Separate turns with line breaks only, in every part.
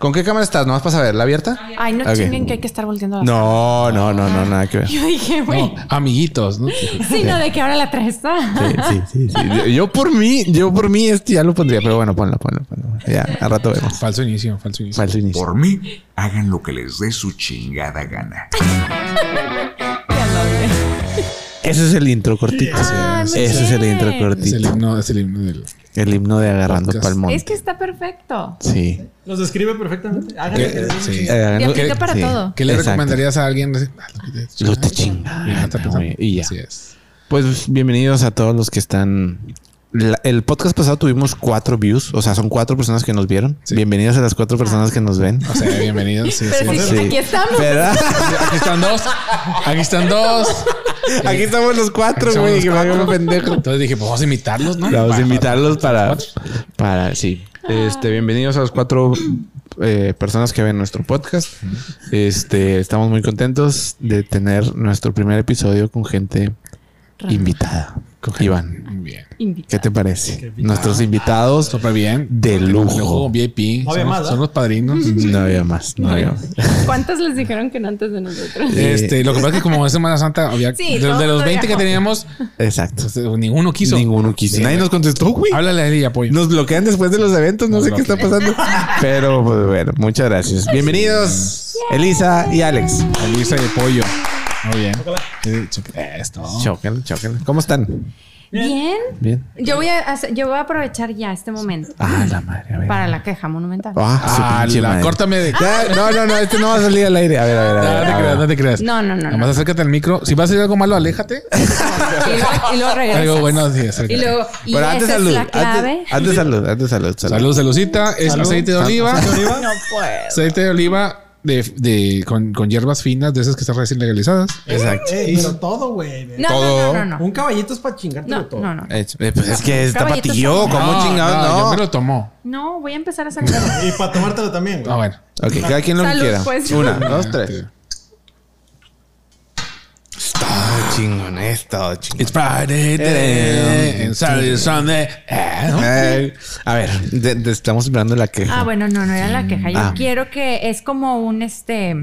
¿Con qué cámara estás? ¿No vas para saber? ¿La abierta?
Ay, no
Ok.
chinguen que hay que estar volteando la
No, no, no, no, nada que ver.
Yo dije, güey,
No, amiguitos, ¿no?
sino de que ahora la traes. ah.
Sí, sí, sí, sí. Yo- Yo por mí, yo por mí este ya lo pondría, pero bueno, ponlo, ponlo, ponlo. Ya, al rato vemos.
Falso inicio, falso inicio.
Falso inicio.
Por mí, hagan lo que les dé su chingada gana.
Ese es el intro cortito.
Ah, muy
Ese es el
bien.
intro
Es el
cortito.
himno, es el himno del.
El himno de agarrando
Podcast.
palmón.
Es que está perfecto.
Sí. Eh,
Los describe perfectamente. Hagan lo que les dé su
Sí.
chingada.
Y aplica para
Sí.
todo.
¿Qué le
Exacto.
recomendarías a alguien? Ah, lo que te
Lo te
Y ya
chinga.
está pensando.
Y ya.
Así es.
Pues bienvenidos a todos los que están. La- el podcast pasado tuvimos cuatro views, o sea, son cuatro personas que nos vieron.
Sí.
Bienvenidos a las cuatro personas que nos
Ah.
ven.
O sea, bienvenidos. Sí,
Pero
sí.
sí,
Sí.
aquí estamos.
¿Verdad?
Aquí están dos. Aquí están dos.
Aquí estamos los cuatro,
Aquí somos
güey.
los
Que me hagan un
cuatro.
pendejo.
Entonces dije, pues vamos a invitarlos, ¿no?
Vamos a
Para-
invitarlos para, para, sí. Este, bienvenidos a los cuatro eh, personas que ven nuestro podcast. Este, estamos muy contentos de tener nuestro primer episodio con gente invitada. Iván,
Bien.
¿qué Ah, te parece?
invitada.
Nuestros invitados
Súper bien.
de lujo.
VIP.
No había
Son,
más, ¿verdad?
son los padrinos.
No había más, no había más.
¿Cuántos les dijeron que no antes de nosotros?
Este, lo que pasa es que como es Semana Santa, había
Sí,
de, de
todo
los 20 que
viajó.
teníamos,
Exacto.
pues, ninguno quiso.
Ninguno quiso. Nadie nos contestó, güey.
Háblale a él y apoyo.
Nos bloquean después de los eventos, no
Nos
sé qué está pasando. Pero pues, bueno, muchas gracias. Bienvenidos, Elisa y Alex.
Elisa y apoyo. Muy bien. Eh, choc- Esto.
Chócalo, chócalo. ¿Cómo están?
Bien.
Bien.
Yo voy a hacer- yo voy a aprovechar ya este momento
Ah, la madre. A ver.
para la queja monumental.
Ah,
Ah,
su pinche
la,
madre.
córtame de. Eh,
Ya, no, no, no, este no va a salir al aire. A ver, a ver, a
No
ver.
te
a
creas,
ver.
no te creas.
No, no, no,
Nomás
no.
acércate al micro. Si vas a decir algo malo, aléjate.
Y luego, y luego regresas.
Algo bueno, sí,
Y
acércate.
luego, y
Pero
esa
antes Ah.
es
salud.
la clave.
Antes, antes salud, antes salud. Salud.
Saludos, Salucita. Es
Salud.
aceite de oliva.
Oliva,
Aceite de oliva de, de, con, con hierbas finas, de esas que están recién legalizadas.
Exacto.
Ey, pero todo, güey.
No,
todo.
no, no, no,
Un caballito es para chingártelo
no.
todo.
No, no, no.
Eh, pues es que está
Caballitos
patillo,
son-
como
Yo
chingado,
me
no.
lo tomó.
No, voy a empezar a sacar.
Y para tomártelo también, güey.
Ah, bueno.
Ok, cada quien lo que
Salud,
quiera.
pues.
Una, dos, tres. Está chingón esto, chingón.
It's Friday today and Saturday Sunday. Eh, ¿no?
Eh, a ver, de- de- estamos esperando la queja.
Ah, bueno, no, no era la queja. Yo
Ah.
quiero que es como un este.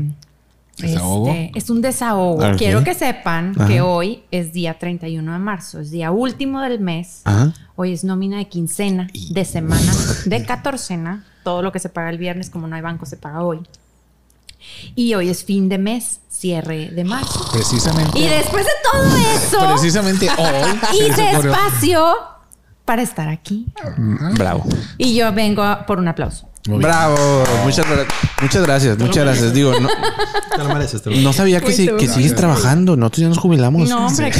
¿Desahogo?
este, es un desahogo.
Ah, Ok.
Quiero que sepan
Ajá.
que hoy es día 31 de marzo, es día último del mes.
Ajá.
Hoy es nómina de quincena, de semana, de catorcena. Todo lo que se paga el viernes, como no hay banco, se paga hoy. Y hoy es fin de mes, cierre de marzo.
Precisamente.
Oh.
Y después de todo eso,
Precisamente hoy.
hice
se ocurrió.
espacio para estar aquí.
Bravo.
Y yo vengo a- por un aplauso.
Muy bien.
Bravo. Muchas, gra- muchas gracias, muchas gracias. Digo, no,
Te lo mereces, te lo
no sabía que,
Uy,
sí-
tú.
que sigues trabajando. Nosotros ya nos jubilamos.
No, hombre,
Sí.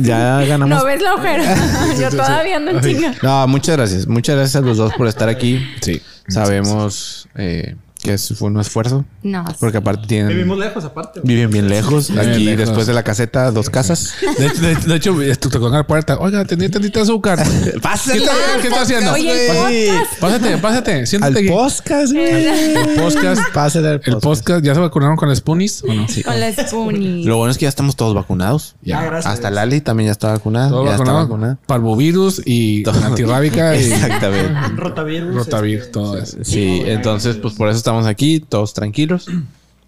Ya ganamos.
No ves la ojera. Yo todavía ando en chinga.
No, muchas gracias. Muchas gracias a los dos por estar aquí.
Sí.
Sabemos eh, que es- fue un esfuerzo.
No.
Porque aparte tienen...
Vivimos lejos, aparte. güey.
Viven bien lejos.
Viven
aquí
lejos.
después de la caseta, dos casas.
De, hecho- de- de hecho, eh, tocó en la puerta. Oiga, tenía tantita azúcar. ¿Qué está,
al
qué está
podcast,
haciendo? Pues
oye, el
Pásate, Pásate, pásate. Siéntate aquí.
podcast, güey.
El podcast.
Pásale al
El podcast. ¿Ya se vacunaron con las Punis o no? Sí.
Con la Spoonie.
Lo bueno es que ya estamos todos vacunados.
Ah,
Ya.
gracias.
Hasta Lali también ya está vacunada.
Todo
Ah, ya está
vacunado.
vacunada.
Parvovirus y
Todo.
antirrábica y
Exactamente.
Ah. Rotavirus.
rotavir.
este,
Todo eso.
Sí, entonces pues por eso estamos aquí, todos tranquilos.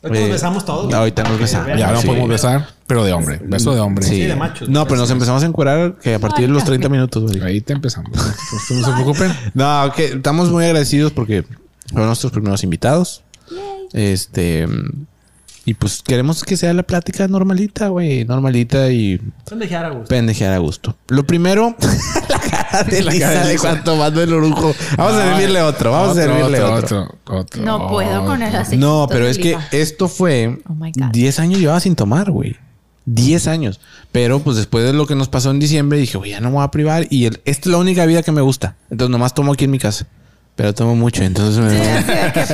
Ahorita
Eh,
nos besamos todos. güey.
Ahorita nos
Ok,
besamos.
vean.
Ya no
Sí.
podemos besar, pero de hombre. Beso de hombre.
Sí.
de machos.
No, pero nos empezamos a encuerar que a partir de los 30 minutos. güey.
Ahí te empezamos. Entonces, no se preocupen.
No, que estamos muy agradecidos porque fueron nuestros primeros invitados. Este y pues queremos que sea la plática normalita, güey, normalita y
Son de Jara, güey.
pendejear a gusto. Lo primero, la cara de
La
Lisa
cara de
de
Lisa.
cuando tomando el orujo. Vamos a
Ay,
servirle otro, vamos a servirle otro.
otro, otro.
No puedo con el aceite.
No, pero es que esto fue
Oh my God.
10 años llevaba sin tomar, güey. 10 años. Pero pues después de lo que nos pasó en diciembre dije, güey, ya no me voy a privar. Y el- esta es la única vida que me gusta. Entonces nomás tomo aquí en mi casa. Pero tomo mucho, entonces me...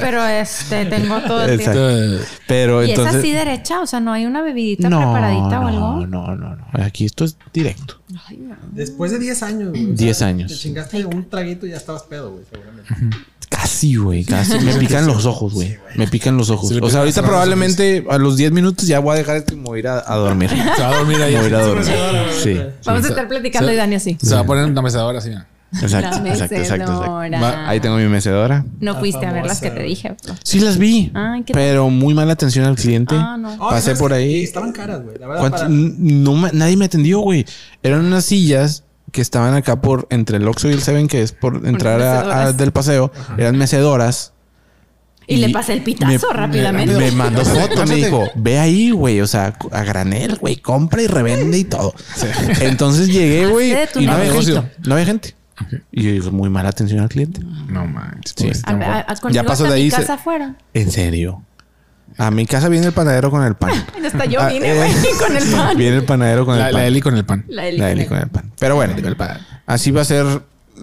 pero este, tengo todo el tiempo.
Exacto. Pero
Y
entonces...
es así derecha, o sea, no hay una bebidita
no,
preparadita o algo.
no, no, no, no. Aquí esto es directo.
Ay, no.
Después de 10 años, güey. o
10
sea,
años.
Te chingaste un traguito y ya estabas pedo, güey, seguramente.
Casi, güey, casi. Me pican los ojos, güey. Me pican los ojos.
Sí, le
O sea,
pican
ahorita
los ojos.
probablemente a los 10 minutos ya voy a dejar esto y me voy a ir a, a dormir.
Se va a dormir ahí.
Me voy a ir a dormir.
Sí.
Sí.
Vamos a estar platicando y Dani así.
Se va a poner una mesadora así. mira.
Exacto,
La
exacto, exacto, exacto.
mecedora.
Va- Ahí tengo mi mecedora.
No
La
fuiste a ver las que
famosa.
te dije. bro.
Sí las vi,
Ay, ¿qué tal?
pero muy mala atención al cliente.
Ah, no.
Oh,
Pasé
¿sabes
por
qué?
ahí.
Estaban caras, güey. La verdad,
¿Cuánto-
para-
n- no ma- nadie me atendió, güey. Eran unas sillas que estaban acá por entre el Oxxo y el Seven, que es por entrar a- a-
mecedoras.
del paseo. Eran mecedoras.
Y, le pasé el pitazo
me-
rápidamente.
Me mandó foto, me
Pásate.
dijo, ve ahí, güey, o sea, a granel, güey, compra y revende y todo. Entonces llegué, güey,
Hazte de tu
y no había
negocio.
gente. No había gente. Y yo digo, muy mala atención al cliente.
No manches.
Sí.
pobrecito,
A-
mejor.
a- a- conmigo
pasó
hasta
de
mi
ahí, se-
casa fuera.
En serio. A mi casa viene el panadero con el pan.
Ay, Hasta yo
Ah,
vine,
eh,
güey, con el pan.
Viene el panadero con
la,
el
la
pan.
Eli con el pan.
La
La Eli con el pan. Pero bueno, así va a ser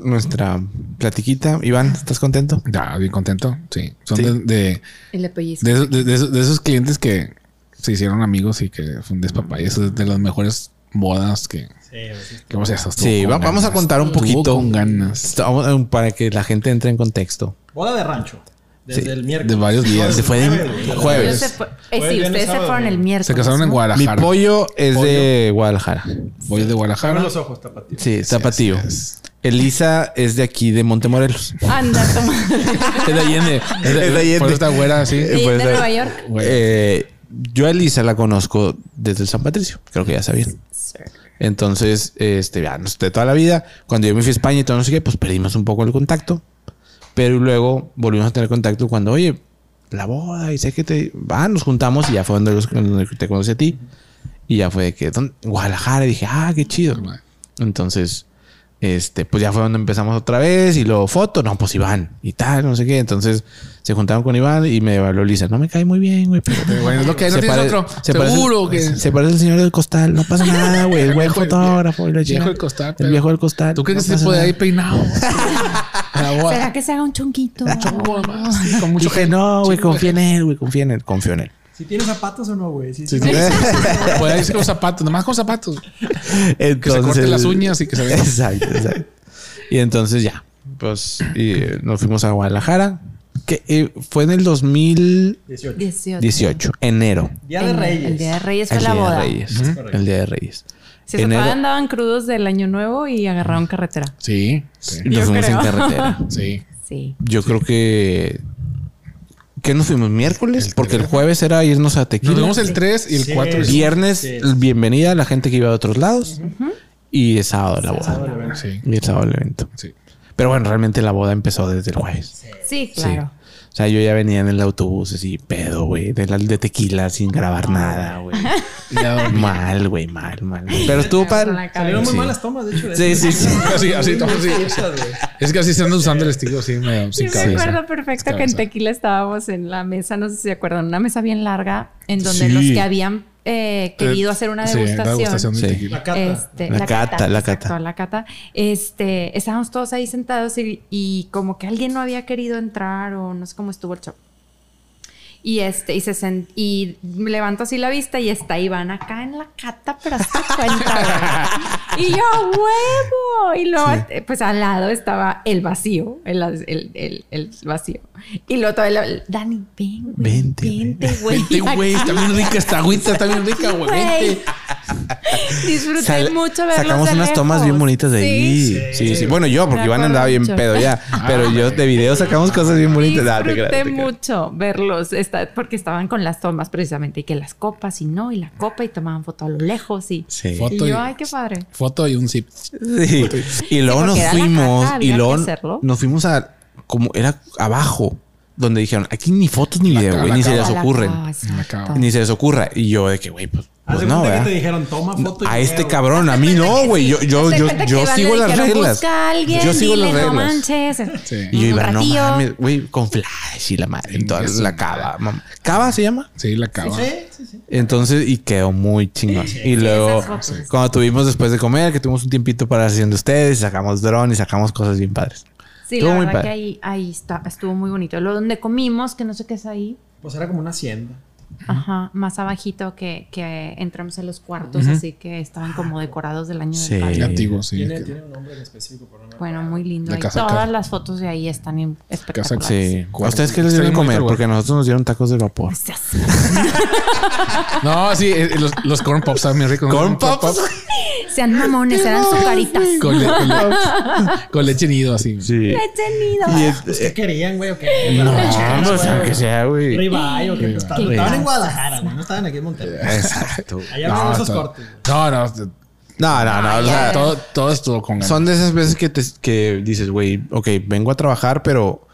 nuestra platiquita. Iván, ¿estás contento?
Ya, bien contento. Sí. Son
Sí.
de- de,
El pellizco.
de, esos- de- de esos- de esos clientes que se hicieron amigos y que fue un despapay. Eso es de las mejores bodas que,
Sí, güey, sí.
que hemos hecho. Estuvo
Sí,
con
va- vamos
ganas.
a contar un
Estuvo
poquito.
con ganas.
Estamos, eh, Para que la gente entre en contexto.
Boda de rancho. Desde
Sí,
el miércoles.
de varios días.
Todo
Se fue de-
jueves, güey.
jueves.
Ellos se fu- eh,
Fue
sí,
el viernes
ustedes se
sábado,
fueron
güey.
el miércoles.
Se casaron en
¿no?
Mi
Guadalajara.
pollo es
Pollo.
de Guadalajara.
Pollo de
Abre
Guadalajara.
los ojos, tapatito.
Sí, Zapatío.
así es.
Elisa es de aquí, de Montemorelos.
Anda, toma.
Es de Allende. Es de,
Es de Allende.
Por eso está güera así.
Sí,
Pues,
de
eh,
Nueva York.
eh, yo a Elisa la conozco desde el San Patricio. Creo que ya sabían. Entonces, este, ya, nos- de toda la vida, cuando yo me fui a España y todo no sé qué, pues perdimos un poco el contacto. Pero luego volvimos a tener contacto cuando, oye, la boda y sé que te... Va, nos juntamos y ya fue donde, los- donde te conocí a ti. Y ya fue de que, ¿dónde? Guadalajara. Y dije, ah, qué chido. Entonces, este, pues ya fue donde empezamos otra vez y luego foto, no, pues Iván y tal, no sé qué. Entonces se juntaron con Iván y me evaluó Lisa. No me cae muy bien, güey. pero-
Pero bueno, es lo que hay, no
se
tienes
pare-
otro.
se parece-
Seguro que.
Se parece al señor del costal. No pasa nada, güey. El buen
Viejo-
fotógrafo. y la
viejo
chingada.
del costal,
El
pero-
viejo del costal.
¿Tú crees
no
que se
pasa
puede
nada.
ahí peinado? La boda.
¿Será que se haga un chonquito?
Chongo nomás, sí, Con mucho
Dije,
gen.
no, güey. Confía en él, güey. Confía en él. Confío en él.
Si tienes zapatos o no, güey. Si
Sí,
tienes-
Puede irse con zapatos, nomás con zapatos.
Entonces,
Que se corten las uñas y que se vea.
Exacto, exacto. Y entonces ya, pues y, eh, nos fuimos a Guadalajara, que eh, fue en el 2018,
18.
18.
enero.
Día de
El-
Reyes.
El Día de Reyes fue
El
la
Día de
boda.
Reyes. El Día de Reyes.
Si se fueron, andaban crudos del Año Nuevo y agarraron carretera.
Sí, sí,
nos
yo
fuimos en
creo.
carretera.
sí.
Sí.
Yo creo que... ¿Qué nos fuimos? ¿Miércoles? Porque el jueves era irnos a
Nos
Tequila.
vemos el 3 y el
Sí.
4.
Sí.
Viernes,
Sí.
bienvenida a la gente que iba de otros lados. Y es sábado la
Ah,
boda.
Sí,
Y el sábado el evento.
sí.
Pero bueno, realmente la boda empezó desde el jueves. Sí.
Sí, claro.
O sea, yo ya venía en el autobús así, pedo, güey, de, la- de tequila sin grabar nada, güey.
Y ya dormí.
Mal, güey, mal, mal. Pero estuvo padre.
Salieron muy
Sí.
malas tomas, de hecho. de
Sí,
eso.
sí, sí.
Así, así, todo así.
Fiestas, güey.
Es que así se anda usando el estilo, así, medio
Sí,
sin
me
cabeza.
acuerdo perfecto
Sin
que en
cabeza.
Tequila estábamos en la mesa, no sé si se acuerdan, una mesa bien larga en donde los que habían eh, querido hacer una
Sí,
degustación.
la degustación de
Sí.
tequila.
La cata.
Este,
La cata, la
exacto,
cata.
la cata. Este, estábamos todos ahí sentados y, y como que alguien no había querido entrar o no sé cómo estuvo el show. Y este, y se sent- y levanto así la vista y está Iván acá en la cata, pero hasta cuenta. güey. y yo, huevo. Y luego, eh, pues al lado estaba el vacío, el, el- el- el vacío. Y luego todavía, le- Dani, ven, güey.
Vente,
Vente, güey.
Vente, güey, está bien rica esta agüita, está bien rica, güey.
Güey.
Vente.
Disfruté
Sal-
Pues mucho verlos
Sacamos
de
unas
lejos.
tomas bien bonitas de
Sí.
ahí. Sí, sí, Bueno, yo, porque
Me
Iván
acuerdo
andaba bien
mucho.
pedo ya. Pero yo de video sacamos cosas bien bonitas. Ah, te creo, te
Disfruté
creo.
mucho verlos, esta- porque estaban con las tomas precisamente, y que las copas y no, y la copa, y tomaban foto a lo lejos, y,
Sí.
Foto.
y yo, ay, qué padre.
Foto y un zip.
Sí. Y luego
porque
nos
era la
fuimos.
cata,
Y
había
luego
que hacerlo.
nos fuimos a. Como era abajo. Donde dijeron, aquí ni fotos ni video,
ca-
güey.
la
Ni se
ca-
les
A la
ocurren.
cava, exacto.
la cava.
Ni se les ocurra. Y yo de que, güey, pues,
Haz
pues
de
no,
cuenta
¿verdad?
que te dijeron, toma foto. y
a este
video".
cabrón, a mí no, güey. Yo, yo,
Hazte
yo,
cuenta que
yo
Iván le
sigo las
dijeron,
reglas.
Busca a alguien,
Yo sigo
dile,
las
No
reglas.
manches.
Sí.
Y yo
Un
iba, no
ratillo.
mames, güey, con flash y la madre. Entonces la cava. mam- ¿Cava se llama?
Sí, la cava.
Sí, sí, sí.
Entonces, y quedó muy chingón. Y luego,
esas fotos.
cuando tuvimos después de comer, que tuvimos un tiempito para haciendo ustedes, sacamos dron y sacamos cosas bien padres.
Sí,
Estuvo
la
muy
verdad
padre.
que ahí, ahí está, estuvo muy bonito. Lo donde comimos, que no sé qué es ahí.
Pues era como una hacienda.
Ajá, más abajito que, que entramos a los cuartos, así que estaban como decorados del año
Ah, Sí.
del padre.
Antiguo, sí.
Tiene,
que-
tiene un nombre en específico, pero no me
Bueno,
acuerdo.
muy lindo.
De
Y
casa a
todas
casa.
las fotos de ahí están in- espectaculares.
Sí. ¿A ustedes qué les dieron de
Está
comer?
bien bonito, güey.
Porque a nosotros nos dieron tacos de vapor.
Estás-
No, sí, eh, los, los corn pops están bien ricos.
¿Corn
Corn
pops?
Sean mamones, sean sucaritas.
Con, le- con le- con leche nido, así.
Sí.
He tenido.
Y
Pues,
es-
¿Qué querían, güey? ¿O qué?
Eh, no,
Las
no, o
chicas,
sea,
güey.
que sea, güey.
Ribeye, ¿o qué?
Ribeye.
Estaban estaban en Guadalajara, güey. No estaban aquí en Monterrey.
Eh, Exacto.
Allá no, esos
está-
cortes. güey.
No, no. este-
No, no, no. o sea,
todo, todo estuvo con ganas.
son de esas veces que, te, que dices, güey, ok, vengo a trabajar, pero,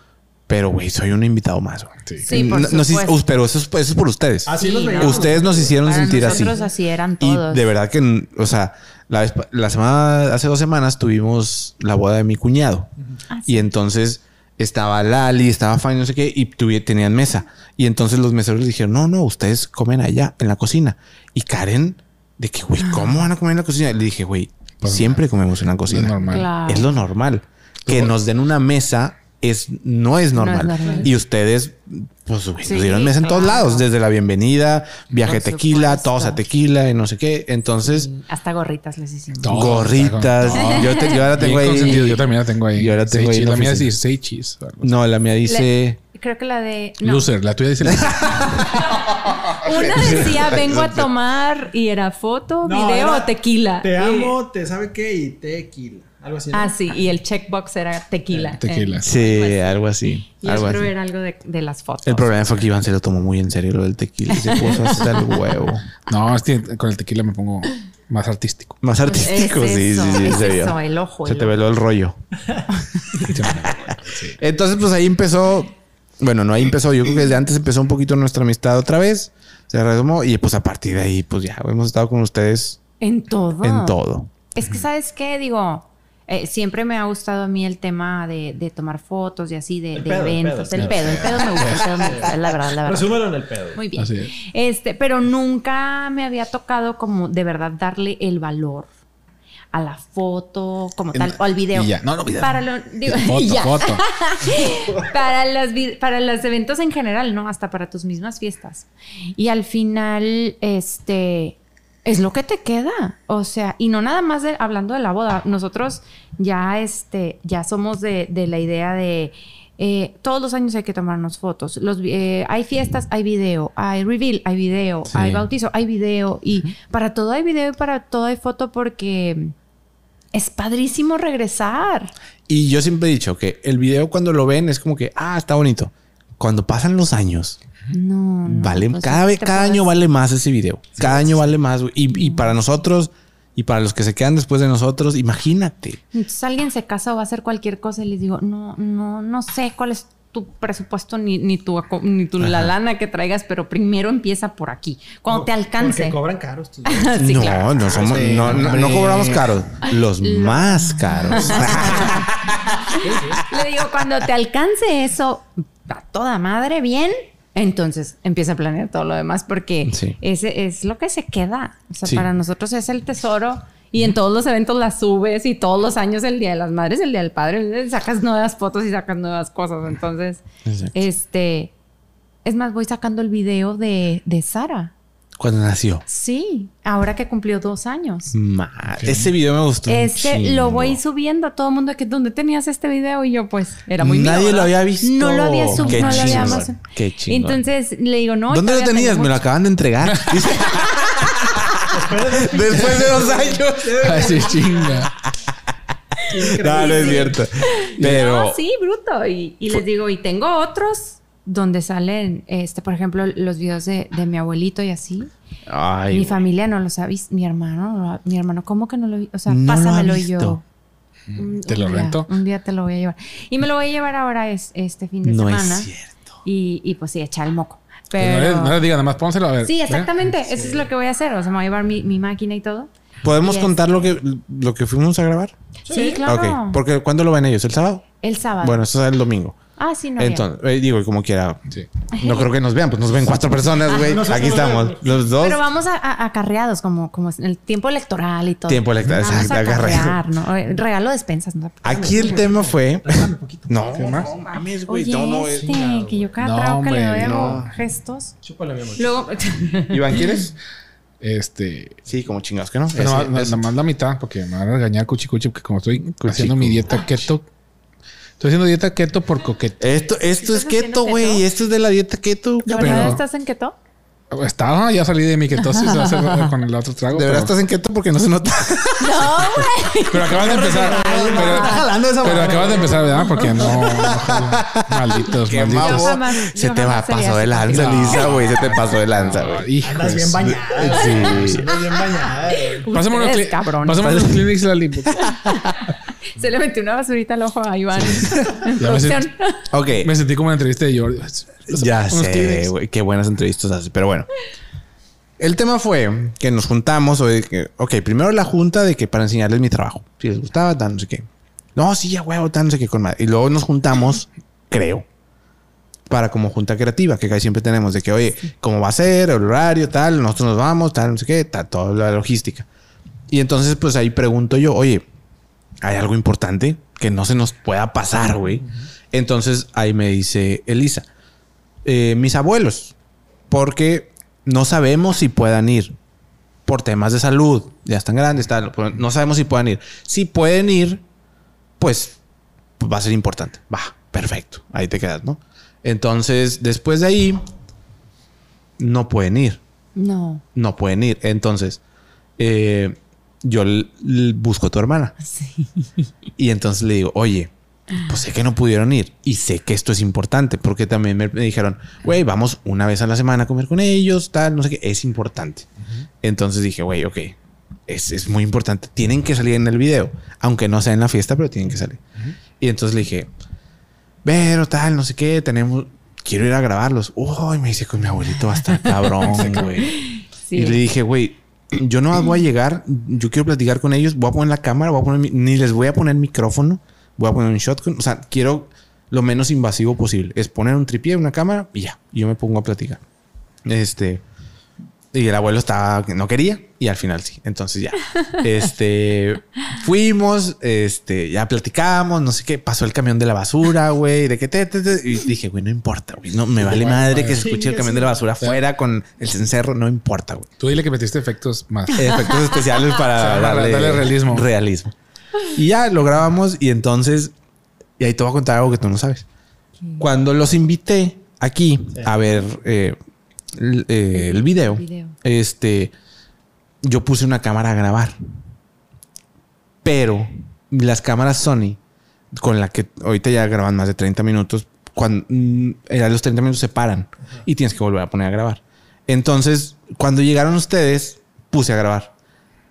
pero, güey, soy un invitado más. güey.
Sí.
Sí, por
No- no, sí,
supuesto.
us- pero eso es, eso es por ustedes.
Así
Sí,
los
no.
veíamos.
ustedes nos hicieron
Para
sentir así.
nosotros así eran
Y
todos.
de verdad que, o sea, la, vez pa- la semana, hace dos semanas tuvimos la boda de mi cuñado.
Ah, sí.
Y entonces estaba Lali, estaba Fanny, no sé qué, y tuvi- tenían mesa. Y entonces los meseros les dijeron, no, no, ustedes comen allá, en la cocina. Y Karen, de que, güey, ¿cómo van a comer en la cocina? Le dije, güey,
Pues,
siempre comemos en la cocina.
Es normal.
Claro.
Es lo normal. Que nos den una mesa es, no es normal.
normal.
Y ustedes, pues, güey,
Sí,
nos dieron mesa en todos
claro.
lados, desde la bienvenida, viaje a
Por
tequila,
supuesto.
todos a tequila y no sé qué. Entonces,
Hasta gorritas les hicimos.
Todo,
gorritas.
está con-
Yo, te- yo ahora
Bien
tengo
consentido,
ahí.
Yo también la tengo ahí.
Yo la
Seis
tengo ahí en
cheese,
la
La mía
oficina.
dice seis cheese. o algo así.
No, la mía dice.
Creo que la de. no.
Loser, la tuya dice loser.
Una decía, vengo a tomar y era foto,
No,
video
era
o tequila.
Te
Y-
amo, te sabe qué y tequila. Algo así. ¿no?
Ah, sí, y el checkbox era tequila.
tequila.
Eh,
Sí, algo así.
y
algo
yo
así.
creo era algo de, de las fotos.
El problema fue que Iván se lo tomó muy en serio lo del tequila. y Se puso hasta el huevo.
No, es que con el tequila me pongo más artístico.
Más
Pues es
artístico, sí,
eso,
sí, sí,
es
se vio.
eso, el ojo.
Se
el
te
ojo.
veló el rollo.
Sí.
Entonces, pues ahí empezó. Bueno, no ahí empezó. Yo creo que desde antes empezó un poquito nuestra amistad otra vez. Se resumó y pues a partir de ahí, pues ya hemos estado con ustedes
En todo.
en todo.
Es que, ¿sabes qué? Digo, eh, siempre me ha gustado a mí el tema de, de tomar fotos y así, de,
El
de
pedo, el
eventos.
pedo,
El pedo, el pedo me gusta, el pedo me gusta, la verdad, la verdad.
Resúmelo en el pedo.
Muy bien.
Así es.
Este, pero nunca me había tocado como de verdad darle el valor a la foto, como tal, o al video.
Y ya. No, no, video.
Para lo- digo,
Foto,
ya.
foto.
para, los, vi- para los eventos en general, ¿no? Hasta para tus mismas fiestas. Y al final, este, es lo que te queda. O sea, y no nada más de- hablando de la boda. Nosotros ya, este, ya somos de, de la idea de... eh, todos los años hay que tomarnos fotos. Los, vi- eh, hay fiestas, hay video. Hay reveal, hay video.
Sí.
Hay bautizo, hay video. Y para todo hay video y para todo hay foto porque es padrísimo regresar.
Y yo siempre he dicho que el video cuando lo ven es como que, ah, está bonito. Cuando pasan los años,
No, no,
vale,
o sea,
cada, vez,
te
cada
puedes-
año vale más ese video. Cada año vale más. güey. Y, y para nosotros y para los que se quedan después de nosotros, imagínate.
Entonces alguien se casa o va a hacer cualquier cosa y les digo, no, no, no sé cuál es tu presupuesto ni, ni tu, aco- ni tu la lana que traigas, pero primero empieza por aquí. Cuando te alcance.
Porque cobran caros. tus-
Sí,
no,
claro.
no somos,
Sí,
no, no-
hombre.
no cobramos caros, los más caros.
Le digo, cuando te alcance eso, a toda madre, bien. Entonces empieza a planear todo lo demás porque
Sí.
ese es lo que se queda. O sea,
Sí.
para nosotros es el tesoro y en todos los eventos las subes y todos los años el Día de las Madres, el Día del Padre, sacas nuevas fotos y sacas nuevas cosas. Entonces,
Exacto.
este, es más, voy sacando el video de, de Sara.
Cuando nació.
Sí, ahora que cumplió dos años.
Ma- Ese video me gustó. un
Este lo voy
Mm, chingo.
subiendo a todo el mundo que donde tenías este video y yo pues era muy mío,
Nadie
¿verdad?
lo había visto.
No lo había subido,
Qué
no lo había
chingón,
más.
qué chingón.
Entonces le digo, no,
¿Dónde lo
todavía
tenías?
tengo
Me lo
mucho.
acaban de entregar. Dice- Después de dos años.
Así chinga.
No, no es cierto. Pero
No, "Ah, sí, bruto. Y, y les digo, y tengo otros donde salen, este, por ejemplo, los videos de, de mi abuelito y así.
Ay,
mi
güey.
familia no los ha visto, mi hermano, no lo ha- mi hermano, ¿cómo que no lo vi? O sea,
No lo ha
pásamelo y
visto. Mm,
yo.
Te lo
Un día-
rento.
Un día te lo voy a llevar. Y me lo voy a llevar ahora es, este fin de
no
semana.
es cierto.
Y, y, pues sí, echar el moco.
No, le,
Pero...
no le diga nada más, pónselo a ver. ¿eh?
Sí,
¿Ve?
exactamente. Eso es lo que voy a hacer. O sea, me voy a llevar mi, mi máquina y todo.
¿Podemos
Y
contar lo que, lo que fuimos a grabar?
Sí, claro.
Ok, porque ¿cuándo lo ven ellos? ¿El sábado?
El sábado.
Bueno, eso es el domingo.
ah, sí, no. bien.
Entonces, eh, digo, como quiera.
Sí.
No creo que nos vean, pues nos ven cuatro personas,
Ah,
güey.
nosotros
Aquí
no
estamos.
vemos.
Los dos.
Pero vamos a, a- acarreados, como, como en el tiempo electoral y todo.
Tiempo electoral,
Vamos
exacto,
a
acarreado.
acarrear, ¿no? Eh, Regalo despensas, ¿no?
Aquí el tema fue.
Dame un poquito.
No,
¿Qué más?
no mames, güey.
Oye,
No, no, es-
este, que yo cada
No,
trago que le doy
hombre,
hago
no.
gestos.
Chúpala, mi amor.
Luego,
Iván, ¿quieres?
Este.
Sí, como chingados que no.
Pero
Ese-
no, no,
ese-
nomás la mitad, porque me van a regañar cuchi cuchi, porque como estoy
Ah,
haciendo mi dieta keto. Estoy haciendo dieta keto por coquete.
Esto, esto es
¿Estás haciendo
keto, güey.
keto?
Esto es de la dieta keto.
¿de
Pero-
verdad estás en keto?
Estaba, ah, ya salí de mi ketosis hace rato con el otro trago.
De verdad
pero-
estás en keto porque no se nota.
No,
Pero acabas de empezar.
Está
Pero,
jalando esa
pero
barra,
acabas de
güey.
empezar, ¿verdad? Porque no. no, malditos,
Qué
malditos.
mabo.
jamás-
Se
yo
te va,
jamás sería
pasó de
así
lanza,
contigo.
Lisa, güey. Se te pasó de lanza,
Ah,
güey.
hijo
Andas
de
bien
su-
bañada.
Sí.
güey. Andas bien bañada. güey.
Pásame unos,
Ustedes,
cli-
cabrones.
pásame unos Kleenex, Lali.
Se le metió una basurita al ojo a Iván. En
Ya me
producción.
sentí-
Ok.
Me sentí como en la entrevista de Jordi.
Ya
Unos
sé,
Kleenex.
güey. Qué buenas entrevistas hace. Pero bueno. El tema fue que nos juntamos. o de que- Ok, primero la junta de que para enseñarles mi trabajo. Si les gustaba, tan no sé qué. No, sí, ya huevo, tan no sé qué con madre. Y luego nos juntamos, creo, para como junta creativa, que casi siempre tenemos de que, oye, cómo va a ser, el horario, tal, nosotros nos vamos, tal, no sé qué, tal, toda la logística. Y entonces, pues ahí pregunto yo, oye, hay algo importante que no se nos pueda pasar, güey. Entonces ahí me dice Elisa, eh, mis abuelos, porque no sabemos si puedan ir por temas de salud, ya están grandes, tal, pero no sabemos si puedan ir. Si pueden ir, pues va a ser importante. Va, perfecto, ahí te quedas, ¿no? Entonces, después de ahí, no pueden ir
No.
no pueden ir. Entonces, eh, yo l- l- busco a tu hermana. Y entonces le digo, oye, pues sé que no pudieron ir y sé que esto es importante porque también me, me dijeron, güey, vamos una vez a la semana a comer con ellos, tal, no sé qué, es importante. Entonces dije, güey, ok, es, es muy importante. Tienen que salir en el video, aunque no sea en la fiesta, pero tienen que salir. Y entonces le dije, pero tal, no sé qué, tenemos, quiero ir a grabarlos. Uy, me dice con mi abuelito va a estar cabrón, güey.
Sí.
Y le dije, güey, yo no voy a llegar, yo quiero platicar con ellos, voy a poner la cámara, voy a poner mi- ni les voy a poner micrófono, voy a poner un shotgun, o sea, quiero lo menos invasivo posible. Es poner un tripié, una cámara y ya, yo me pongo a platicar. Este, y el abuelo estaba, no quería y al final sí. Entonces ya, este, fuimos, este, ya platicamos, no sé qué, pasó el camión de la basura, güey, de que te, te, te, y dije, güey, no importa, güey, no me vale madre que se escuche el camión de la basura afuera con el cencerro, no importa, güey.
Tú dile que metiste efectos más.
Efectos especiales para
Sí,
darle,
darle realismo.
Realismo. Y ya lo grabamos y entonces, y ahí te voy a contar algo que tú no sabes. Cuando los invité aquí a ver eh, l- eh, el video,
Video.
este, yo puse una cámara a grabar. Pero las cámaras Sony, con la que ahorita ya graban más de 30 minutos, cuando mm, eh, a los 30 minutos se paran y tienes que volver a poner a grabar. Entonces, cuando llegaron ustedes, puse a grabar.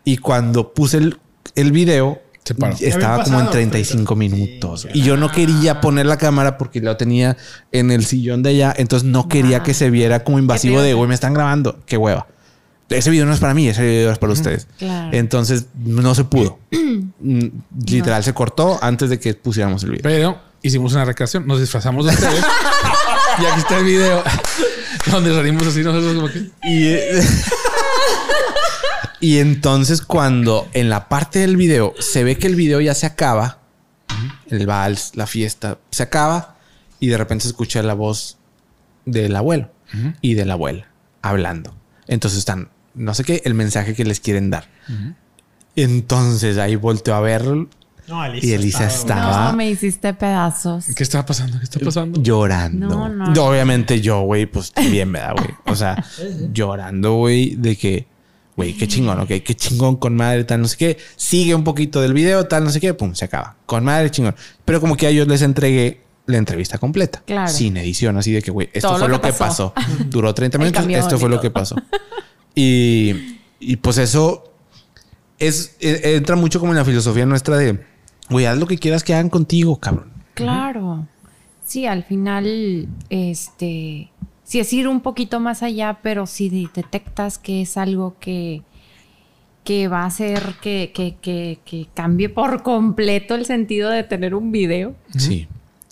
Y cuando puse el, el video,
Se paró.
ya estaba
Ya habían
como en
pasado
35
30.
minutos. y yo
Ah.
no quería poner la cámara porque la tenía en el sillón de allá. Entonces no quería
Ah.
que se viera como invasivo
pedo.
de, güey, me están grabando. Qué hueva. Ese video no es para mí, ese video es para ustedes.
Claro.
Entonces no se pudo. Mm, Literal, se cortó antes de que pusiéramos el video.
Pero hicimos una recreación, nos disfrazamos de ustedes. y aquí está el video donde salimos así nosotros como que
Y, eh, y entonces cuando en la parte del video se ve que el video ya se acaba, el vals, la fiesta, se acaba y de repente se escucha la voz del abuelo y de la abuela hablando. Entonces están, no sé qué, el mensaje que les quieren dar. Entonces ahí volteo a verlo
No, Elisa.
y Elisa
estaba,
estaba
No, me hiciste pedazos.
¿qué está pasando? ¿Qué está pasando?
llorando.
No, no.
Yo, Obviamente yo, güey, pues también me da, güey. O sea, llorando, güey, de que, güey, qué chingón, ok, qué chingón con madre, tal, no sé qué. Sigue un poquito del video, tal, no sé qué, pum, se acaba. Con madre, chingón. Pero como que a ellos les entregué la entrevista completa.
Claro.
Sin edición, así de que, güey, esto
Todo
fue
lo
lo
que
que pasó.
pasó.
Duró 30
El
minutos,
camión
esto
y
fue lo
todo.
que pasó. Y, y pues eso es, e- entra mucho como en la filosofía nuestra de, güey, haz lo que quieras que hagan contigo, cabrón.
Claro. Sí, al final, este, si es ir un poquito más allá, pero si de- detectas que es algo que, que va a hacer que, que, que, que cambie por completo el sentido de tener un video.
Sí.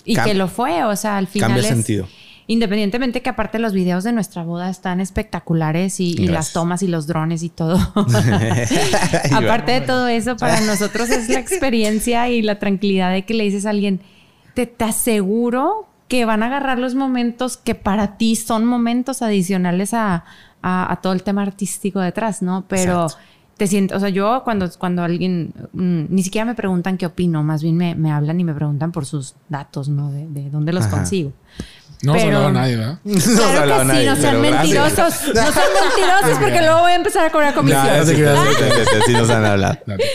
Y
Cam-
que lo fue, o sea, al final
Cambia el
es,
sentido.
Independientemente que aparte los videos de nuestra boda están espectaculares y, y las
Gracias.
tomas y los drones y todo. aparte de todo eso, para nosotros es la experiencia y la tranquilidad de que le dices a alguien, te, te aseguro que van a agarrar los momentos que para ti son momentos adicionales a, a- a todo el tema artístico detrás, ¿no? Pero te siento, o sea, yo cuando, cuando alguien, mm, ni siquiera me preguntan qué opino, más bien me, me hablan y me preguntan por sus datos, ¿no? De, de dónde los
Ajá.
consigo.
No se
Pero-
hablaba a nadie, ¿verdad?
No se
Claro
hablaba
que sí,
nadie,
no sean
pero
mentirosos.
gracias.
No sean mentirosos porque luego voy a empezar a cobrar comisión.
No, no se crean, sí, sí, sí, sí nos han hablado.
No, no creo.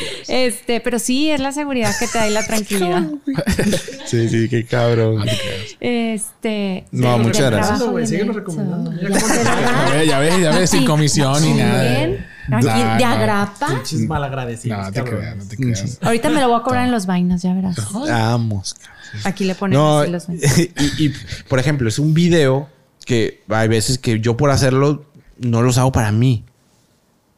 Este, pero sí, es la seguridad que te da y la tranquilidad.
Sí, sí, qué cabrón.
Este.
No,
sí,
muchas
del
gracias.
trabajo
Güey,
bien
síguenos
hecho.
recomendando.
Ya
Mira cómo te
sé, ¿verdad?
Ya ve, ya ve, ya ve, sin
Ah, Sí.
comisión ni nada.
Bien. Aquí,
Nah,
de
nah.
agrapa.
Pinches malagradecidos.
Mm. No, te
cabrón.
creas, no te creas.
Ahorita me lo voy a cobrar en los vainas, ya verás.
Ah.
Vamos.
Aquí le ponen
No,
así
y,
los vainas.
y, por ejemplo, es un video que hay veces que yo por hacerlo no los hago para mí.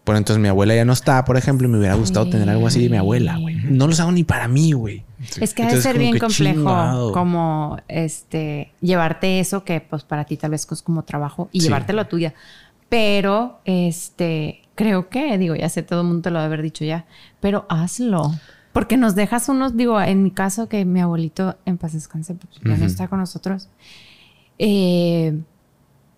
Por entonces mi abuela ya no está, por ejemplo, y me hubiera gustado tener algo así de mi abuela, güey. No los hago ni para mí, güey.
Es que ha de
Entonces,
ser
como
bien
que
complejo
chingado.
como este llevarte eso que pues para ti tal vez es como trabajo y
Sí.
llevarte lo tuya. Pero este creo que digo, ya sé todo el mundo te lo debe haber dicho ya, pero hazlo. Porque nos dejas unos, digo, en mi caso que mi abuelito en paz descanse, pues, ya no
Ujú.
está con nosotros. eh,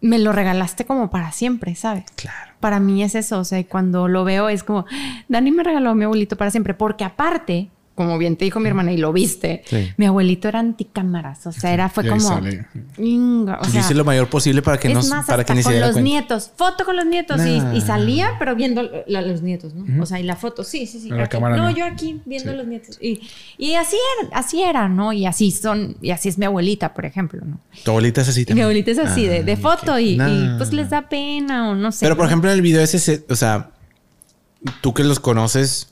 me lo regalaste como para siempre, ¿sabes?
Claro.
Para mí es eso, o sea, y cuando lo veo es como, Dani me regaló a mi abuelito para siempre, porque aparte, como bien te dijo mi hermana y lo viste,
Sí.
mi abuelito era anticámaras, o sea, era fue
Y ahí
como,
sale.
"Inga", o
Yo
sea,
hice lo mayor posible para que
es
no
más,
para
hasta
que ni se
con
diera
los
cuenta.
nietos, foto con los nietos y-
Nah.
y, salía, pero viendo la- los nietos, ¿no? O sea, y la foto, sí, sí, sí.
Pero la
aquí.
cámara
no,
no.
yo aquí viendo
Sí.
los nietos y, y así era, así era, ¿no? Y así son, y así es mi abuelita, por ejemplo, ¿no?
Tu abuelita es así
Y mi
también.
abuelita es así de, de
Ah,
foto
ok.
y, y,
Nah.
pues les da pena o no sé.
Pero por
¿no?
ejemplo en el video ese, se- o sea, tú que los conoces,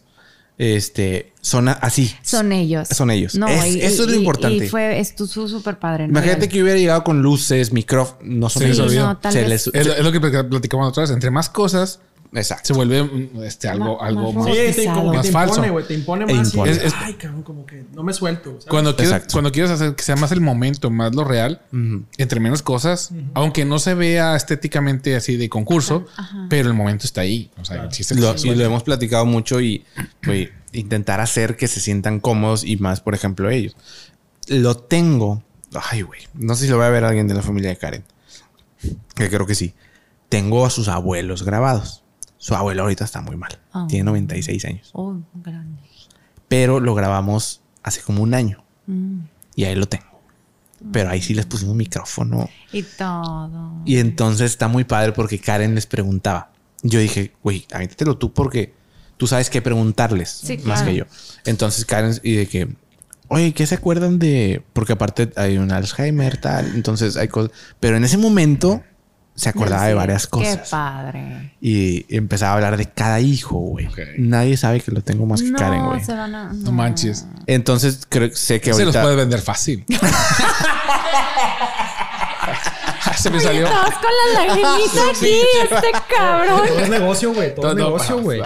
este, son a- así.
Son ellos.
Son ellos. Es- eso es lo importante.
Y fue, estuvo súper padre. ¿no?
Imagínate
Real.
que hubiera llegado con luces, micrófono, no son
Sí,
ellos.
se olvidó.
no, tal
Se
vez.
les-
Es lo, es lo que platica- platicamos otra vez. Entre más cosas,
exacto.
se vuelve mm, este, algo,
Ma-
algo
más
más.
Sí, sí, como que
Más
te
falso.
impone, güey. Te impone
E
más.
impone.
y-
Es- es-
Ay, cabrón, como que no me suelto. ¿sabes?
Cuando quieres,
Exacto.
cuando quieres hacer que sea más el momento, más lo real,
Ujú.
entre menos cosas, aunque no se vea estéticamente así de concurso, pero el momento está ahí. O sea, el chiste es
Lo-
que se
y lo
suelta.
hemos platicado mucho y güey, intentar hacer que se sientan cómodos y más, por ejemplo, ellos. Lo tengo. Ay, güey. No sé si lo va a ver alguien de la familia de Karen. Que creo que sí. Tengo a sus abuelos grabados. Su abuelo ahorita está muy mal.
Ah.
Tiene 96 años.
Oh, grande.
Pero lo grabamos hace como un año.
Mm.
Y ahí lo tengo. Pero ahí sí les pusimos micrófono.
Y todo.
Y entonces está muy padre porque Karen les preguntaba. Yo dije, güey, avéntatelo tú porque tú sabes qué preguntarles
Sí,
más
claro.
que yo. Entonces Karen, y de que, oye, ¿qué se acuerdan de...? Porque aparte hay un Alzheimer, tal. Entonces hay cosas... Pero en ese momento se acordaba de
Sí,
varias
Qué
cosas.
padre.
Y empezaba a hablar de cada hijo, güey.
Ok.
Nadie sabe que lo tengo más que
no,
Karen, güey.
se van a.
No manches.
Entonces creo, sé que
Se los puede
ahorita...
vender fácil. se me salió.
Todos con la lagrimita aquí, este cabrón.
Todo es negocio, güey. Todo es
No, no,
negocio, güey.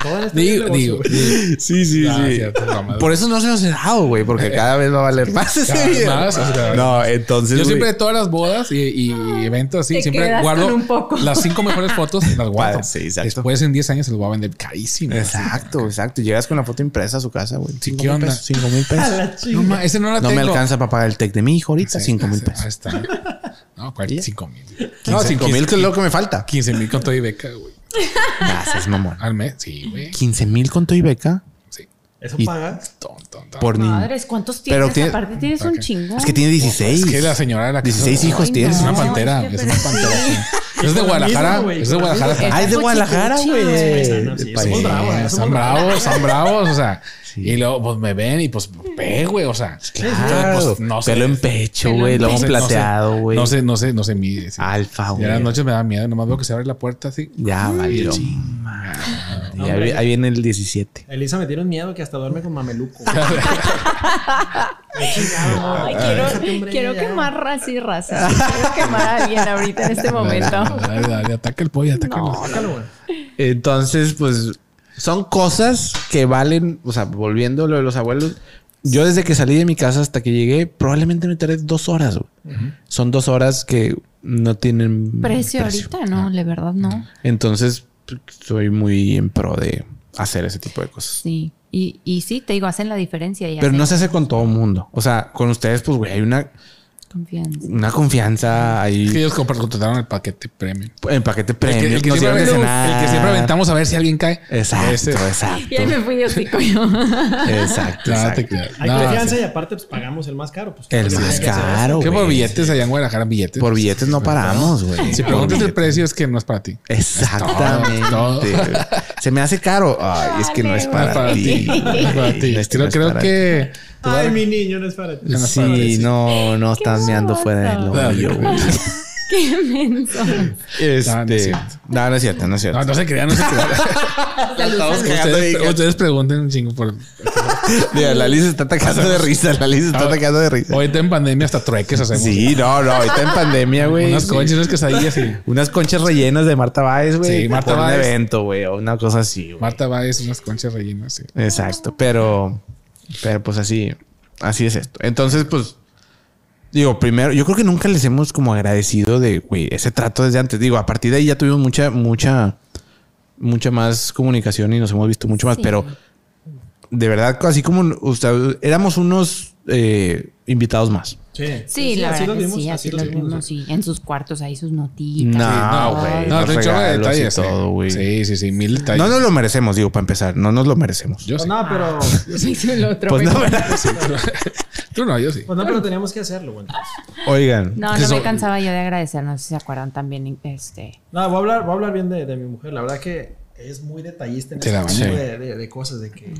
Todo en este
Digo,
negocio,
digo,
güey.
digo.
Sí, sí,
Ah,
sí.
cierto, mamá.
Por eso no se nos ha dado, güey. Porque cada vez va a valer más ese
Cada vez
video.
más, o sea,
no, entonces...
Yo siempre
güey,
de todas las bodas y, y eventos así,
Te
siempre
quedas
guardo
con un poco.
las cinco mejores fotos, y las guardo.
Padre, sí, exacto.
Después en 10 años se los voy a vender carísimo.
Exacto, exacto. Llegas con la foto impresa a su casa, güey. Cinco
¿qué
mil
onda?
pesos, Cinco mil
A
pesos.
la
No,
chinga.
ma, ese no la
No me
tengo.
alcanza para pagar el tech de mi hijo ahorita.
Sí,
Cinco mil
sí,
pesos.
Ahí está. No, ¿cuál?
Ya.
Cinco mil. No,
No, cinco mil que es lo que me falta.
15 mil con todo y beca, güey.
Gracias, mamón.
Al mes. Sí, güey.
15 mil con todo y beca
Sí.
Eso
Y-
paga.
Ton, ton, ton.
por niño.
Madres, ¿cuántos tienes?
Pero tiene-
Aparte tienes un chingo.
Es que tiene 16.
pues, Es que la señora de la casa-
16 hijos
Ay,
tienes.
Es una
No,
pantera.
es que
Es una
pero
pantera.
sí.
Es de
Con lo
Guadalajara.
mismo, güey,
Es de
con lo mismo.
Guadalajara.
Ah, es de
Puchicucha.
Guadalajara,
Sí,
güey.
no, sí,
Del
somos
país.
bravos, eh,
son
somos
bravos, son bravos, o sea. Y luego, pues me ven y pues ve, güey, o sea.
Claro.
Pues, no sé.
Pelo en pecho,
Pelo
güey.
en
Lomo
sé,
plateado, güey.
No sé, no sé, no sé, mide. sí.
Alfa,
Y en las
güey.
noches me da miedo, nomás veo que se abre la puerta así.
Ya, valió. Y ahí,
Hombre.
ahí viene el 17.
Elisa me tiene un miedo que hasta duerme con mameluco. güey. Me chingado,
Ay,
güey. Déjate,
quiero,
hombre,
quiero
ya.
quemar raza y raza. Quiero quemar a alguien ahorita en este momento.
Dale, dale, dale, ataca el pollo, ataca el
Sácalo, güey.
Entonces, pues son cosas que valen, o sea, volviendo a lo de los abuelos, Yo desde que salí de mi casa hasta que llegué, probablemente me tardé dos horas. güey. Son dos horas que no tienen
Precio, ahorita,
Ah.
no, la verdad
Mm.
no.
Entonces, soy muy en pro de hacer ese tipo de cosas.
Sí. Y, y sí, te digo, hacen la diferencia y
Pero
hacen
no se hace con todo mundo. O sea, con ustedes, pues, güey, hay una,
confianza.
una confianza
Es que
ahí
ellos compra- contrataron el paquete premium.
en paquete
El
premium.
que, el que
nos
siempre,
dieron de
aventamos-
cenar.
el que siempre aventamos a ver si alguien cae.
Exacto,
Ese.
exacto.
Y ahí me fui yo, chico, yo.
Exacto,
No,
exacto.
te creas.
Hay
No,
confianza
sí.
y aparte pues pagamos el más caro. Pues,
El
Entonces,
más
hay que hacer
caro,
¿Qué
güey.
por billetes allá en Guadalajara? Billetes.
Por billetes no paramos, güey.
Si
Por
preguntas el
billetes.
precio es que no es para ti.
Exactamente. Se me hace caro. Ay, es que no es
No es
para,
para ti.
ti.
No es para ti.
Es que no
Creo,
es
creo
para
que...
eso. Ay, mi niño, no es para ti.
ti.
no es para
Sí,
ti.
no, no
Qué
estás meando fuera del
babosa.
hoyo, güey.
Qué menso.
No, no es
Este,
cierto.
no, no es cierto, no es cierto.
No, no se crean, no se crean.
Estamos cagando
ustedes,
de-
ustedes pregunten un chingo por...
Mira, la Liz está atacando de risa. La Liz está atacando de risa.
Ahorita en pandemia hasta trueques hacemos.
Sí, no, no. Ahorita en pandemia, güey.
Unas conchas, unas quesadillas y...
Unas conchas rellenas de Marta Báez, güey.
Sí, Marta
por un
Báez.
evento, güey. O una cosa así, güey.
Marta Báez, unas conchas rellenas. sí.
Exacto, pero, pero pues así, así es esto. Entonces, pues, digo, primero, yo creo que nunca les hemos como agradecido de, güey, ese trato desde antes. Digo, a partir de ahí ya tuvimos mucha, mucha, mucha más comunicación y nos hemos visto mucho más,
Sí.
pero de verdad, así como usted, éramos unos eh, invitados más.
Sí,
Sí, la
así
verdad
los
que
vimos,
sí, así los vimos, sí. En sus cuartos ahí sus notitas.
No,
todo.
güey.
No,
los
tengo un chorro de
regalos y
detalles. sí.
todo, güey.
Sí, sí, sí, mil detalles.
No nos lo merecemos, digo, para empezar, no nos lo merecemos.
Yo
Pues
sí.
no,
Ah.
pero,
Sí, sí, lo otro,
Pues no,
güey.
¿verdad?
Tú no, yo sí.
pues no, pero teníamos que hacerlo, güey. entonces.
Oigan,
No,
Que
no
son-
me cansaba yo de agradecer, no sé si se acuerdan también, este...
No, voy a hablar, voy a hablar bien de, de mi mujer. La verdad que es muy detallista en
Te la
este tipo
bañé.
de, de- de cosas, de que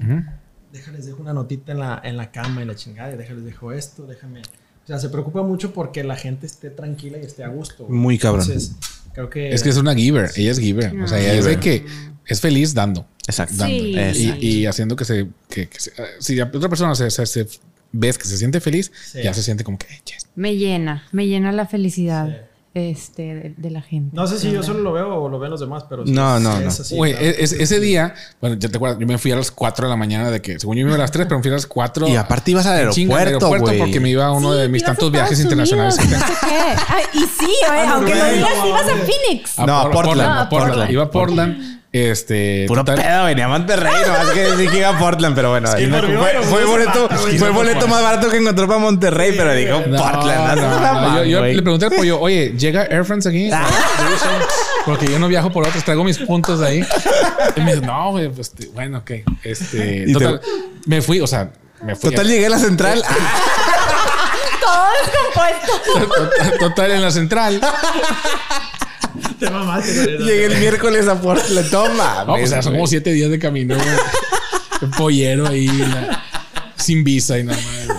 déjales, dejo una notita en la, en la cama y la chingada, y déjales, dejo esto, déjame. O sea, se preocupa mucho porque la gente esté tranquila y esté a gusto. güey.
Muy cabrón.
Entonces, creo que.
Es que es una giver, ella es giver. O sea, ella es de
Giver.
que es feliz dando.
exacto.
dando.
Sí.
Y,
Exacto.
y haciendo que se, que, que se- si la otra persona se, se- se- ves que se siente feliz,
Sí.
ya se siente como que, "Eh, yes".
Me llena, me llena la felicidad
Sí.
este, de, de la gente.
No sé si
La
yo
verdad.
solo lo veo o lo ven los demás, pero.
No, no, eh, no.
así,
Güey,
claro.
e- es- ese día, bueno, ya te acuerdas, yo me fui a las 4 de la mañana de que, según yo me iba a las 3, pero me fui a las 4.
Y aparte ibas al
en chinga,
aeropuerto, güey.
porque me iba a uno
Sí,
de mis
ibas a
tantos
Estados
viajes internacionales.
Unidos, no sé qué. Ay, y sí, eh,
Ah,
aunque no
Noruega,
digas,
no,
ibas a
vale.
Ah.
Phoenix.
No, a Portland,
a
a Portland.
Iba a Portland. Este.
Puro
total-
pedo, venía a Monterrey, nomás que decir que iba a Portland, pero bueno, ahí
por mí,
fue,
bueno,
fue
pues,
boleto,
Ah,
es
fue boleto más barato que encontró para Monterrey, pero dijo
No,
Portland.
no,
No, Ah.
no, yo- yo, le
no,
pregunté al pollo, oye, ¿llega Air France aquí? Porque yo no viajo por otros, traigo mis puntos de ahí. Y me dice, no, güey, pues, este, bueno, ok. Este,
Y te-
total, me fui, o sea, me fui.
Total, llegué a la central. Ah,
Todo descompuesto.
Total, total, en la central.
Te mamaste, güey.
llegué el miércoles a Portland. Toma.
No, pues, o sea, son como siete días de camino. güey. Un pollero ahí, la- sin visa y nada más. güey.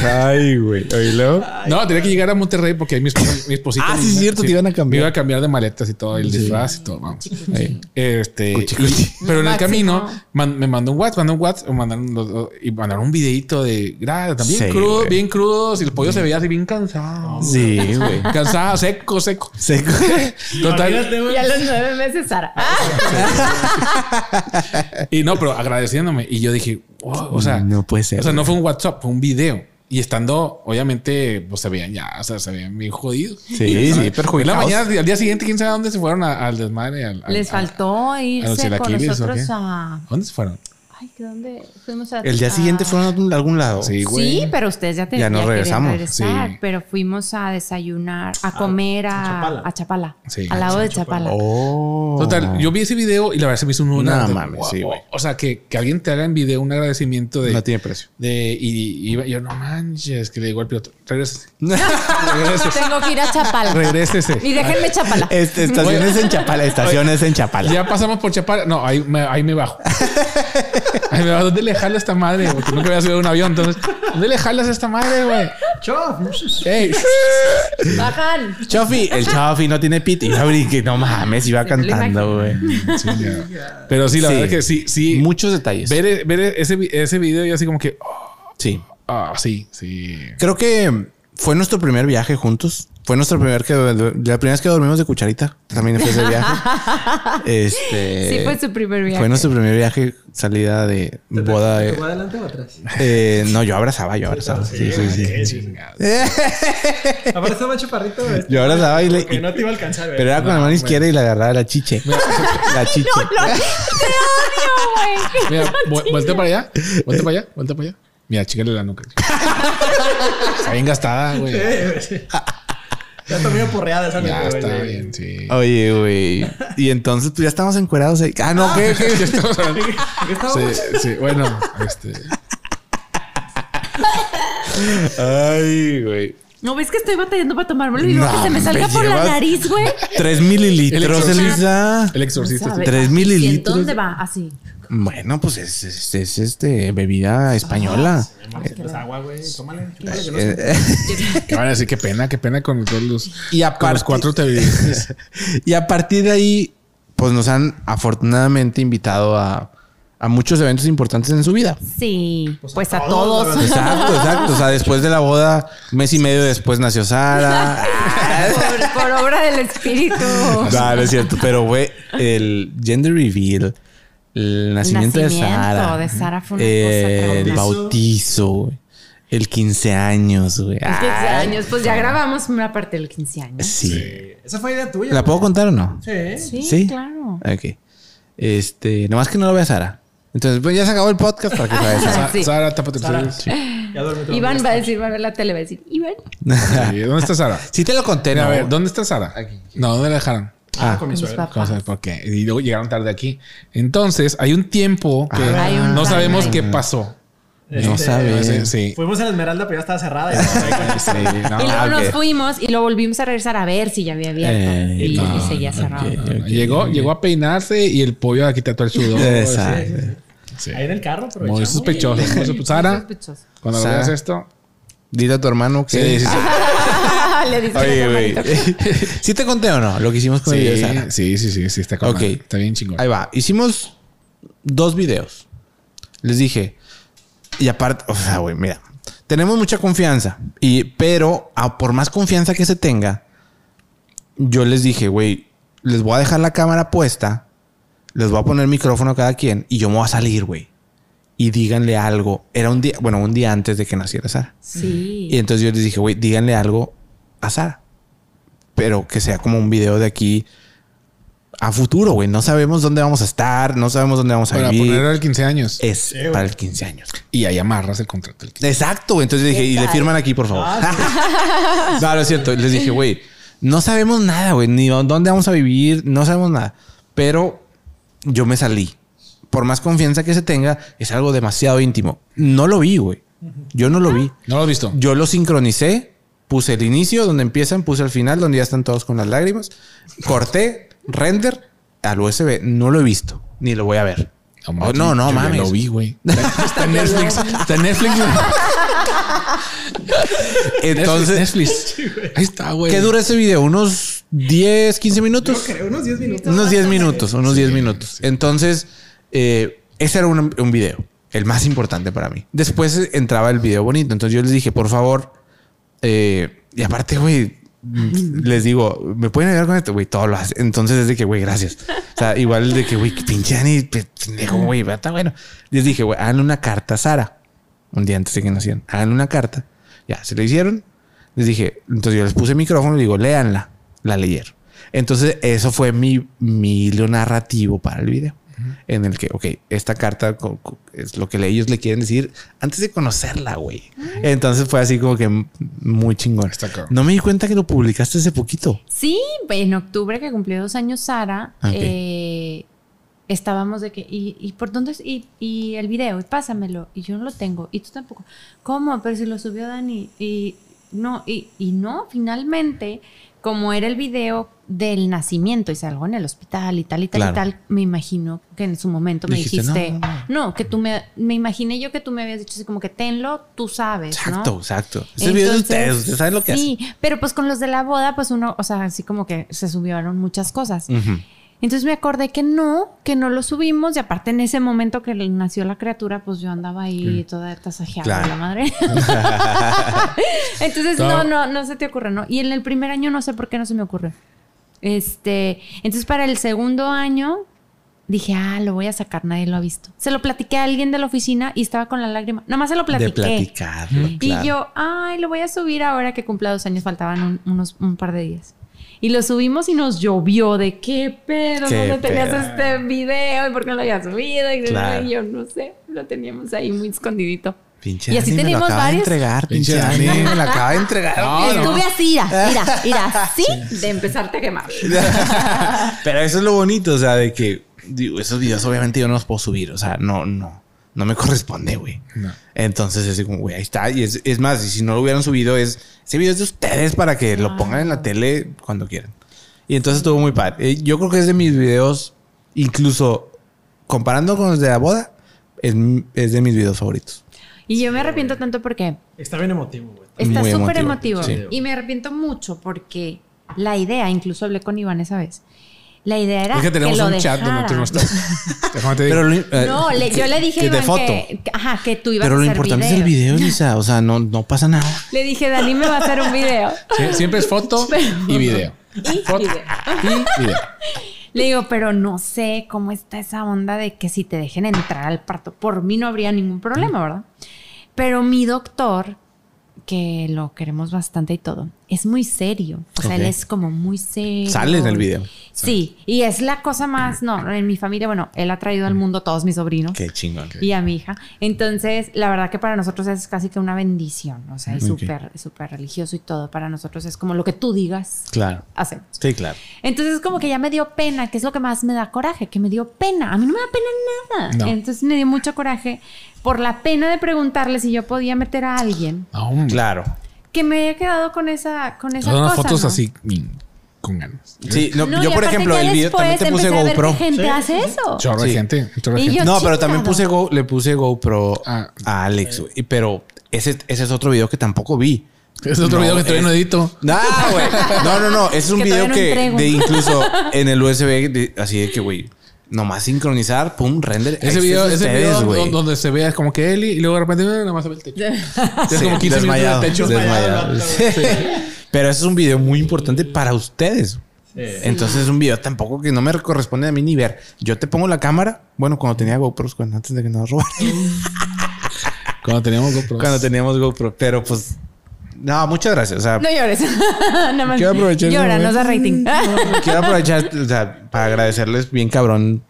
Ay, güey. ¿Oílo?
No, tenía que llegar a Monterrey porque ahí mi esposa, mi esposita.
Ah, sí,
me-
es cierto, te iban a cambiar.
Me iba a cambiar de maletas y todo, el disfraz y todo. Vamos. Ahí. Este,
Cuchi, cuchi.
Pero en el
Máximo.
camino man- me mandó un WhatsApp, mandó un WhatsApp, mandaron los dos- y mandaron un videito de gracias, también
Sí,
crudo,
güey.
bien crudos y el pollo se veía así bien cansado.
Sí, güey.
Cansado, seco, seco.
Seco.
Total.
Imagínate, güey.
Y a los nueve meses, Sara. Ah,
Y no, pero agradeciéndome. Y yo dije, wow, o sea,
No puede ser,
O sea, no fue un WhatsApp, fue un video. Y estando, obviamente, pues se veían ya, o sea, se veían bien jodidos.
Sí, sí,
En la
perjudicados.
mañana, al día siguiente, quién sabe a dónde se fueron a- al desmadre. al- al-
Les
al-
faltó irse con
ah. chilaquiles, ¿o
nosotros
qué?
a...
¿Dónde se fueron?
Ay, ¿de ¿dónde fuimos a...?
El día
a-
siguiente fueron a algún- algún lado.
Sí, güey.
Sí, pero ustedes ya tenían
Ya nos
querían
regresamos,
regresar,
sí.
pero fuimos a desayunar, a comer a,
a Chapala.
a Chapala,
Sí.
al lado de Chapala.
Oh.
Total, yo vi ese video y la verdad se me hizo un una-
No mames, sí, güey.
O sea, que, que alguien te haga en video un agradecimiento de.
No tiene precio.
de y, y- y yo no manches, que le digo al piloto, regreses,
Oh.
Tengo que ir a Chapala.
regrésese.
Y déjenme Chapala.
Este, estaciones en Chapala, estaciones en Chapala.
Ya pasamos por Chapala. No, ahí me, ahí me bajo. Ahí me bajo. ¿Dónde le jalas esta madre? Porque nunca había subido a un avión. Entonces, ¿dónde le jalas a esta madre, güey?
Chof, no sé si-
Ey,
Bajan.
Chofi, el Chofi no tiene pit. Y Fabri, que no mames, iba
Sí, me lo
cantando, güey.
Chinga. Pero sí, la
Sí.
verdad es que sí, sí.
Muchos detalles.
Ver, ver ese, vi- ese video y así como que, oh,
Sí.
ah, sí, sí.
Creo que Fue nuestro primer viaje juntos. Fue nuestro primer que la primera vez que dormimos de cucharita. También fue ese viaje. Este
Sí, fue su primer viaje.
Fue nuestro primer viaje, salida de boda.
¿Te
eh,
va adelante o atrás?
eh, no, yo abrazaba, yo
Ah,
abrazaba. Sí, sí, sí.
Aparte estaba chaparrito. este,
Yo abrazaba y le.
Que no te iba a alcanzar.
Pero era con la mano izquierda y le agarraba la chiche. La chiche.
¡Te odio,
Mira,
güey!
vu- vuelta para allá. Vuelta para allá. Vuelta para allá. Mira, chícale la nuca. Está bien gastada, güey.
Ya está medio porreada esa
Ya
neta, güey.
está bien, sí.
Oye, güey. Y entonces, pues ya estamos encuerados ahí. Ah, no, ¿qué?
Ya estamos hablando.
¿Qué estaba
Sí, sí, bueno, este.
Ay, güey.
¿No ves que estoy batallando para tomármelo y luego
No,
que se me salga
hombre,
por la
llevas-
nariz, güey?
Tres mililitros,
El
Elisa.
El exorcista. sí.
¿Sabe?
Tres
¿Y en
mililitros.
¿Dónde va? Ah, Así.
Bueno, pues es, es- es, este bebida española.
Amor, si tienes agua, güey. Tómale. chúpale, que no
Eh,
se-
Que van a decir, qué pena, qué pena con todos los,
Y
con los
aparte-
cuatro televidentes.
Y a partir de ahí, pues nos han afortunadamente invitado a, a muchos eventos importantes en su vida.
Sí. Pues,
Pues a
a
todos,
todos.
la verdad.
Exacto, exacto. O sea, después de la boda, mes y medio después nació Sara.
por, por obra del espíritu.
No, no es cierto. Pero, güey, el gender reveal, el nacimiento, de
Nacimiento
Sara.
de Sara fue una cosa
eh, El
tremenda.
bautizo, güey. El 15 años, güey.
15
Ah,
años. Pues ya grabamos una parte del 15 años.
Sí.
Eh, Esa fue idea tuya.
¿La puedo contar o no?
güey. Sí.
Sí, claro.
Ok. Este, nomás que no lo vea Sara. Entonces, pues ya se acabó el podcast para que lo vea Sara.
Sa-
Sí.
Sara, tápate los
Sara.
oídos. Sí.
Ya duerme todo el
Iván
día.
va a decir, va a ver la tele, va a decir, Iván.
¿Dónde está Sara?
Sí te lo conté,
Mira,
¿no?
a ver, ¿dónde está Sara? No, ¿dónde la dejaron?
Ah, con mi
mis
suegra.
papás.
Vamos a ver por qué. Y luego llegaron tarde aquí. Entonces, hay un tiempo que
Ah. Hay un
no sabemos
timeline.
qué pasó.
No
Este,
sabe.
Sí, sí.
Fuimos a la Esmeralda, pero ya estaba cerrada. y-
Sí, no.
y luego
Ah, ok.
nos fuimos y lo volvimos a regresar a ver si ya había abierto.
Eh,
y,
no,
y seguía cerrado.
ok.
llegó, llegó a peinarse y el pollo aquí trató el sudor.
Exacto.
Sí.
Ahí en el carro, pero
Muy sospechoso. Muy sospe- Sara,
Sospechoso.
cuando
Sara. Ah,
veas esto.
Dile a tu hermano que... Ah,
Sí, sí, sí.
Le dice a
Oye,
la
güey.
hermanita.
¿Sí te conté o no? Lo que hicimos con el video de Sara.
Sí, sí, sí, sí, sí, está con
Ok.
madre. Está bien chingón.
Ahí va. Hicimos dos videos. Les dije. Y aparte, o sea, güey, mira. Tenemos mucha confianza. Y, pero a- por más confianza que se tenga, yo les dije, güey, les voy a dejar la cámara puesta. Les voy a poner micrófono a cada quien. Y yo me voy a salir, güey. Y díganle algo. Era un día, bueno, un día antes de que naciera Sara.
Sí.
Y entonces yo les dije, güey, díganle algo a Sara. Pero que sea como un video de aquí a futuro, güey. No sabemos dónde vamos a estar, no sabemos dónde vamos a
Para
vivir.
ponerlo al 15 años.
Es
güey.
para el 15 años.
Y ahí amarras el contrato. del 15.
Exacto, güey. Entonces dije, y le
tal?
firman aquí, por favor. no, no es cierto. Les dije, güey, no sabemos nada, güey. Ni dónde vamos a vivir, no sabemos nada. Pero yo me salí. Por más confianza que se tenga, es algo demasiado íntimo. No lo vi, güey. Yo no lo vi.
¿No lo has visto?
Yo lo sincronicé, puse el inicio donde empiezan, puse el final donde ya están todos con las lágrimas, corté, render al USB. No lo he visto, ni lo voy a ver. Oh, No,
mames,
no,
yo ya
mames.
Lo vi, güey. Está está en Netflix. Está en Netflix. güey.
Entonces,
Netflix. Netflix. Ahí está, güey.
¿qué dura ese video? ¿Unos 10, 15 minutos?
Creo unos 10 minutos.
Unos 10 minutos, unos 10 minutos. Entonces, eh, ese era un, un video, el más importante para mí. Después eh, entraba el video bonito. Entonces yo les dije, por favor, eh, y aparte, güey, les digo, ¿me pueden ayudar con esto? Güey, todo lo hace. Entonces es de que, güey, gracias. O sea, igual de que, güey, que pinche Ani, pe- pendejo, güey, va, está bueno. Les dije, güey, hagan una carta a Sara. Un día antes de que nacieran, hagan una carta. Ya, se lo hicieron. Les dije, entonces yo les puse micrófono y digo, léanla. La leyeron. Entonces, eso fue mi, mi hilo narrativo para el video. En el que, ok, esta carta co- co- es lo que le- ellos le quieren decir antes de conocerla, güey.
Ah.
Entonces fue así como que m- muy chingón.
Está cabrón.
No me di cuenta que lo publicaste hace poquito.
Sí, pues, en octubre que cumplió dos años Sara,
Ah, Ok.
eh, estábamos de que, ¿y, y por dónde? es? Y, y el video, y pásamelo, y yo no lo tengo, y tú tampoco. ¿Cómo? Pero si lo subió Dani, y no, y, y no, finalmente, como era el video del nacimiento y salgo en el hospital y tal y tal
Claro.
y tal, me imagino que en su momento me
Dijiste,
dijiste,
"No,
no, que tú me, me imaginé yo que tú me habías dicho así como que tenlo, tú sabes, ¿no?
Exacto, exacto. Ese video es de
Entonces,
ustedes, ustedes saben lo que
Sí, pero pues con los de la boda, pues uno, o sea, así como que se subieron muchas cosas.
hacen. Ujú.
Entonces me acordé que no, que no lo subimos y aparte en ese momento que le nació la criatura, pues yo andaba ahí
Mm.
toda tasajeada
Claro.
la madre. Entonces no, no, no se te ocurre, ¿no? Y en el primer año no sé por qué no se me ocurre. Este, entonces para el segundo año dije, ah, lo voy a sacar, nadie lo ha visto. Se lo platiqué a alguien de la oficina y estaba con la lágrima. Nada más se lo
De
platiqué.
platicarlo. claro.
Y yo, ay, lo voy a subir ahora que cumpla dos años, faltaban un, unos, un par de días. Y lo subimos y nos llovió de qué pedo,
Qué
no lo tenías
pedo.
este video y por qué no lo había subido. Y
Claro.
yo no sé, lo teníamos ahí muy escondidito.
Pinche
Y así
Dani me lo
tenemos
acaba de
varios.
entregar,
Pinche
pinche
Dani,
Dani.
me la acaba de entregar.
Estuve así, ira, ira, ira, así de empezarte a quemar.
Pero eso es lo bonito, o sea, de que digo, esos videos obviamente yo no los puedo subir, o sea, no, no, no me corresponde, güey. Entonces es como, güey, ahí está. Y es, es más, y si no lo hubieran subido, es ese video es de ustedes para que
Ah.
lo pongan en la tele cuando quieran. Y entonces estuvo muy padre. Eh, Yo creo que es de mis videos, incluso comparando con los de la boda, es, m- es de mis videos favoritos.
Y yo me arrepiento tanto porque
Está bien emotivo, güey.
Está
Muy
súper
emotivo,
emotivo.
sí.
Y me arrepiento mucho porque la idea, incluso hablé con Iván esa vez. La idea era.
Es que tenemos
lo
un chat donde tú no
dejara.
estás. Déjame te digo.
Pero lo im- eh,
No, le- yo le dije a
que de
Iván
foto.
que, que- ajá, que tú ibas
Pero
a
lo
hacer
importante
video.
es el video, Elisa. O sea, no, no pasa nada.
Le dije, Dani me va a hacer un video.
Sí, siempre es foto y video.
Y
Foto
video.
y video.
Le digo, pero no sé cómo está esa onda de que si te dejen entrar al parto, por mí no habría ningún problema, ¿verdad? Pero mi doctor, que lo queremos bastante y todo, es muy serio. O sea, él
Ok.
es como muy serio.
Sale en el video.
Sí, y es la cosa más, no, en mi familia, bueno, él ha traído al mundo todos mis sobrinos
Qué chingón.
y a mi hija. Entonces, la verdad que para nosotros es casi que una bendición, o sea, es
Ok.
súper, súper religioso y todo. Para nosotros es como lo que tú digas,
Claro.
hacemos.
Sí, claro.
Entonces es como que ya me dio pena, que es lo que más me da coraje, que me dio pena. A mí no me da pena nada.
No.
Entonces me dio mucho coraje por la pena de preguntarle si yo podía meter a alguien
No, hombre.
Claro.
que me he quedado con esa, con esa
Son unas
cosa,
fotos
¿no?
así mm, con ganas.
Sí, no,
No,
yo
y
por
aparte
ejemplo,
ya
el video
después
también te puse
empecé a ver
GoPro.
que gente hace eso?
Chorro
Sí.
de gente. Chorro de
Y
gente.
yo-
No, pero
chingado.
también puse Go- le puse GoPro
Ah.
a Alex, güey. Y- Pero ese, ese es otro video que tampoco vi.
Es otro
No,
video que todavía
es-
no edito.
Nah, Ah, güey. No, no, no. Ese es un
Que
video
todavía no
que
entrego.
de incluso en el USB, de- así de que, güey, nomás sincronizar, pum, render. Ahí
Ese
está
video, ese
ustedes,
video
güey.
don- donde se vea como que Eli y luego de repente eh, nada más se ve el techo. Es
Sí,
como 15
desmayado,
minutos de techo.
desmayado.
Desmayado,
Sí. Pero ese es un video muy importante para ustedes.
Sí.
Entonces es un video tampoco que no me corresponde a mí ni ver. Yo te pongo la cámara. Bueno, cuando tenía GoPros, cuando- antes de que nos robaran.
Cuando teníamos GoPro.
Cuando teníamos GoPro. Pero pues... No, muchas gracias. O sea,
No llores. Nada más.
Quiero aprovechar el
Llora,
momento.
nos da rating.
quiero aprovechar o sea, para agradecerles bien cabrón.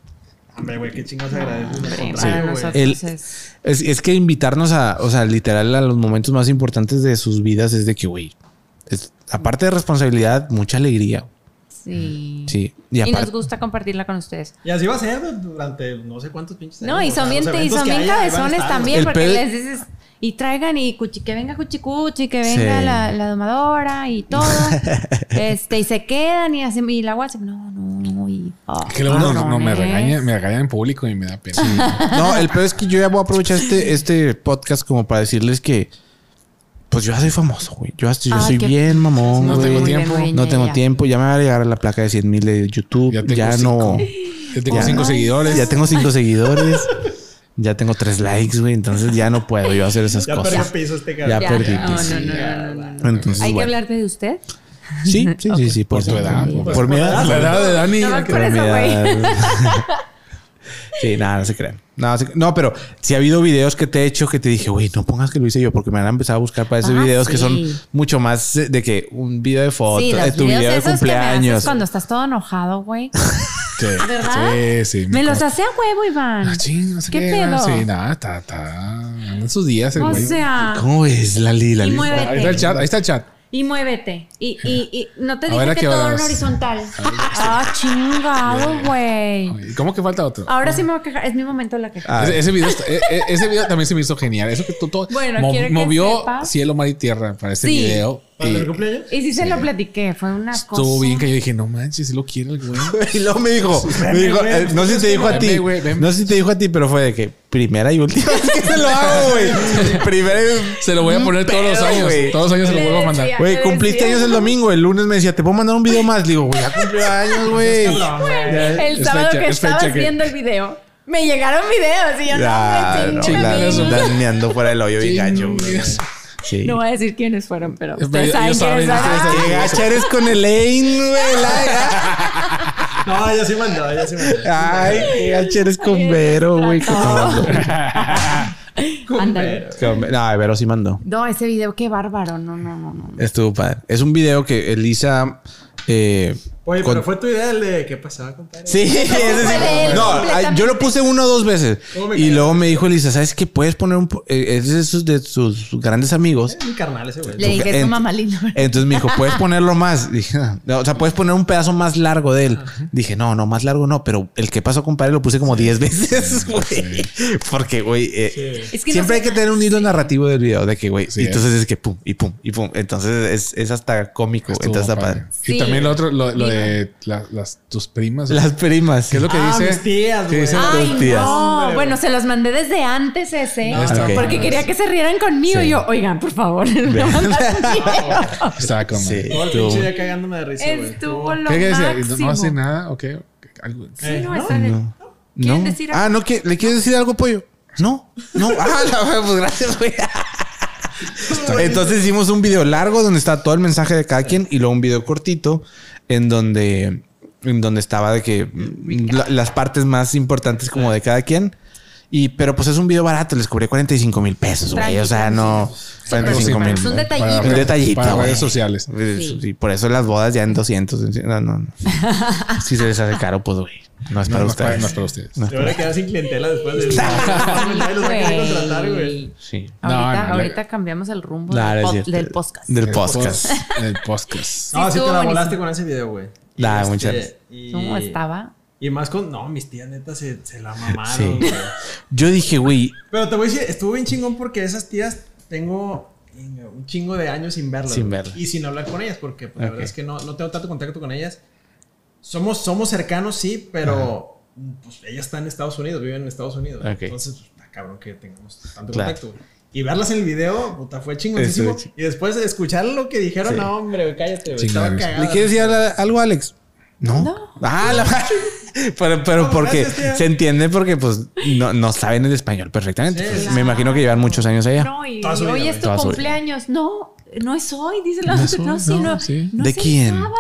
Hombre, güey, qué chingados agradezco.
Para
Nosotros,
nosotros
güey.
El-
es-
Es, es que invitarnos a, o sea, literal a los momentos más importantes de sus vidas es de que, güey, es- aparte de responsabilidad, mucha alegría.
Sí.
Sí.
Y,
Y aparte...
nos gusta compartirla con ustedes.
Y así va a ser güey, durante no sé cuántos pinches
No, y
años, o
son
sea,
bien,
los
y
eventos
son
que
bien
haya, ahí van a
cabezones
estar,
también,
El
porque
pedo-
les dices, y traigan y cuchi, que venga Cuchicuchi, que venga
Sí.
la, la domadora y todo. este, y se quedan y hacen, y la WhatsApp, no, no, no, y. ah,
Que luego no, no, me
cabrones.
regaña, me regañan en público y me da pena.
No, el peor es que yo ya voy a aprovechar este, este podcast como para decirles que, pues yo ya soy famoso, güey. Yo, ya- yo
Ay,
soy
qué-
bien mamón,
No
güey.
tengo
Muy bien,
tiempo.
muy bien,
No
ya,
tengo
ya.
tiempo. Ya me va a llegar a la placa de 100 mil de YouTube.
Ya
Ya,
tengo
no.
cinco. Yo tengo
Ya.
cinco seguidores.
Ya tengo cinco seguidores. Ya tengo tres likes, güey. Entonces ya no puedo yo hacer esas
Ya perdió
cosas.
piso este
Ya
cabrón.
Ya.
perdí.
No, no,
sí.
no, no, no, no.
pues
Entonces,
Hay que
bueno.
hablarte de usted.
Sí, sí, sí, sí.
Por tu
ser-
edad,
Por,
por-
mi edad.
La edad de Dani.
No,
Por
Por
mi
eso, güey.
edad. Sí, nada, no se crean. No, se- no, pero si ha habido videos que te he hecho que te dije, güey, no pongas que lo hice yo, porque me han empezado a buscar para esos
Ah,
videos que
sí.
son mucho más eh, de que un video de foto,
sí, los
eh, tu
videos
video de
esos que me haces
cumpleaños.
cuando estás todo enojado, güey.
Sí,
¿Verdad?
sí, sí.
Me los hace a huevo, Iván.
Ah, ching, no sé
¿Qué
qué. Ah,
pedo?
Sí, nada, está, está. En sus días, el
O
güey.
sea,
¿Cómo es, Lali? Lali?
y muévete.
Ahí está el chat, ahí está el chat.
Y muévete. Y, y, y no te
A
dije
ver, ¿a
que
qué
todo
horas?
en horizontal. Ah, chingado, güey.
Ay, ¿Cómo que falta otro?
Ahora sí me voy a quejar. Es mi momento de la queja.
Ah,
Ese, ese video, está- e- e- ese video también se me hizo genial. Eso que tú todo
Bueno, quiero que
movió
sepas-
cielo, mar y tierra para ese
Sí.
video.
¿Para el cumpleaños?
Y sí se lo platiqué, fue una cosa.
Ah, Estuvo bien que yo dije, no manches, si lo quiere el güey.
Y luego me dijo, me dijo
güey,
eh, no sé si te dijo a ti,
Veme, güey, veme.
no sé si te dijo a ti, pero fue de que primera y última vez que se lo hago, güey. Primera y
Se lo voy a poner todos los
Pero,
años.
güey.
Todos los años se lo
Le
vuelvo a mandar.
decía.
Güey, cumpliste años el domingo, el lunes me decía, "Te puedo mandar un video más." Le digo, "Güey, ya cumplió años, güey."
El
Es
sábado
fecha,
que
es fecha
estabas
que-
viendo el video, me llegaron videos y yo
Ya,
no,
no,
me chingue la
la-
vida.
dañando fuera del hoyo bien gacho, güey. Sí.
No voy a decir quiénes fueron, pero
Pero
ustedes
ellos
saben
saben,
quiénes son.
ustedes
Ah,
Qué gacha eres con Elaine, güey. la-
No, yo sí mandó, yo sí mandó.
Ay, qué gacha eres con Vero, güey.
trató. Ándale.
Con- No, Vero sí mandó.
No, ese video, qué bárbaro. No, no, no, no.
Estuvo padre. Es un video que Elisa eh,
Oye,
con-
pero fue tu idea el de qué pasaba, compadre.
Sí, ese sí.
fue él
No,
completamente.
ay, yo lo puse uno o dos veces.
¿Cómo me
Y
quedé?
luego me dijo Elisa, ¿sabes qué? Puedes poner un... po- eh, Es de sus, de sus grandes amigos.
Es mi carnal ese güey.
Le dije, es
Ent-
tu mamá linda.
Entonces me dijo, ¿puedes ponerlo más? Dije, "Ah". "No, o sea, ¿puedes poner un pedazo más largo de él? Dije, no, no, más largo no. Pero el que pasó, compadre, lo puse como 10 veces, güey. Porque, güey... eh,
Es que no
Siempre
sé-
hay que tener un hilo narrativo del video de que, güey,
Sí,
y entonces es que pum, y pum, y pum. Entonces es, es hasta cómico,
Estuvo
entonces está
padre.
padre.
Sí.
Y también lo otro, lo, lo
Sí.
de la- las, tus primas.
Las primas.
¿Qué es lo que
Ah,
dice?
mis tías,
¿Qué
güey.
dicen
Ah,
tus
Ay,
tías.
no.
Hombre,
Bueno, se los mandé desde antes ese.
No,
está
Porque
bien.
quería que se rieran conmigo. Y yo, oigan, por favor. no mandas un video".
Estaba como.
Sí.
Todo el
Tú.
pinche día cagándome de risa, güey.
Estuvo lo
¿Qué hay que decir?
máximo.
¿No hace nada? ¿O qué? Algo.
Sí, no,
Eh,
eso de-
No.
¿Quieren decir algo?
ah, no, que ¿le quieres decir algo, pollo? No, no. Ah, la- pues gracias, güey. Entonces hicimos un video largo donde está todo el mensaje de cada quien y luego un video cortito en donde, en donde estaba de que mm, la- las partes más importantes como de cada quien. Y, pero pues es un video barato, les cobré 45 mil pesos, güey. O sea, no. 45 mil.
Es un detallito.
Para-
Un detallito,
Para
güey.
redes sociales.
Sí.
Sí, por eso las bodas ya en 200. en cien- No, no, no. Si se les hace caro, pues, güey. No es para
No, no, para-
ustedes.
no es para ustedes.
Te van a quedar sin clientela después de Nadie los va a
Güey.
querer contratar, güey.
Sí.
No,
Ahorita,
no, no.
ahorita cambiamos el rumbo
No,
del,
no es
pod-
cierto.
del podcast.
Del
El
podcast.
pos- El podcast.
No, sí
estuvo
te la
buenísimo.
volaste con ese video, güey. Y este,
Nah, muchas gracias.
y-
¿Cómo estaba?
Y más con... No, mis tías neta se, se la
Sí.
mamaron, güey.
Yo dije, güey,
Pero te voy a decir, estuvo bien chingón porque esas tías tengo inga, un chingo de años sin verlas.
Sin
güey.
verlas.
Y sin hablar con ellas, porque pues, la
Ok.
verdad es que no, no tengo tanto contacto con ellas. Somos, somos cercanos, sí, pero pues, ellas están en Estados Unidos, viven en Estados Unidos.
Ok.
Entonces, pues, está cabrón que tengamos tanto
Claro.
contacto. güey. Y verlas en el video, puta, fue chingoncísimo.
Eso es
Y después escuchar lo que dijeron,
Sí.
no, hombre, güey, cállate, güey. Estaba
Chingones.
cagada.
¿le quieres decir al- algo, Alex? No.
No.
Ah, la Pero, pero
No,
porque
gracias, tía.
se entiende porque pues no, no saben el español perfectamente.
Sí,
Pues,
claro.
Me imagino que llevan muchos años allá.
No, y
Toda su vida,
hoy
güey.
es tu
Toda su vida.
cumpleaños. No, no es hoy, dice la otra. No,
hoy,
sí,
no,
no,
sí.
no
¿De
es el
quién?
sábado.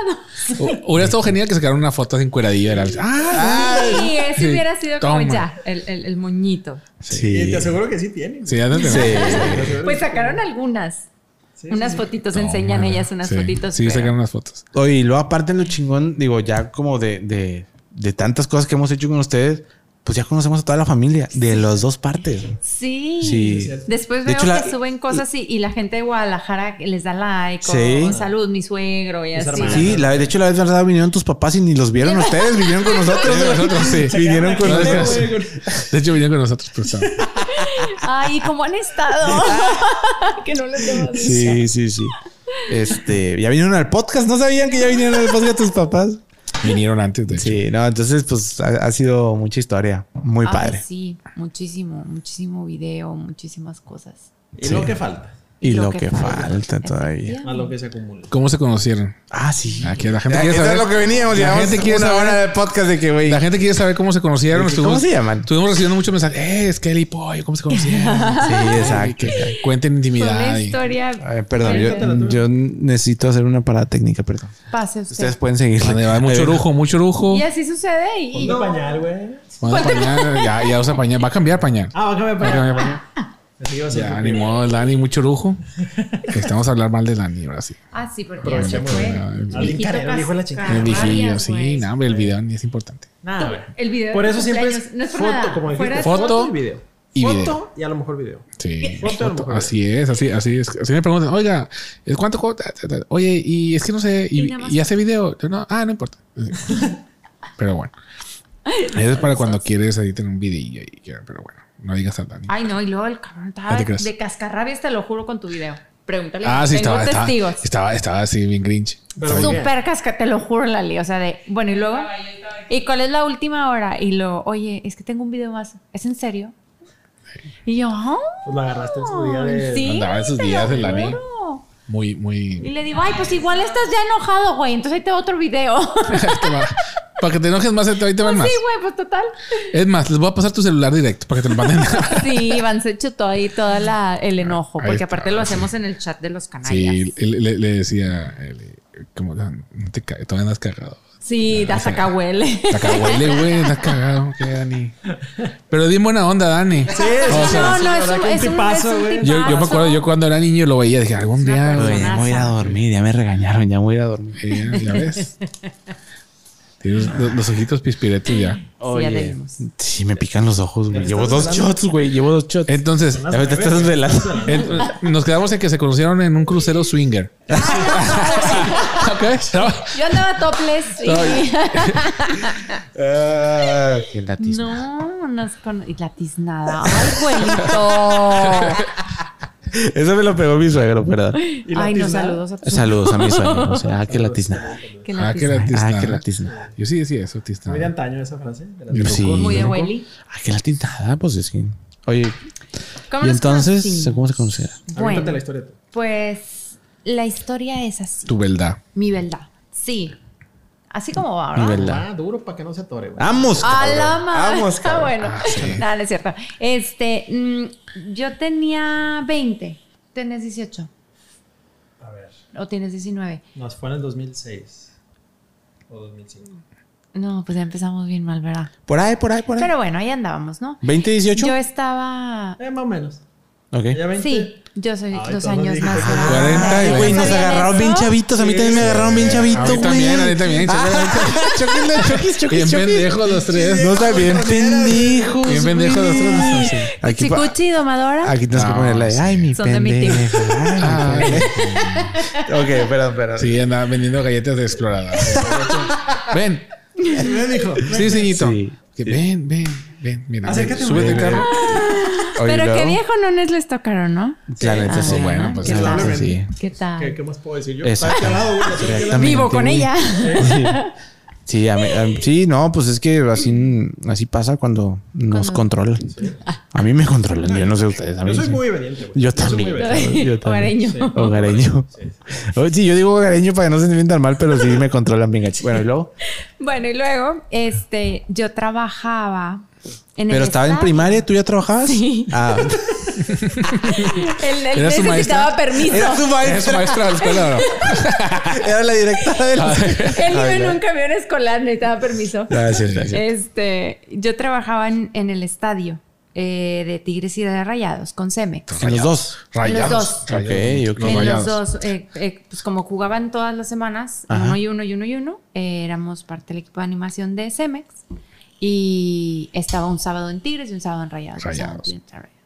Hu- Hubiera estado genial que sacaran una foto de encueradilla. del Alex. Ah,
Sí, ese
sí.
hubiera sido como
Toma.
ya, el, el, el moñito.
Y
Sí.
te aseguro que sí tienen.
sí, ya te entendí.
Sí.
Pues sacaron algunas.
Sí,
unas
sí.
fotitos,
No,
enseñan
madre.
ellas unas
Sí.
fotitos.
Sí,
pero-
sacaron unas fotos.
Oye, y luego aparte en lo chingón, digo, ya como de, de, de tantas cosas que hemos hecho con ustedes, pues ya conocemos a toda la familia, de las dos partes.
Sí.
Sí.
Después
De
veo
hecho,
que
la-
suben cosas y, y la gente de Guadalajara les da like o
Sí.
salud, mi suegro y
Mis
así.
hermanas.
Sí, la, de hecho la vez verdad vinieron tus papás y ni los vieron ustedes, vinieron con nosotros.
Vinieron con nosotros, sí.
Vinieron con
Sacaron
nosotros.
aquí, De hecho, vinieron con nosotros, pero estaban-
Ay, ¿cómo han estado? que no les debo
Sí,
decir.
sí, sí. Este, ya vinieron al podcast, ¿no sabían que ya vinieron al podcast tus papás?
vinieron antes de hecho.
Sí, no, entonces pues ha, ha sido mucha historia, muy
Ay,
padre.
sí, muchísimo, muchísimo video, muchísimas cosas.
¿Y lo que falta?
Y lo, que, falta todavía.
Más lo que se acumula.
¿Cómo se conocieron?
Ah, sí.
Aquí la gente
Ah,
quiere
eso
saber.
es lo que veníamos,
La
llevamos
gente quiere
una
saber-
hora de podcast de que güey. eh,
La gente quiere saber cómo se conocieron.
¿Cómo
Estuvimos-
se llaman?
Estuvimos recibiendo muchos mensajes. Eh, es Kelly Pollo, ¿cómo se conocieron?
Sí,
Ay,
exacto.
que cuenten
Fue
intimidad.
una
y-
historia.
Ay, perdón,
Cuéntala
yo,
tú.
yo necesito hacer una parada técnica, perdón.
Pase usted.
Ustedes pueden seguir.
Donde va mucho lujo, mucho lujo.
Y así sucede y, y
Ponte pañal, güey.
Ponte pañal, ya, ya usa pañal. Va a cambiar pañal.
Ah, bájame
Va a
pañal.
cambiar pañal.
Así que va a ser
Ya,
tu
ni
primero.
modo, el Dani, mucho lujo. Que estamos a hablar mal de Dani, ahora sí.
Ah, sí, porque ya se
Aprovechemos,
fue.
¿no? El
Viejito
Alguien carero dijo la
cas-
chingada.
El viejillo,
varias,
sí,
güey.
no, hombre, el video ni es importante.
Nada, güey.
El video.
Por
de
eso siempre es
cumpleaños. no es por
foto,
nada.
como
Fuera
dijiste.
de-
Foto
y video.
y
foto
video.
y a lo mejor video.
Sí,
Foto a lo
foto.
mejor.
así es, así, así es. Así me preguntan, oiga, ¿es cuánto co- ta, ta, ta? Oye, y es que no sé,
Y
y,
nada más.
y hace video. Yo, no, ah, no importa. Pero bueno. Eso es para cuando quieres ahí tener un video. Pero bueno, no digas a Dani.
Ah, Ay, no, y luego el cabrón estaba
No Ah, te creas.
de cascarrabias, te lo juro con tu video. Pregúntale.
Ah, sí,
Tengo
estaba, estaba,
testigos.
estaba, estaba así bien grinch.
Súper casca, te lo juro, Lali. O sea, de, bueno, y luego. ¿Y cuál es la última hora? Y lo, oye, es que tengo un video más. ¿Es en serio? Y yo, ah,
Pues la agarraste en su día de.
sí.
andaba en sus
te
días
lo
de Lali.
juro.
Muy, muy.
Y le digo, ay, pues igual estás ya enojado, güey. Entonces ahí te va otro video. sí,
Te va- para que te enojes más, ahí te van más.
güey, pues total.
Es más, les voy a pasar tu celular directo para que te lo manden.
Sí, Iván se chutó ahí todo el enojo.
Ahí
Porque
está,
aparte lo
sí.
hacemos en el chat de los canallas.
sí,
Sí,
le, le- le decía, eh, le- como, no, no te ca- todavía no has cagado.
das acá huele.
La caguele, güey, la has cagado, ¿qué, Dani? Pero di buena onda, Dani. O sea,
no, no, es
verdad
un,
que un
es un,
tipazo,
es un
güey.
yo, yo me acuerdo, yo cuando era niño lo veía, dije, algún
Una
día, güey.
Oye, ya me voy a ir a dormir, ya me regañaron, ya me voy a ir a dormir.
eh, ya ves. Tienes los, los ojitos pispiretos ya.
Sí, ya te vimos.
sí, me pican los ojos, güey. Llevo dos shots, güey. Llevo dos shots.
Entonces,
Ya me te estás velando.
en- nos quedamos en que se conocieron en un crucero swinger. ok. ¿no?
Yo andaba topless y...
Ah, qué latiz.
No, nos con... Y la tiznada. ¡Ay, güelito!
Eso me lo pegó mi suegro, perdón.
Y la
Ay, no,
tiznada.
saludos a tu-
Eh, Saludos a mis suegros. Ah, qué latisna.
Que la
Ah, que la
tiznada.
tiznada.
Ah, qué latisna.
Yo sí decía eso,
Muy de
tiznada.
antaño esa frase. de la-
Yo
Sí.
sí.
Muy de Welly.
Ah, qué latisna. Pues es que. Oye,
¿Cómo
y
nos
entonces,
conocimos?
¿cómo se conocía?
Cuéntate
Bueno,
la historia tú.
pues la historia es así.
Tu beldad.
Mi verdad. Sí. Así como va,
Mi
¿verdad?
beldad.
Ah, duro para que no se atore, güey.
Vamos.
A
cabrón.
la madre.
Vamos,
Ah,
cabrón.
bueno. Nada, no es cierto. Este, mm, yo tenía 20. ¿Tienes 18?
A ver.
¿O tienes 19?
Nos fue en el 2006 o 2005.
No, pues ya empezamos bien mal, ¿verdad?
Por ahí, por ahí, por ahí.
Pero bueno, ahí andábamos, ¿no?
¿20, 18?
Yo estaba
Eh, más o menos.
Ok.
Ya 20.
Sí, yo soy
Ay,
dos
todo
años
dije.
más. grande.
40 y
¿Ya
Güey, nos
sabían
agarraron
eso?
bien chavitos. A mí también me agarraron bien
A
chavito,
mí
güey. Ah,
también, a mí también.
Choquenle, choquis, choquis,
Bien
choquis.
pendejos los tres.
No está bien pendejos.
Bien pendejos los tres. no sé, sí.
Aquí, pa-
Chicuchi y domadora.
aquí tienes que
No,
ponerla de, Ay, mi
Son de mi
pendejo.
Ah,
Ay, mi pendejo. ok, perdón, perdón.
Sí, andaba vendiendo galletas de explorador. ven. Sí, señito.
Sí.
Que Ven, ven, ven. Mira,
Acércate,
súbete
güey.
al carro.
Oye,
Pero qué
luego,
viejo nones les tocaron, ¿no?
La neta
Ah,
sí.
bueno, pues,
¿Qué
la
tal?
neta sí.
¿Qué
¿Qué,
tal?
qué más puedo decir yo?
Exacto.
Está calado, güey, así que la-
Exactamente,
Vivo con
güey.
ella.
Sí, a mí- a mí- sí, no, pues es que así, así pasa cuando nos controlan. A mí me controlan, yo no sé ustedes. A mí
Yo soy
sí.
muy obediente, güey.
Yo
soy muy
también.
obediente.
Yo también.
Hogareño.
Hogareño. Oye, Sí, yo digo hogareño para que no se sientan tan mal, pero sí me controlan bien gacho. Bueno, y luego.
Bueno, y luego, este, yo trabajaba en el
Pero estaba en
staff.
primaria, ¿tú ya trabajabas?
Sí.
Ah,
Él, él
¿Era su
necesitaba permiso.
era su
Es su
maestra.
maestra de la escuela, ¿no?
Era la directora de la.
Él iba en un camión escolar, necesitaba permiso.
Gracias, gracias.
Este, yo trabajaba en, en el estadio eh, de Tigres y de Rayados con Cemex.
En los dos.
Rayados.
dos.
Ok,
rayados,
ok.
los
en
rayados.
los dos, eh, eh, pues como jugaban todas las semanas,
Ajá.
uno y uno y uno y uno, eh, éramos parte del equipo de animación de Cemex y estaba un sábado en Tigres y un sábado en Rayados. un sábado
Rayados.
en Tigres, Rayados.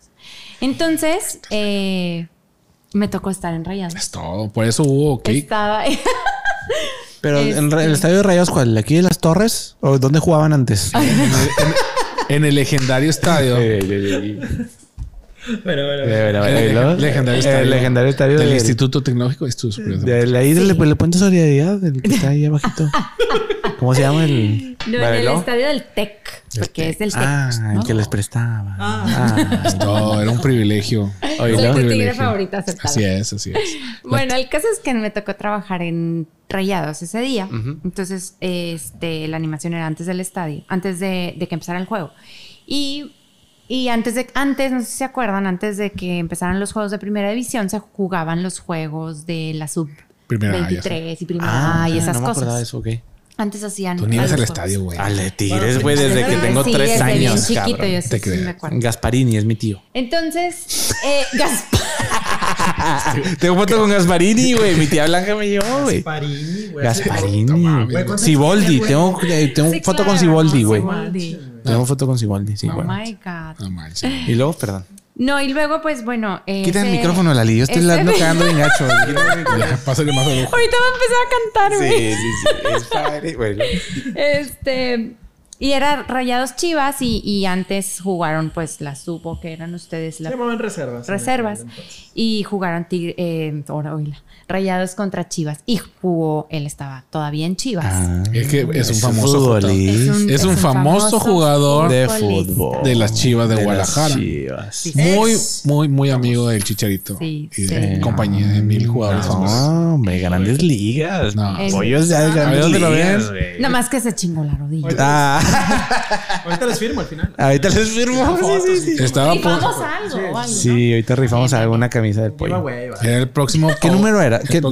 Entonces, eh, me tocó estar en Rayados.
Es todo. Por eso hubo cake.
Estaba,
Pero en ra-
Este-
el estadio de Rayos, ¿cuál? ¿Aquí de las Torres? ¿O dónde jugaban antes? Eh,
En el legendario estadio.
Bueno, bueno, bueno.
En el
El
legendario estadio.
El legendario estadio
del
del-
Instituto Tecnológico de Estudios Superiores.
De la ahí del, del puente Solidaridad, el que está ahí abajito. ¿Cómo se llama el?
no, en el
Bariló?
estadio del TEC, porque es del TEC.
Ah,
Este, pues, ¿no?
el que les prestaba. Ah,
No, era un privilegio.
Soy
Era
tu
un
tigre
privilegio.
favorita, aceptado.
Así es, así es.
Bueno, el caso es que me tocó trabajar en Rayados ese día. Entonces, este, la animación era antes del estadio, antes de, de que empezara el juego. Y, y antes de, antes, no sé si se acuerdan, antes de que empezaran los juegos de primera división, se jugaban los juegos de la sub
Primera, ya
23 y primera
Ah,
A y
ya,
esas
no me acordaba de
cosas.
eso, ok.
Antes hacían.
Tú ni ibas
a
al
los
estadio,
juegos.
güey.
Al de Tigres, güey, desde que
Ah,
tengo
sí,
tres
desde bien
años.
chiquito,
cabrón.
yo sí,
Te
sí
creo.
me acuerdo.
Gasparini es mi tío.
Entonces, eh, Gaspar.
Tengo foto con Gasparini, güey. Mi tía Blanca me llevó, güey.
Gasparini, güey. hace-
Gasparini.
Güey, ¿cuántos
Siboldi.
años
Tengo, eh, tengo
Sí,
foto
claro,
con Siboldi, güey.
Siboldi.
Tengo foto con Siboldi, sí,
Oh
bueno.
my God.
No manches.
Y luego, perdón.
No, y luego, pues bueno.
Quita el
ese-
micrófono, Lali. Yo estoy
ese-
ando cagando en gacho.
Ya, Pásale más al ojo.
Ahorita va a empezar a cantar, güey.
sí, sí. Es padre. Bueno.
Este. Y era Rayados Chivas y, y antes jugaron, pues la supo que eran ustedes
Se
la
llamaban reservas. en
reservas
aquel entonces.
y jugaron tigre, eh, ahora, oíla, Rayados contra Chivas y jugó, él estaba todavía en Chivas.
Ah,
Es que es un famoso
futbolista
Es un famoso jugador
de
futbolista.
fútbol.
de las Chivas de,
De las
Guadalajara.
Chivas.
Sí.
Muy,
Ex.
muy, muy amigo del Chicharito.
Sí,
y
sí.
de compañía de mil
Ah.
jugadores. más.
No, hombre, grandes ligas.
No.
No. Pollos ya de
A
ver,
grandes
¿dónde lo
ligas,
ven?
güey.
Nada más que se chingó la rodilla.
Ah,
Ahorita les firmo al final.
ahorita les firmo. Sí, sí, sí.
Estaba
pues,
por-
Rifamos algo, o algo, ¿no?
Sí, ahorita rifamos alguna camisa del
Iba,
pollo.
güey, iba.
Era el próximo.
¿Qué
top.
número era? ¿Qué,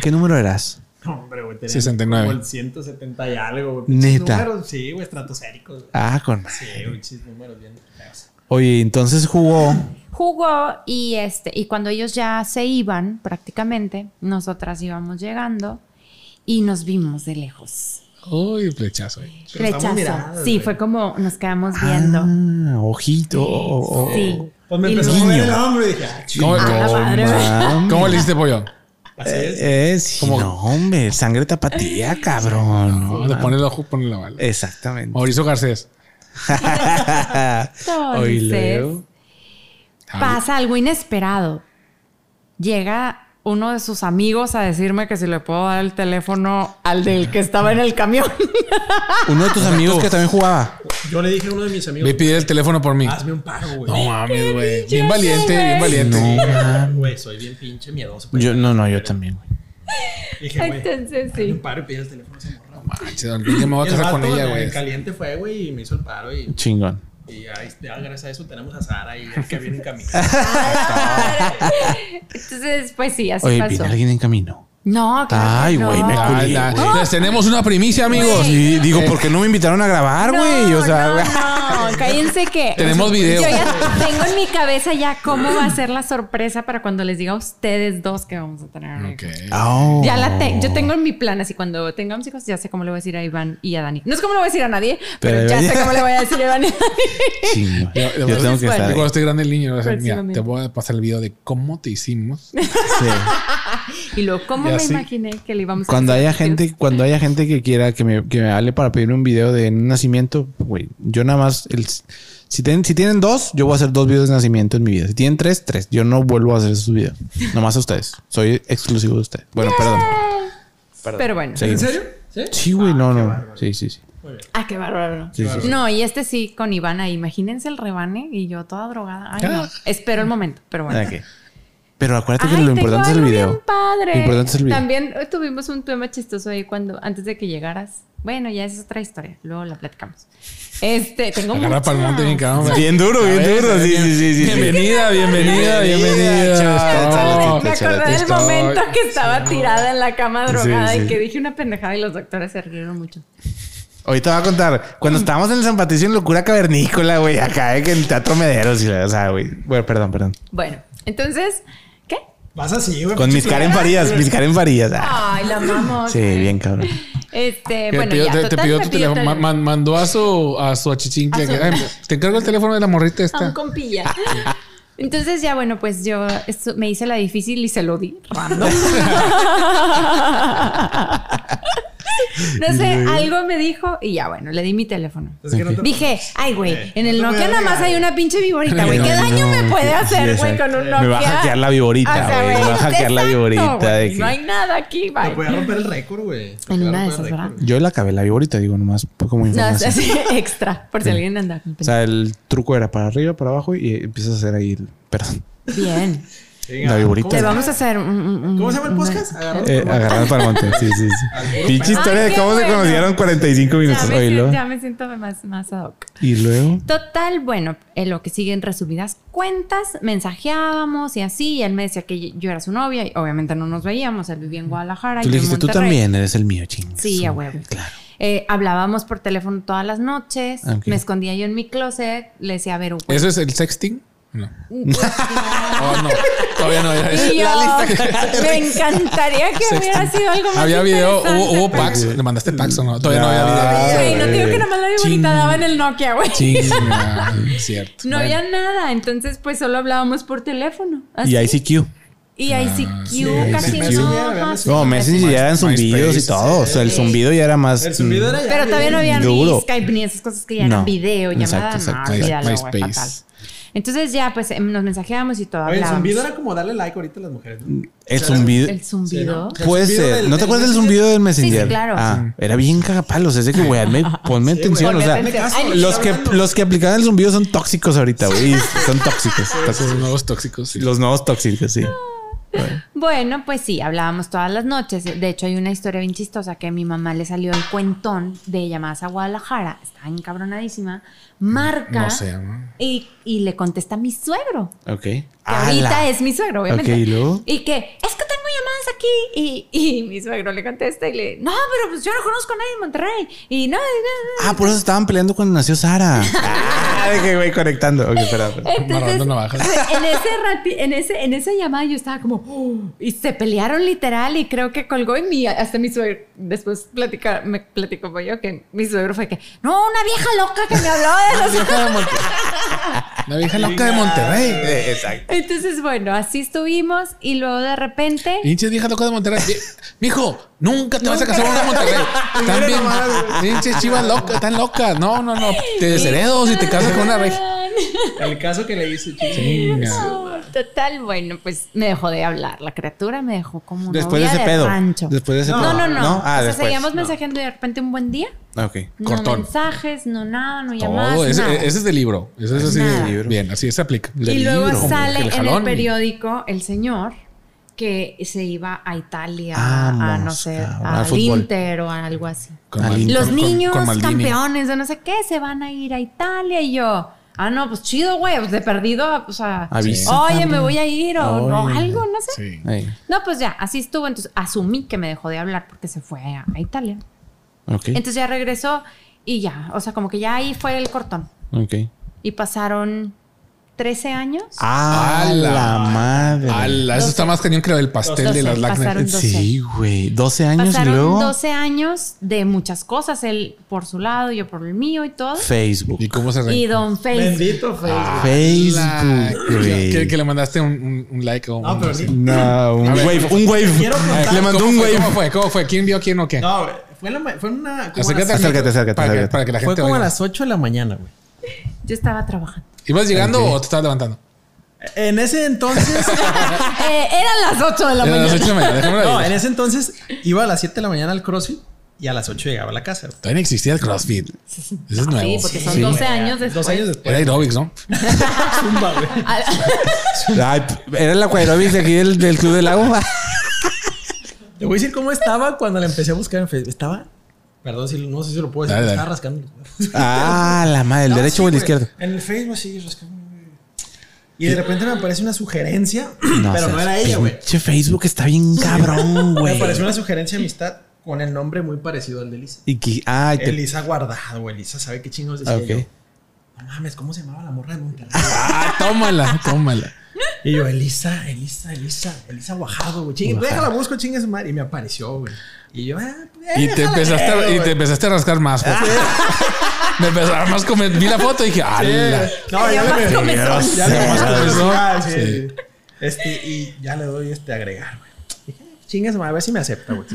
qué número eras?
No, hombre, güey. tenía
69.
Como el 170 y algo, güey.
Neta.
Números, sí, güey, estratosféricos. güey.
Ah, con.
Sí, güey, chis, números bien. feos.
Oye, entonces jugó.
Jugó y este y cuando ellos ya se iban prácticamente, nosotras íbamos llegando y nos vimos de lejos.
Uy, flechazo. eh. güey.
Pero estamos
Rechazo.
miradas,
sí,
güey.
fue como nos quedamos viendo.
Ah, ojito. oh, o- o-
Sí.
Pues me
Y
empezó a
nos-
mover el hombro y dije, ah, ch-
¿Cómo,
Ah, la madre.
mam.
cómo le hiciste pollo?
así es.
Eh, eh, sí,
Como-
no, hombre, sangre tapatía, cabrón.
No, le pone el ojo, pone la
Eh.
bala.
Exactamente.
Mauricio Garcés.
Hoy
Entonces,
leo.
pasa algo inesperado. Llega uno de sus amigos a decirme que si le puedo dar el teléfono al del que estaba en el camión.
Uno de tus amigos que también jugaba.
Yo le dije a uno de mis amigos,
Ve pide el teléfono por mí.
Ah,
hazme un paro, güey.
No mames, güey. Bien valiente,
güey.
bien valiente.
Güey, soy bien pinche miedoso. pues.
Yo, no, no, yo también. güey.
Dije, güey, hazme
Entonces,
un
sí.
paro y pide el teléfono a esa morra.
Manches, algún día me voy a
El
casar
vato
con ella,
en
güey.
caliente fue, güey, y me hizo el paro. Y,
Chingón.
y ahí, ya gracias a eso tenemos a Sara y el que viene en camino.
Entonces, pues sí, así
Ah. Oye,
pasó.
viene alguien en camino.
No, claro que
Ay,
no.
güey, me
Ah,
culé,
la-
güey.
Les tenemos una primicia, amigos.
Sí, digo, ¿por qué no me invitaron a grabar,
No,
güey? o sea,
no, no, cállense que
Tenemos video.
Yo ya tengo en mi cabeza ya cómo va a ser la sorpresa para cuando les diga a ustedes dos que vamos a tener.
Ok.
Oh.
Ya la tengo, yo tengo en mi plan así cuando tengamos hijos ya sé cómo le voy a decir a Iván y a Dani. No es cómo le voy a decir a nadie, pero,
Pero
ya
ya-
sé cómo le voy a decir a Iván y a Dani.
Chingón.
Yo-
Yo,
yo-
tengo que
bueno.
estar.
Y
ahí.
Cuando esté grande el este niño, le voy a decir, mira,
Próximamente.
te voy a pasar el video de cómo te hicimos.
Sí.
Y luego cómo
Y
me
así-
imaginé que le íbamos a
Cuando
decir
haya
a los hijos?
gente, cuando haya gente que quiera que me, que me hable para pedir un video de nacimiento, güey, yo nada más el- si tienen, si tienen dos, yo voy a hacer dos videos de nacimiento en mi vida. Si tienen tres, tres. Yo no vuelvo a hacer esos videos. Nomás a ustedes. Soy exclusivo de ustedes. Bueno, perdón.
Pero bueno.
Seguimos.
¿Sí?
Sí, güey, no, no. Sí, sí, sí.
Ah, qué bárbaro.
Sí, sí, sí.
No, y este sí con Ivana, imagínense el rebane y yo toda drogada. Ay, no.
Ah.
Espero el momento, pero bueno.
Ok. Pero acuérdate que
Ay,
lo
tengo
importante es el
algo
video.
bien padre.
Lo importante es el video.
También eh, tuvimos un tema chistoso ahí cuando, antes de que llegaras. Bueno, ya esa es otra historia. Luego la platicamos. Este, tengo
Agarra
muchas.
para el monte bien cabrón. güey.
Bien duro, bien
A ver,
duro. Sí,
bien-
sí, sí, sí, sí.
Bienvenida, bienvenida,
Bienvenida, chaval,
bienvenida.
chaval.
Me acordé del
Estoy-
momento que estaba tirada en la cama drogada
Sí, sí.
y que dije una pendejada y los doctores se rieron mucho.
Ahorita voy a contar.
Mm.
Cuando estábamos en el San Patricio en Locura Cavernícola, güey, acá eh, que en Teatro Mederos y la, o sea, güey. Bueno, perdón, perdón.
Bueno, entonces, ¿qué?
Vas así, güey.
Con mis Karen Farías, mis Karen Farías. ah.
Ay, la amamos.
Sí, bien cabrón.
Este,
Que
bueno,
pidió-
ya,
te, te
total,
pidió
me
tu teléfono.
el
Ma- man- mandó a su, a su achichincle.
A su-
que, "Ay, te encargo el teléfono de la morrita
a un
esta.
compilla.
Ah.
Entonces ya, bueno, pues yo estu- me hice la difícil y se lo di. Random. no sé, algo me dijo y ya, bueno, le di mi teléfono.
Es que no te-
Dije, ay,
Eh,
güey, en el
No te
Nokia
voy a
nada más
regalar.
hay una pinche viborita, güey. ¿Qué
No,
daño me
no,
puede
sí,
hacer,
sí,
güey,
exacto.
con un Nokia?
Me va a hackear la viborita,
O sea,
güey. Me va a hackear la
exacto,
viborita de
güey,
que-
No hay nada aquí,
Te
bye.
voy a romper el récord, güey. Te
En
voy a
una de
romper el
esas,
récord,
Yo la acabé la viborita, digo, nomás por- como
No, es
información.
así, extra, por si alguien anda. con
O sea, el truco era para arriba, para abajo y empiezas a hacer ahí el. Perdón.
Bien.
güey. Venga,
La viborita.
¿cómo
Te
se-
vamos a hacer un- un- un-
¿Cómo se llama el
una-
podcast? Agarrado
Eh,
por-
agarrar para el monte. Sí, sí, sí. Pinche historia
Ay,
de
qué
cómo se
bueno.
conocieron 45
Ya
minutos.
me,
Oye,
siento,
luego-
ya me siento más, más ad hoc.
Y luego.
Total, bueno, en lo que sigue en resumidas cuentas, mensajeábamos y así, y él me decía que yo era su novia, y obviamente no nos veíamos, él vivía en Guadalajara.
Tú
y
le
yo en
dijiste, tú
Monterrey".
también eres el mío, ching.
Sí, a huevo.
Claro.
Eh, hablábamos por teléfono todas las noches,
Ok.
me escondía yo en mi closet, le decía, a ver, güey,
¿Eso es el sexting? No. Oh, no. Todavía no. ya es-
y yo, me encantaría que hubiera sido algo más
Había video, hubo,
interesante,
hubo
pero-
packs. Le mandaste packs o no. Todavía no había
Ah,
video.
Güey, no te digo que
güey.
nomás la viborita
Ching.
daba en el Nokia, güey.
Chinga, cierto.
No
Bueno.
había nada, entonces pues solo hablábamos por teléfono. así.
Y ICQ.
Y ahí sí,
Ah, sí,
casi
Messenger,
no.
había
ajá,
Messenger.
No, Messenger ya eran
MySpace,
zumbidos y todo. O sea, el
sí.
zumbido ya era más. mm,
El subido era ya
Pero todavía no había
Duro.
ni Skype ni esas cosas que ya
No.
eran video, llamada,
Exacto,
no,
exacto,
olvídalo,
exacto.
güey, fatal.
MySpace.
Entonces ya, pues em, nos mensajeamos y todo
Oye, el
hablábamos.
zumbido era como darle like ahorita a las mujeres. ¿no?
El zumbido.
El zumbido.
Sí, ¿no?
Puede
El zumbido
ser.
del-
¿No te
del
acuerdas del
Messenger?
zumbido del Messenger?
claro.
Ah, era bien cagapalos. Es de que, güey, hazme- ponme
Sí, güey.
atención. O
Ponme
sea,
atención.
caso,
Ay,
los que,
hablando.
los que aplicaban el zumbido son tóxicos ahorita, güey. Son tóxicos.
Esos nuevos tóxicos. sí.
Los nuevos tóxicos, sí.
Bueno, pues sí, hablábamos todas las noches. De hecho, hay una historia bien chistosa que a mi mamá le salió el cuentón de llamadas a Guadalajara. Estaba encabronadísima. Marca.
No sé, ¿no?
Y, y le contesta mi suegro.
Ok.
Que ahorita es mi suegro, obviamente.
Ok, ¿y luego?
Y que, es que tengo llamadas aquí. Y, y mi suegro le contesta y le, no, pero pues yo no conozco a nadie en Monterrey. Y no, y
Ah, por eso estaban peleando cuando nació Sara. Ah, de que, güey, conectando. Ok, espera, espera.
no, no.
Marrando navajas.
en, ese rati- en, ese, en esa llamada yo estaba como, "Oh", y se pelearon literal y creo que colgó en mí, hasta mi suegro, después platica, me platicó pues, yo que mi suegro fue que, no, una vieja loca que me habló de los...
Vieja de Monterrey. La vieja loca de Monterrey.
Eh, Exacto.
Entonces, bueno, así estuvimos y luego de repente...
Pinche vieja loca de Monterrey. Vie- Mijo, nunca te vas a casar con una de Monterrey. Están bien. Pinche chivas locas, están locas. No, no, no. Te desheredo si te casas con una rey.
Ah,
El caso que le hice, chicos.
No, Total, bueno, pues me dejó de hablar. La criatura me dejó como una
Después de
novia
ese
de
pedo.
rancho.
Después de ese
no,
pedo.
no, no.
Ah,
o sea,
después.
seguíamos
No.
mensajeando y de repente un buen día.
Ok.
Cortón.
No mensajes, no nada, no llamadas.
Todo. Ese,
nada.
ese es de libro. Ese es así
Nada.
de libro. Bien, así se aplica.
y luego sale
Como que
en el
jalón y-
periódico el señor que se iba a Italia, a no
Vamos,
sé,
cabrón,
a
Ah, al fútbol.
Inter o a algo así.
con
Los
Maldini.
Los
Con- con-
niños
con Maldini.
campeones de no sé qué se van a ir a Italia y yo. Ah, no, pues chido, güey, pues de perdido, o sea,
Avisa
oye,
también.
me voy a ir o no,
Oye.
algo, no sé.
Sí.
Ahí.
No, pues ya, así estuvo. Entonces asumí que me dejó de hablar porque se fue a, a Italia.
Ok.
Entonces ya regresó y ya, o sea, como que ya ahí fue el cortón.
Ok.
Y pasaron 13 años.
Ah, A la madre.
Ala, eso está más cañón que el pastel de
Doce.
las
Pasaron
lágrimas.
doce.
Sí, güey. 12 años
pasaron
y luego
12 años de muchas cosas, él por su lado, yo por el mío y todo.
Facebook.
¿Y cómo se re-
Y Don Facebook.
Ah,
Bendito Facebook.
Ala,
Facebook, güey.
Que, que le mandaste un, un- un like o
No,
un-
pero
sé.
ni-
No, un wave, un wave.
Quiero contar-
Le mandó
¿Cómo
un
fue?
wave.
¿Cómo fue? ¿Cómo fue? ¿Quién vio quién o qué?
No, güey, fue, la ma- fue una. como a
Acércate,
las-
al micro
Acércate, acércate,
Para que,
acércate.
para que la
fue
gente
como a
oiga.
las 8 de la mañana, güey.
Yo estaba trabajando.
¿Ibas llegando o te estabas levantando? Eh,
En ese entonces.
Eh, eran las 8 de la
Era
mañana.
las 8 de la mañana. déjame
no,
la
en ese entonces iba a las 7 de la mañana al CrossFit y a las 8 llegaba a la casa. güey.
Todavía no existía el CrossFit.
Ah,
Eso es nuevo.
Sí,
pues.
porque son 12 años después.
Dos años
Era
después.
aerobics, ¿no?
Zumba, güey.
Ay, era la cuadrovis de aquí del, del Club del Lago.
Te voy a decir cómo estaba cuando la empecé a buscar en Facebook. Estaba. Perdón, si, no sé si lo puedo decir.
Dale, dale.
estaba rascando los huevos.
Ah, la madre, el
No,
derecho
sí,
o el
güey.
izquierdo.
En el Facebook sí, rascando. güey. Y de repente me aparece una sugerencia, pero no
seas
era ella, güey.
Pinche Facebook está bien cabrón,
Me
güey.
apareció una sugerencia de amistad con el nombre muy parecido al de Lisa.
Y que, ay, te- Ah,
Elisa guardado, güey. Elisa sabe qué chingos decía
Ok.
yo. No mames, ¿cómo se llamaba la morra de Monterrey?
Ah, tómala, tómala.
y yo, Elisa, Elisa, Elisa, Elisa Guajado, güey. Chingue, déjala, busco, chingue su madre. Y me apareció, güey. Y yo, ah, pues,
Y te
déjala,
empezaste, a-
güey.
y te empezaste a rascar más. pues.
Ah.
Me empezaron más como vi la foto y dije, ala.
No, ya
Más
le
comezón.
Ya le
Más comezón.
Ah, sí,
Sí.
sí. Este, y ya le doy este agregar, güey. Dije, "Ah, Chingue su madre, a ver si me acepta, güey.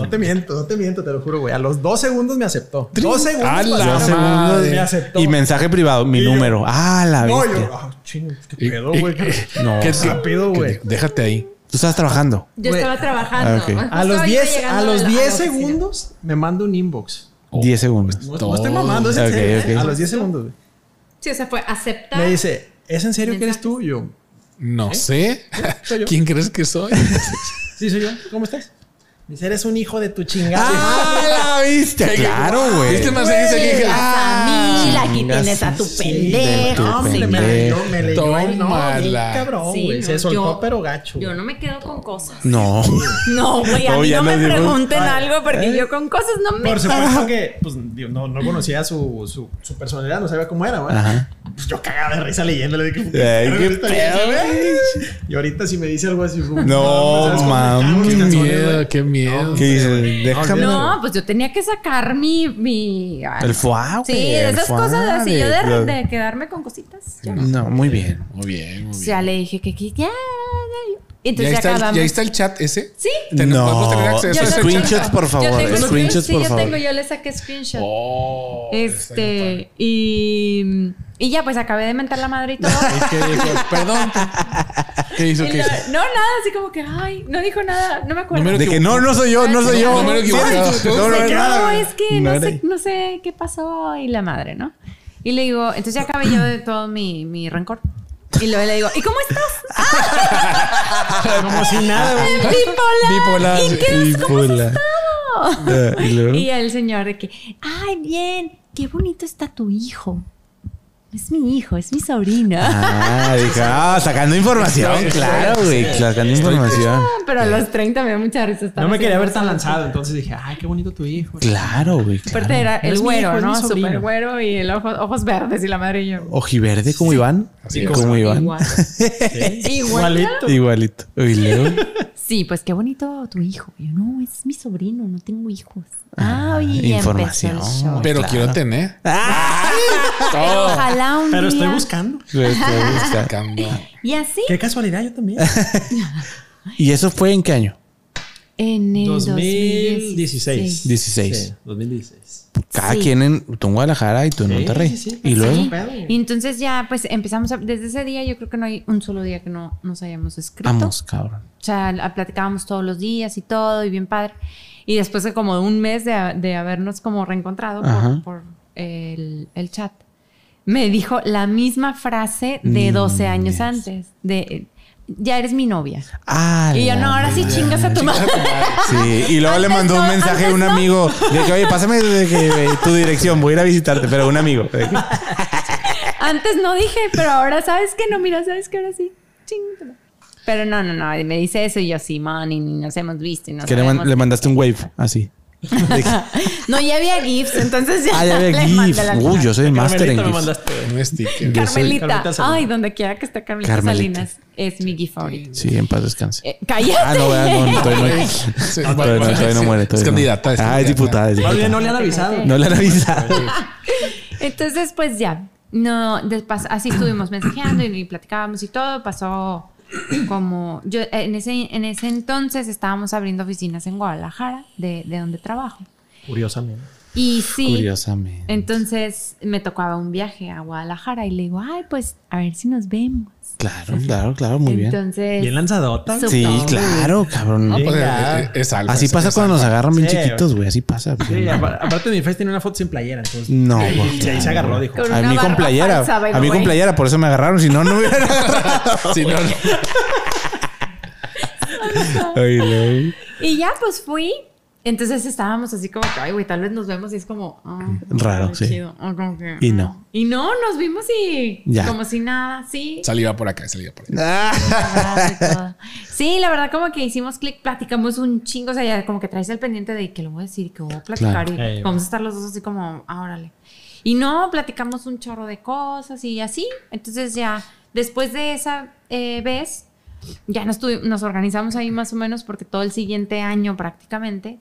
No te miento, no te miento, te lo juro, güey. A los dos segundos me aceptó. Dos segundos.
A la
pasaron, güey.
madre.
Me aceptó.
y mensaje privado, mi
Y yo-
número. Ah, la
No,
bestia.
yo, ah, chingue,
Y-
qué pedo,
y-
güey.
No,
¿Qué-
qué rápido,
qué-
güey.
Déjate ahí.
Tú estabas trabajando.
Yo
Güey.
estaba trabajando.
Ah, ok.
Justo
A los
ahorita
10,
llegando
a los
la-
10
la oficina.
segundos me mando un inbox.
Oh.
10 segundos.
No, no
Todo.
estoy mamando, es en
Ok,
serio, ¿eh?
ok.
A los 10 segundos, güey.
Sí, o sea, fue aceptar.
Me dice, ¿es en serio que eres tú? Y Yo,
No sé.
Soy yo.
¿Quién crees que soy?
sí, soy yo. ¿Cómo estás? Me dice, eres un hijo de tu chingada.
Ah, la viste. Claro, güey.
¿Viste más ahí? Aquí dije,
Pues, A mí, aquí
chingas,
tienes a tu
"Ah, sí,
pendejo.
No, hombre, me
pendejo.
leyó, me leyó el nombre, bien
Tómala.
cabrón,
Sí,
güey.
no,
Se soltó,
yo-
pero gacho.
Yo
güey.
no me quedo con cosas.
No.
No, güey, a
No,
mí
ya
no me
nos dimos- ¿Eh?
pregunten algo porque yo con cosas no me.
Por supuesto que pues, digo, no, no conocía su, su, su personalidad, no sabía cómo era, güey.
Ajá.
Pues yo cagaba de risa leyéndole. De que,
Ay, qué pedo, güey.
Y ahorita si me dice algo así, como,
No,
¿sabes cómo me
mam,
cago en los
Qué
calzones,
miedo,
güey?
qué miedo.
¿Qué dices? Déjame.
No, pues yo tenía que sacar mi. mi ay,
El foie,
Sí,
güey,
de
el
esas
foie,
cosas así. Yo de,
lo-
de quedarme con cositas. ya.
No, muy bien.
Muy bien,
O
muy bien.
sea, le dije que, que ya.
Y ahí,
Entonces ya
está el,
acabamos.
y ahí está el chat ese.
Sí.
Ten-
No,
podemos tener acceso
Yo
a
lo
ese
tengo.
chat.
Screenshots, por favor,
Yo tengo
screenshots,
sí,
por
yo
favor.
tengo, yo le saqué screenshot.
Oh, está bien padre.
este, y, y ya, pues acabé de mentar la madre y todo.
¿Y qué dijo? Perdón. ¿Qué
Y
hizo?
no,
¿Qué hizo?
no, nada, así como que, ay, no dijo nada, no me acuerdo.
Número
De que no, no soy yo, no soy yo.
Número equivocado.
No, no,
Dice,
no,
no,
no.
es que no,
No
sé,
era-
no sé qué pasó y la madre, ¿no? Y le digo, entonces ya acabé yo de todo mi, mi rencor. Y luego le digo, ¿y cómo estás?
Como si nada, güey.
Bipolar. ¿Y qué es? ¿Cómo has
Ah, Bipolar.
estado?
Ah, ¿y luego?
Y el señor de que, ay, bien, qué bonito está tu hijo. Es mi hijo, es mi sobrina.
Ah, dije, ah, sacando información, claro, güey, sacando información.
Pero a los 30 me da mucha risa. estar
No me
así
quería ver tan
conversando.
lanzado, entonces dije, ay, qué bonito tu hijo.
Claro, güey,
Aparte
claro.
era el
Es mi hijo,
güero,
es mi
¿no?
sobrino.
Súper güero y el ojo- ojos verdes y la madre y yo.
Ojiverde como Iván.
Así
como, Iván.
Igual. Igual.
Igualito. Y luego,
Sí, pues qué bonito tu hijo. Y Yo, no, es mi sobrino, no tengo hijos. Ah, oye, ya empezó el
información.
show.
Pero
Claro.
quiero tener.
Ojalá un
Pero estoy
día.
buscando.
Cambio.
Y así,
Qué casualidad, yo también.
¿Y eso fue en qué año?
en el
2016.
2016.
16.
Sí, 2016.
Cada
Sí.
quien en tú en Guadalajara y tú en
Sí,
Monterrey.
sí, sí.
Y luego,
Sí. Y entonces ya, pues empezamos a- desde ese día. Yo creo que no hay un solo día que no nos hayamos escrito.
vamos, cabrón.
O sea, la- platicábamos todos los días y todo, y bien padre. Y después de como un mes de, de habernos como reencontrado
Ajá.
por, por el, el chat, me dijo la misma frase de 12 años antes, de ya eres mi novia.
Ah,
Y yo,
la
no, ahora sí
madre.
chingas a tu madre.
Sí, y luego le
Antes
mandó un
no,
mensaje a
antes
un
no.
amigo de que, oye, pásame de que, eh, tu dirección, voy a ir a visitarte, pero un amigo. De que-
Antes no dije, pero ahora sabes que no, mira, sabes que ahora sí. Chingada. Pero no, no, no, y me dice eso y yo sí, man, y ni nos hemos visto y no
que le, man-
sabemos
le mandaste un wave, así. De que,
No, ya había GIFs, entonces ya.
ah, ya
le
había
mandé
GIF.
la
Uy, yo soy el máster en
Carmelita me
GIF.
mandaste.
Un sticker.
Yo soy-
Carmelita.
Carmelita Salinas.
Ay, donde quiera que esté Carmelita,
Carmelita.
Salinas. Es mi GIF favorito.
Sí, en paz descanse.
Eh, cállate.
Ah, no, ¿verdad? no, no, todavía no.
Sí,
Ah, todavía no, todavía no muere.
Es
todavía no.
candidata, es
ah, es
candidata.
diputada. es
Más
diputada.
bien no le han avisado.
No le han avisado.
Entonces, pues ya. No, después, así estuvimos mensajeando y, y platicábamos y todo. Pasó como. Yo eh, en ese, en ese entonces estábamos abriendo oficinas en Guadalajara, de, de donde trabajo.
Curiosamente.
Y sí.
Curiosamente.
Entonces me tocaba un viaje a Guadalajara y le digo, ay, pues a ver si nos vemos.
Claro, claro, claro, muy bien.
Entonces.
Bien lanzadota.
Su-
Sí,
No,
claro, cabrón.
Pues,
Venga.
es- es alfa,
Así
es-
pasa
es
cuando nos
alfa.
agarran bien
Sí.
chiquitos, güey. Así pasa. güey.
Sí, apa- aparte mi face tiene una foto sin playera, entonces.
No,
Y
güey.
ahí se agarró, dijo.
Con
A
una
mí con
barba
playera.
falsa, by the
a mí con
way.
playera, por eso me agarraron. Si no, no hubiera
Sí, no, no.
Ay, güey.
Y ya, pues fui. Entonces estábamos así como que, ay, güey, tal vez nos vemos y es como... ah,
Raro,
qué
sí.
chido. Ah, como que,
Y
ah.
no.
Y no, nos vimos y
Ya.
como si nada, sí.
Saliva por acá, saliva por acá.
Ah.
abrazo y todo. Sí, la verdad como que hicimos clic, platicamos un chingo, o sea, ya como que traes el pendiente de que lo voy a decir, que voy a platicar
Claro.
y
Ey,
vamos a estar los dos así como, ah, órale. Y no, platicamos un chorro de cosas y así. Entonces ya, después de esa eh, vez, ya nos, tuvi- nos organizamos ahí más o menos porque todo el siguiente año prácticamente,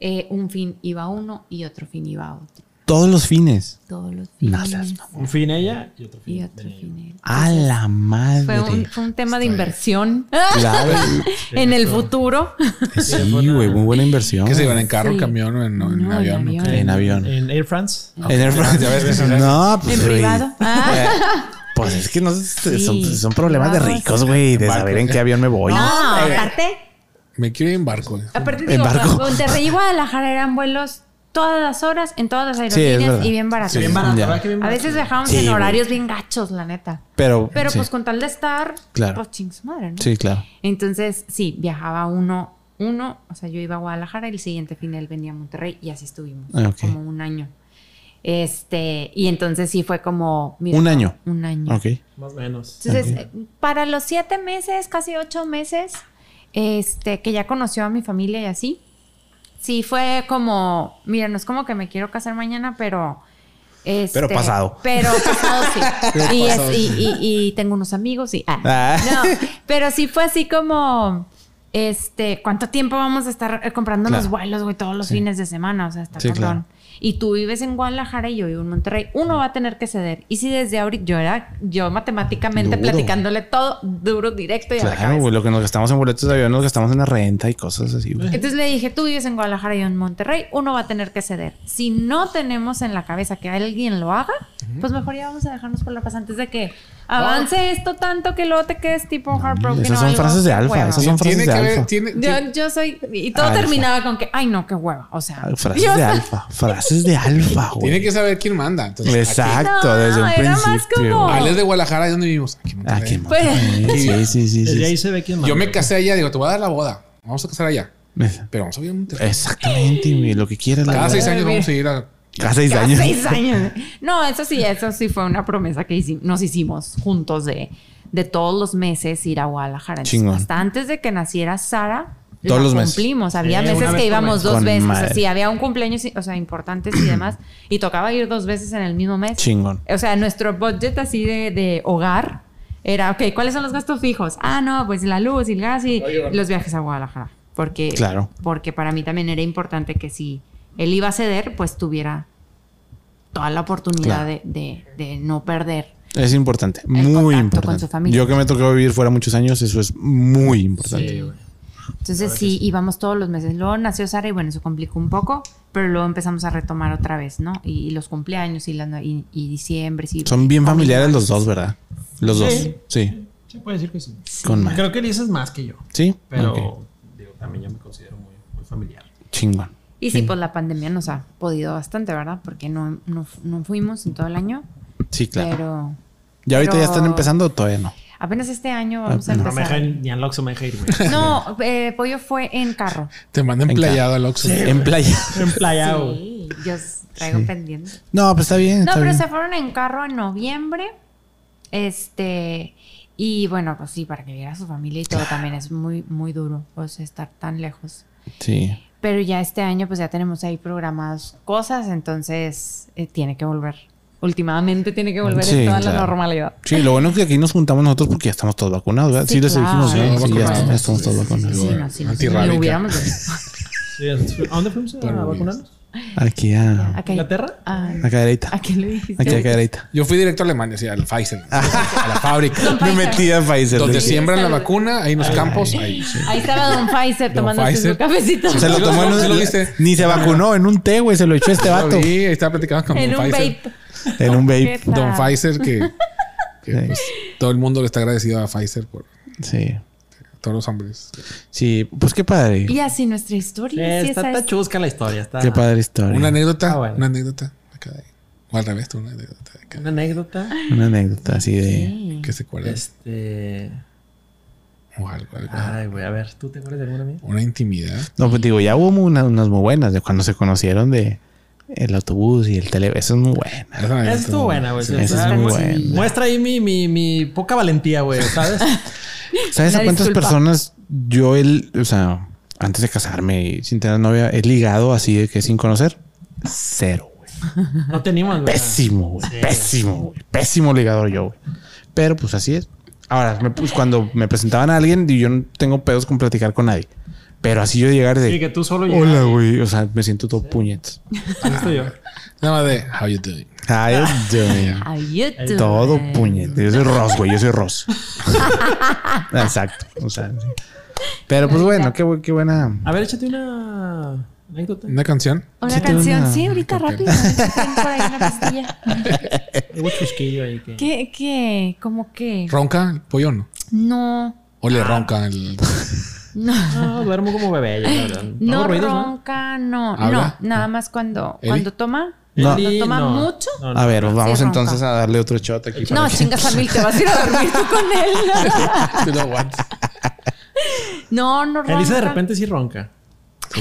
eh, un fin iba uno y otro fin iba otro.
Todos los fines.
Todos los fines.
No seas
Un fin ella y otro fin.
y otro
venía yo.
fin. él.
A la madre.
Fue un, fue un tema de inversión
Claro.
en el futuro.
Sí, güey. Muy buena inversión.
¿Qué se iban en carro,
Sí.
camión o en, o en
No, en
avión?
avión.
¿no?
En avión.
En Air France.
En Air France.
Ya ves que son-
No, pues.
En
güey.
privado. Ah.
Pues es que no son,
Sí.
son problemas de
Vamos.
ricos, güey, de saber en qué avión me voy.
No, Ah,
Eh,
aparte,
Me quiero ir en barco.
aparte
En
digo,
barco.
Monterrey y Guadalajara eran vuelos todas las horas, en todas las
es
aerolíneas
verdad.
y bien baratos.
Sí.
Bien barato,
Ya.
¿verdad que bien
A
barato?
veces viajábamos
Sí,
en
güey.
horarios bien gachos, la neta.
Pero,
Pero
sí.
pues con tal de estar,
Claro.
pues ching su madre, ¿no?
Sí, claro.
Entonces, sí, viajaba uno, uno, o sea, yo iba a Guadalajara y el siguiente fin él venía a Monterrey y así estuvimos,
Ah, ok.
como un año. Este, y entonces sí fue como... mira,
Un año.
Un año.
Ok.
Más o menos.
Entonces, eh, para los siete meses, casi ocho meses, este, que ya conoció a mi familia y así, sí fue como, mira, no es como que me quiero casar mañana, pero... este,
Pero pasado.
Pero pasado sí.
Pero
y, es-
pasado,
y-
sí.
y- y tengo unos amigos y... ah,
Ah.
No, pero sí fue así como... Este, ¿cuánto tiempo vamos a estar eh, comprando los
Claro.
vuelos, güey, todos los fines de semana? O sea, está
Sí,
cabrón.
claro.
y tú vives en Guadalajara y yo vivo en Monterrey, uno va a tener que ceder. Y si desde ahorita yo era, yo matemáticamente
Duro.
platicándole todo duro, directo y a la
Claro,
cabeza.
güey, lo que nos gastamos en boletos de avión, nos gastamos en la renta y cosas así, güey.
Entonces le dije, tú vives en Guadalajara y yo en Monterrey, uno va a tener que ceder. Si no tenemos en la cabeza que alguien lo haga, pues mejor ya vamos a dejarnos por la paz antes de que avance esto tanto que luego te quedes tipo heartbroken.
Esas
o
son
algo.
frases de
Qué
alfa,
hueva.
esas son frases
Tiene
de
que
alfa.
ver, tiene,
Yo, yo soy... Y todo
Alfa.
terminaba con que, ay no, qué hueva. O sea...
Ah, Frases
yo-
de alfa, frases de alfa,
tiene
güey.
que saber quién manda. Entonces, aquí-
Exacto,
No,
desde un
era más
principio.
como-
güey.
Ale de Guadalajara, ¿de dónde vivimos? Aquí en Monterrey.
Aquí,
Pues-
Monterrey. sí, sí, sí,
Desde ahí
sí, sí.
se ve quién
Yo
manda.
me casé allá, digo, te voy a dar la boda. Vamos a casar allá. Pero vamos a vivir en Monterrey.
Exactamente, güey, lo que quieras. la
Cada
verdad.
seis años vamos a ir a.
Cada seis
Cada
años.
seis años. No, eso sí, eso sí fue una promesa que hici- nos hicimos juntos de, de todos los meses ir a Guadalajara. Entonces,
Chingón.
Hasta antes de que naciera Sara,
Todos
la
los meses.
cumplimos. Había
Sí, una
meses
vez
que
por
íbamos
mes.
dos
Con
veces.
madre.
Así, había un cumpleaños, o sea, importantes y demás. Y tocaba ir dos veces en el mismo mes.
Chingón.
O sea, nuestro budget así de, de hogar era, ok, ¿cuáles son los gastos fijos? Ah, no, pues la luz y el gas y los viajes a Guadalajara. Porque,
Claro.
porque para mí también era importante que si él iba a ceder, pues tuviera toda la oportunidad
Claro.
de, de- de no perder.
Es importante,
contacto
muy
con
importante.
su familia.
Yo que me tocó vivir fuera muchos años, eso es muy importante.
Entonces sí, íbamos todos los meses. Luego nació Sara y bueno, eso complicó un poco, pero luego empezamos a retomar otra vez, ¿no? Y, los cumpleaños y, la no- y, y diciembre. sí.
Son bien familiares
Familiares.
los dos, ¿verdad? Los
Sí.
dos. Sí.
Se puede decir que sí.
Con madre.
Creo que Elisa es más que yo.
Sí.
Pero
Ok.
digo, también yo me considero muy, muy familiar.
Chingón.
Y sí, pues la pandemia nos ha podido bastante, ¿verdad? Porque no, no, no fuimos en todo el año,
Sí, claro.
pero
¿Ya ahorita ya están
pero-
empezando o todavía no?
apenas este año vamos a
Ah, no
No me deja
empezar.
ni al Oxxo me deja irme.
No, eh, Pollo fue en carro.
Te mandan
En
playado al Oxxo.
En playa.
En playa, güey.
Sí, yo s- traigo pendiente.
No, pero está bien.
No,
está
pero
bien.
se fueron en carro en noviembre. Este. Y bueno, pues sí, para que viera a su familia y todo también es muy, muy duro, pues estar tan lejos.
Sí.
Pero ya este año, pues ya tenemos ahí programadas cosas, entonces eh, tiene que volver. Últimamente tiene que volver
Sí,
en toda la
claro.
normalidad.
Sí, lo bueno es que aquí nos juntamos nosotros porque ya estamos todos vacunados, ¿verdad? Sí,
Sí,
les
claro.
dijimos, ¿verdad?
Sí,
Sí, ya
vacunados.
estamos- ya estamos todos vacunados.
Sí, no, sí, no, sí,
Antirrábica.
lo hubiéramos.
Sí, ¿A dónde fuimos a vacunarnos?
Aquí a,
Acá.
¿Inglaterra?
Ah,
acá derecha.
¿A quién le dijiste?
Aquí acá derecha.
Yo fui directo a Alemania, sí, al Pfizer, a la fábrica.
Don
Me
Pfizer.
metí a Pfizer.
Donde
sí.
siembran la
Salud.
vacuna, ahí en los campos. Ahí.
Ahí estaba Don Pfizer
Don
tomándose
Pfizer.
su cafecito.
Se lo
Sí,
tomó en
sí,
un,
lo viste.
Ni se vacunó en un té, güey. Se lo echó este vato.
Sí, ahí estaba platicando con
en
Don
un
Pfizer.
vape.
En un vape.
Qué
Don
tal.
Pfizer, que, que,
Sí.
pues, todo el mundo le está agradecido a Pfizer por
Sí.
todos los hombres.
Sí, pues qué padre.
Y así nuestra historia.
Eh,
sí,
está,
esa
está
es-
chusca la historia. Está
Qué padre historia.
Una anécdota,
Ah, bueno.
una anécdota. acá de- o al revés, tú, una anécdota de acá,
Una anécdota.
Una anécdota así de.
Mm.
Sí.
que se acuerda.
Este.
O algo, algo.
Ay, güey, a ver, ¿tú te acuerdas de alguna mía?
Una intimidad.
No, pues digo, ya hubo una- unas muy buenas de cuando se conocieron de el autobús y el teléfono. Eso es muy bueno.
Esa anécdota
Esa estuvo buena, güey.
esa es
O sea,
muy
mu-
buena.
Muestra ahí mi, mi, mi poca valentía, güey, ¿sabes?
¿Sabes a
Una
cuántas
disculpa.
personas yo, el, o sea, antes de casarme y sin tener novia, he ligado así de que sin conocer? Cero, güey.
No tenemos, güey.
Pésimo, güey. Pésimo, güey. Pésimo ligador yo, güey. Pero pues así es. Ahora, me- pues, cuando me presentaban a alguien, y yo no tengo pedos con platicar con nadie. Pero así yo llegar de.
Sí, que tú solo
Hola, güey. O sea, me siento todo puñetas.
Esto yo.
Nada más de How You Doing.
Ay,
Ah.
Dios.
A YouTube.
Todo puñet. Yo soy Ross, güey. Yo soy Ross. Exacto. O sea, sí. Pero pues bueno, qué, bu- qué buena.
A ver, échate una anécdota.
Una canción.
Una
Sí, tengo
canción,
una-
sí, ahorita rápido. Tengo por ahí una pastilla.
Hubo chusquillo ahí que.
¿Qué, qué? ¿Cómo qué?
¿Ronca el pollo o no?
No,
¿O
Ah.
le ronca el.?
no.
No, duermo como bebé, ya, la verdad.
No
Hago ruidos,
ronca, no.
¿Habla?
No, nada más cuando,
¿Eli?
cuando toma.
No.
Cuando
Eli,
toma
no.
mucho.
No, no.
A ver, pues vamos
Sí, ronca.
entonces a darle otro shot aquí.
No,
para que-
chingas a mil, te vas a ir a dormir tú con él.
Tú lo aguantas.
No, no ronca.
Elisa de repente sí ronca.
¿Sí?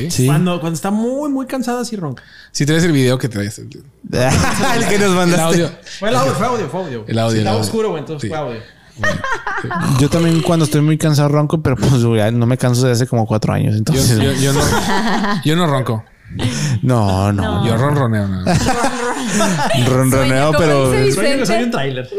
Sí.
Cuando, cuando está muy, muy cansada, sí ronca.
Si traes el video que traes. El
el que nos mandaste.
audio.
Fue el audio, fue audio, fue audio.
El audio, el
Estaba
audio.
oscuro, güey, entonces
Sí.
fue audio.
Yo también cuando estoy muy cansado ronco, pero pues ya no me canso desde hace como cuatro años.
Yo,
Entonces,
yo- yo no, yo no ronco.
no, no.
Ah.
Yo ronroneo nada. más.
Ronroneo,
Sueño,
pero
como dice
Soy, un-
Vicente,
soy un trailer.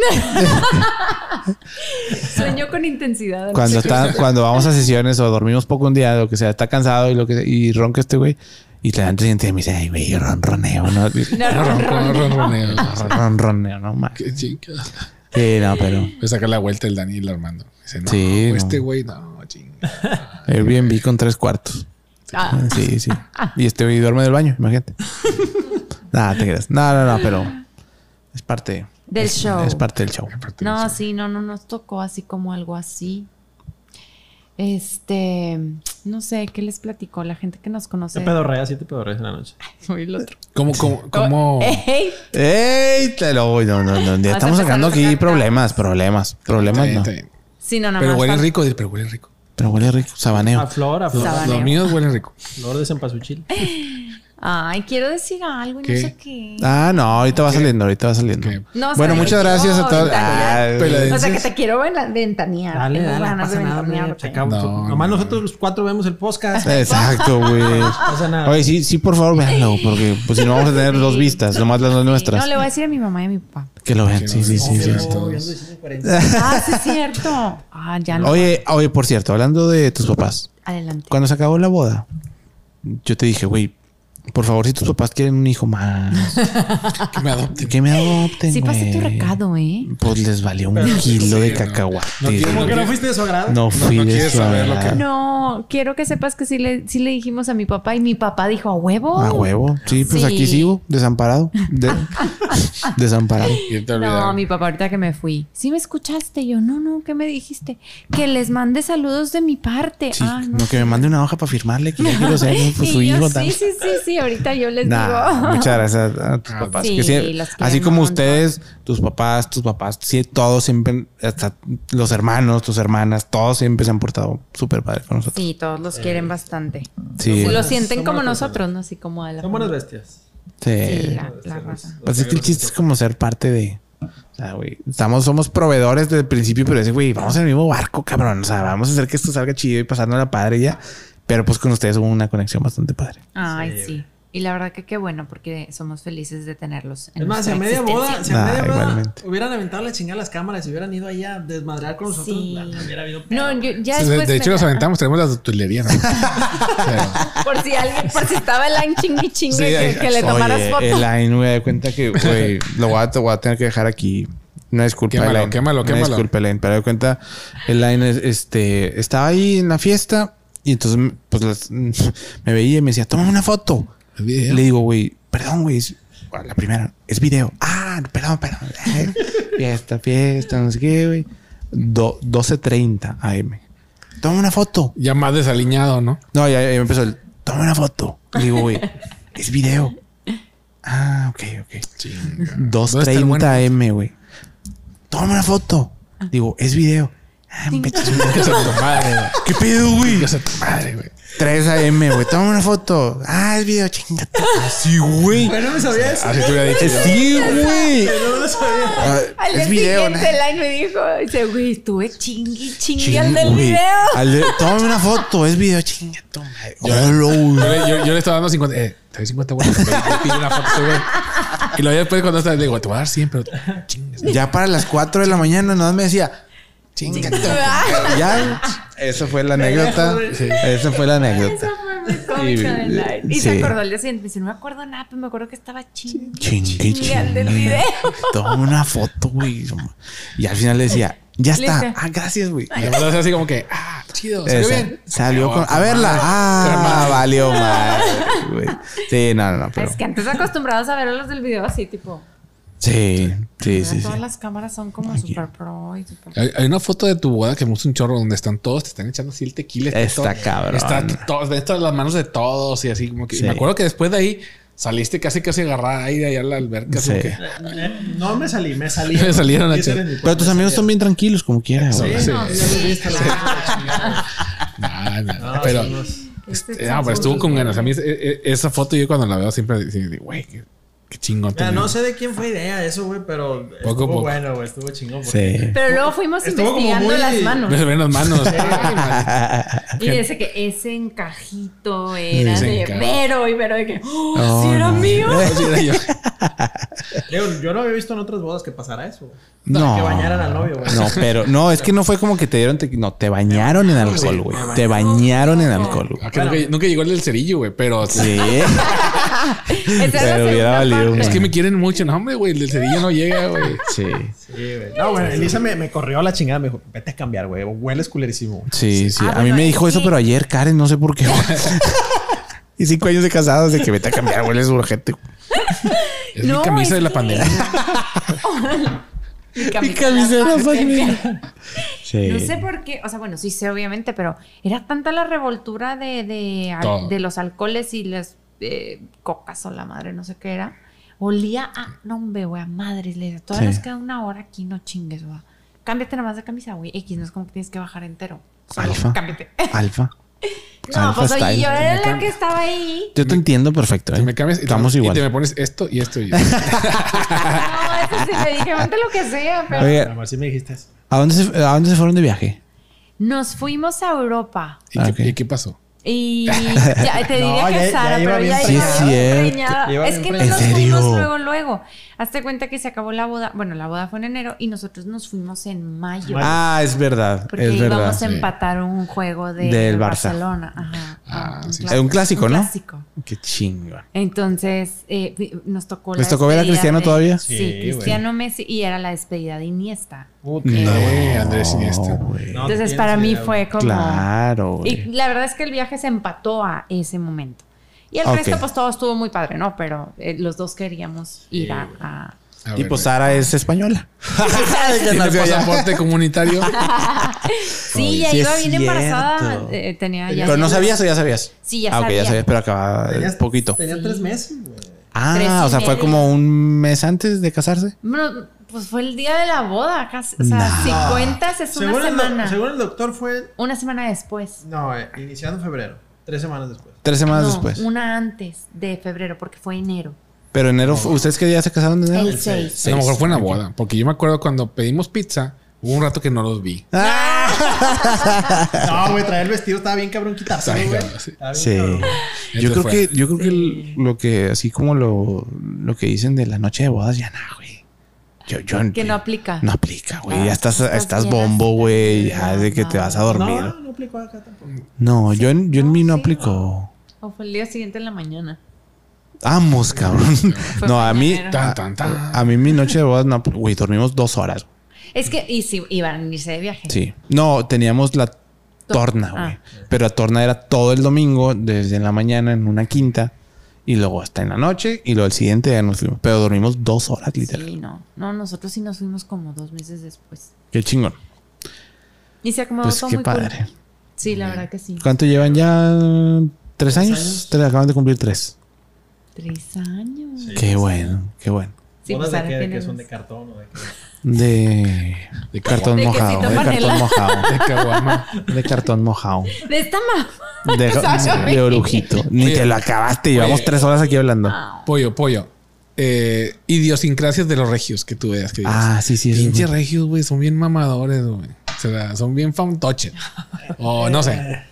sueño con intensidad.
cuando está, cuando vamos a sesiones o dormimos poco un día, lo que sea, está cansado y lo que y ronca este güey. Y te levantas y te me dice, ay, güey, yo ronroneo, ¿no?
No,
Ronco,
no, no, no.
ronroneo.
ronroneo, no más.
Qué chingada.
Sí, no, pero
Voy a sacar la vuelta el Dani y el Armando. Dice, no,
Sí, no.
este güey, no, chinga.
Airbnb con tres cuartos.
Ah.
Sí, sí. Y este güey duerme del baño, imagínate. Nada, te creas. No, no, no, pero es parte
Del
es-
show.
Es parte del show.
No, sí, no, no nos tocó así como algo así. Este, no sé, ¿qué les platicó la gente que nos
Te
conoce?
pedorreas, sí te pedorreas en la noche.
Soy el otro. Oh,
¿Cómo, cómo, cómo?
eh,
¡Ey!
¡Ey! Te lo voy. No, no, no. Ya
a
estamos
empezar
sacando
a
aquí
sacar
problemas, problemas, problemas.
Está bien,
No.
está bien.
Sí, no, nada
Pero
más.
huele
fal-
rico, dice, pero huele rico.
Pero huele rico,
A
sabaneo.
flor, a flor.
Sabaneo.
Los míos huelen rico.
Flor de cempasúchil.
Eh, Ay, quiero decir algo y
¿Qué?
no sé qué.
Ah, no, ahorita va saliendo, ahorita va saliendo.
¿Qué?
No, o sea,
Bueno,
de
muchas
que
gracias
yo
a todos.
ventanear.
Ah,
O sea, que
Peladenses.
te quiero vela- ventanear.
Dale,
Tengo
dale, no
ganas de
pasa nada. hombre,
ventanearte.
checamos.
No,
Nomás
no.
nosotros los cuatro vemos el podcast.
Eh, Exacto, güey.
No pasa nada.
Oye, sí, sí, por favor, véanlo, porque pues, si no vamos a tener dos vistas, nomás las dos nuestras.
No, le voy a decir a mi mamá y a mi papá.
Que lo vean, sí, sí, sí. sí.
Oh, yo ando diciendo coherencia.
Ah, sí es cierto. Ah, ya no.
Oye, oye, por cierto, hablando de tus papás,
Adelante.
cuando se acabó la boda, yo te dije, güey, por favor, si tus papás quieren un hijo más,
Que me adopten.
que me adopten.
Sí pasé tu
güey".
recado, ¿eh?
Pues les valió un kilo de cacahuates.
No quiero-
¿Cómo
güey.
que no fuiste de su agrado?
No fui
no
de
quieres
su
saber lo que-
agrado.
No, quiero que sepas que sí le, sí le dijimos a mi papá y mi papá dijo a huevo.
A huevo. Sí, pues
Sí.
aquí sigo, desamparado. De- desamparado.
Y te
No,
olvidaron.
mi papá ahorita que me fui. Sí me escuchaste yo. No, no, ¿qué me dijiste? Que les mande saludos de mi parte.
Sí,
ah, no.
no, que me mande una hoja para firmarle que yo quiero ser pues,
Y
su
yo,
hijo.
sí,
tal.
sí, sí, sí, ahorita yo les
Nah,
digo.
muchas gracias a tus papás.
sí,
que sí,
los
así
quiero
como
un montón.
ustedes, tus papás, tus papás, sí, todos siempre, hasta los hermanos, tus hermanas, todos siempre se han portado súper padre con nosotros.
Sí, todos los
Eh,
quieren bastante.
Sí,
Sí, lo
buenas-
sienten
son
como
buenas
nosotros, ¿no? Así como a la
Son buenas bestias.
sí.
Sí, la, la raza.
Pues es que el chiste es como ser parte de. O sea, güey, estamos, somos proveedores desde el principio, pero es, güey, vamos en el mismo barco, cabrón. O sea, vamos a hacer que esto salga chido y pasando la padre ya. Pero pues con ustedes hubo una conexión bastante padre.
Ay, sí. Y la verdad que qué bueno, porque somos felices de tenerlos. en
Es más, si a
nuestra
media boda, si
existencia.
a
Nah,
media boda
igualmente.
hubieran aventado la chingada a las cámaras y hubieran ido ahí a desmadrar con nosotros,
Sí.
nah, hubiera habido pedo.
No, yo ya
Sí, de,
después
de hecho,
me-
nos aventamos, tenemos las tutelerías. ¿no? Pero-
Por si alguien, por si estaba el Aang chingui chingui
Sí,
que,
ay,
que le tomaras
Oye,
foto.
Elaine, me doy cuenta que, güey, lo voy a, te voy a tener que dejar aquí. Una disculpa,
Quémalo,
Elaine.
quémalo,
Una
quémalo.
disculpa, Elaine. Pero me doy cuenta, Elaine, es- este, estaba ahí en la fiesta y entonces, pues, las- me veía y me decía, toma una foto.
video.
Le digo, güey, perdón, güey, es- la primera, es video. Ah, perdón, perdón. Eh, Fiesta, fiesta, no sé qué, güey. Do- 12.30 AM. Toma una foto.
Ya más desaliñado, ¿no?
No, ya, ya me empezó el. Toma una foto. Le digo, güey, es video. Ah, ok, ok.
Chinga. ¿Dónde está el buen-
230 M, güey. Toma una foto. Digo, es video. Ah, me
Chingas a tu madre, güey.
¿Qué pedo, güey?
Chingas a tu madre, güey.
3 AM, güey. Toma una foto. Ah, es video, chingate. Sí, güey.
Pero no me sabía eso.
Así te hubiera dicho. yo.
Sí, güey.
No lo sabía.
Ah,
Al día
es video,
siguiente el Aang me dijo, dice, güey, estuve chingui chingui al
Ching-
del
güey.
video.
Al de- Toma una foto. Es video, chingate. Oh.
Yo le, yo- yo le estaba dando 50. Eh, te doy 50 güey. Le pido una foto, güey. Y luego ya después cuando estaba, le digo, te voy a dar 100, pero chingas.
Ya para las 4 de la mañana, nada más me decía. Chingate. Ya. Esa fue la anécdota. Esa fue la anécdota.
Eso fue muy cómico del Aang. Y se
Sí.
acordó al día siguiente. Me dice, no me acuerdo nada, pero me acuerdo que estaba chingui
Chingue,
chingui al del
chingue.
video.
Toma una foto, güey. Y al final le decía, ya está.
Listo.
Ah, gracias, güey.
Y además así como que, ah, chido, salió
Esa.
bien.
Salió con. A
ver.
verla. Ah,
Hermano.
valió mal. güey. Sí, no, no, no. Pero,
Es que antes acostumbrados a ver a los del video así, tipo,
sí, sí, sí. sí.
todas las cámaras son como super pro y super...
Hay, hay una foto de tu boda que me gusta un chorro donde están todos, te están echando así el tequila.
Está
todo-
cabrón.
Está todos, de todas las manos de todos y así como que. y
Sí.
Me acuerdo que después de ahí saliste casi, casi agarrada ahí de allá a la alberca. así
Sí.
como que-
No me salí, me salí.
Me salieron a
Quise
echar.
en mi
Pero tus
propia
amigos
salida.
son bien tranquilos, como quieras, güey.
Sí.
No,
Sí.
sí, claro.
Nah, nah,
No,
pero.
somos-
este, no, pero estuvo con ganas. A mí es- e- e- esa foto yo cuando la veo siempre sí, digo, güey, qué, qué chingón.
Mira,
tenemos".
no sé de quién fue idea eso, güey, pero estuvo
a poco.
bueno, güey, estuvo chingón. porque-
Sí.
Pero luego fuimos
Estuvo como
investigando
muy-
las manos.
Me se ven las manos. Ay, man.
Y dice que ese encajito era
Ese
de
encaje.
Vero y Vero de que ¡Oh, sí era mío.
No, sí, era yo.
Digo, yo no había visto en otras bodas que pasara eso. güey.
No.
Que bañaran al novio, güey.
No, pero no, es que no fue como que te dieron, tequi- no, te bañaron en alcohol, güey. Te bañaron en alcohol, güey.
Ah, que nunca, nunca llegó el del cerillo, güey, pero
Sí.
Esa es la
Pero hubiera
segunda
valido
parte.
un
es que me quieren mucho. No, hombre, güey, el del cerillo no llega, güey.
Sí.
Sí, güey. No, güey, Elisa me, me corrió a la chingada. Me dijo, vete a cambiar, güey. Hueles culerísimo. güey".
Sí, sí.
Ah,
a mí
bueno,
me dijo eso,
sí.
pero ayer, Karen, no sé por qué. güey. y cinco años de casados de que vete a cambiar, güey, es urgente. güey.
Es
No,
mi camisa
es
de la
que-
pandemia.
Mi camisa,
camisa de
la
la
pandemia.
Sí.
No sé por qué, o sea, bueno, sí sé obviamente, pero era tanta la revoltura de, de, al-
Todo.
de los alcoholes y las eh, cocas o la madre, no sé qué era. Olía a, no hombre, güey, a madres, le decía, todavía
Sí.
nos queda una hora aquí, no chingues, güey. Cámbiate nada más de camisa, güey. X, no es como que tienes que bajar entero. Solo
Alfa.
Cámbiate.
Alfa.
No,
Alfa
pues oye,
style.
yo era la
cambio.
que estaba ahí.
Yo te entiendo perfecto.
Te
¿eh?
me cambias y te-
Estamos
y
igual.
te me pones esto y esto y
No, eso sí te dije, ponte lo que sea, pero.
Oye,
A ver si me dijiste eso.
¿a dónde, se, ¿a dónde se fueron de viaje?
Nos fuimos a Europa.
¿Y,
Ah,
qué,
ok.
y qué pasó?
Y ya te diría
No,
que
ya- ya
Sara,
iba
pero
bien
ya
Sí,
iba
es
bien
cierto.
preñada.
Iba
Es
bien
que no nos
preñada.
¿En serio?
fuimos luego, luego. Hazte cuenta que se acabó la boda. Bueno, la boda fue en enero y nosotros nos fuimos en mayo.
Ah, es verdad.
porque
es
íbamos
verdad.
a empatar un juego de
Del Barça.
Barcelona. Ajá.
Ah, sí, sí.
clásico.
Un clásico, ¿no?
clásico.
Qué chinga.
Entonces, eh, vi- nos tocó
¿Les tocó ver a
despedida
Cristiano
de-
todavía?
Sí,
Sí, güey. Ah,
Cristiano Messi. Y era la despedida de Iniesta.
Puta,
No,
güey, Eh, Andrés Iniesta.
güey.
No,
Entonces,
tienes
para mí
idea, güey.
fue como...
Claro,
Y
güey.
la verdad es que el viaje se empató a ese momento. Y el
Ah, Ok.
resto, pues todo estuvo muy padre, ¿no? Pero eh, los dos queríamos ir a. a-
A
Y
ver,
pues
güey.
Sara es española.
¿Tiene pasaporte comunitario?
Sí,
Oye,
ya
sí
iba
es
bien
cierto.
embarazada. eh, tenía ya.
Pero no sabías o ya sabías.
Sí, ya
Ah, ok, ya
sabía.
sabías, pero acababa
Tenías-
poquito.
Tenía tres meses, güey.
Tres y
Ah, o sea, fue
medio.
como un mes antes de casarse.
Bueno, pues fue el día de la boda, casi. O sea, si cuentas, es una
el, doc-
semana.
según el doctor fue.
Una semana después.
No, eh, iniciando febrero. Tres semanas después.
Tres semanas
No,
después.
Una antes de febrero, porque fue enero.
Pero enero, fu- ¿ustedes qué día se casaron en enero?
El 6.
A lo mejor fue una boda, porque yo me acuerdo cuando pedimos pizza, hubo un rato que no los vi.
Ah,
No, güey, traer el vestido estaba bien cabrón quitarse,
Está bien,
güey.
cabrón, sí.
Estaba bien
Sí.
cabrón.
Eso
Yo creo
fue.
que, yo creo que el- lo que, así como lo, lo que dicen de la noche de bodas, ya nada, güey. Yo, yo
Que no aplica. Ah,
no aplica, güey. ya estás,
estás
estás
bien
bombo,
hasta
güey.
que
Ya
la
de que te vas a dormir.
No, no aplicó acá tampoco.
No, yo en, yo en
No,
mí no
sí.
aplico.
O fue el día siguiente en la mañana.
Amos, cabrón.
Fue
No, a mí,
mañanero.
Tan, tan, tan.
a mí mi noche de bodas no, apl- güey, dormimos dos horas.
Es que, y si iban a irse de viaje.
Sí. No, teníamos la torna,
Ah.
güey. Pero la torna era todo el domingo, desde la mañana en una quinta. Y luego hasta en la noche. Y luego el siguiente día nos fuimos. Pero dormimos dos horas, literal.
Sí, no. No, nosotros sí nos fuimos como dos meses después.
Qué chingón.
Y se acomodó
Pues
todo
qué
muy
padre.
cool. Sí, la verdad que sí.
¿Cuánto llevan ya? ¿Tres años? Tres, acaban de cumplir tres.
Tres años. Sí,
Qué bueno, qué bueno.
Bodas
pues
de
ahora
qué? ¿De
tiene
que son
más.
de cartón o de qué?
De,
De
cartón
De quesito
mojado. De
panela.
cartón mojado.
De caguama.
De cartón mojado.
De esta mamá.
De,
Sabe.
de orujito. Ni
Oye.
te lo acabaste. Llevamos
Oye.
tres horas aquí hablando.
Ah.
Pollo, pollo. Eh, idiosincrasias de los regios que tú veas que digas.
Ah, sí, sí. eso es
Pinche
muy-
regios, güey, son bien mamadores, güey. O sea, son bien fantoches. O no sé.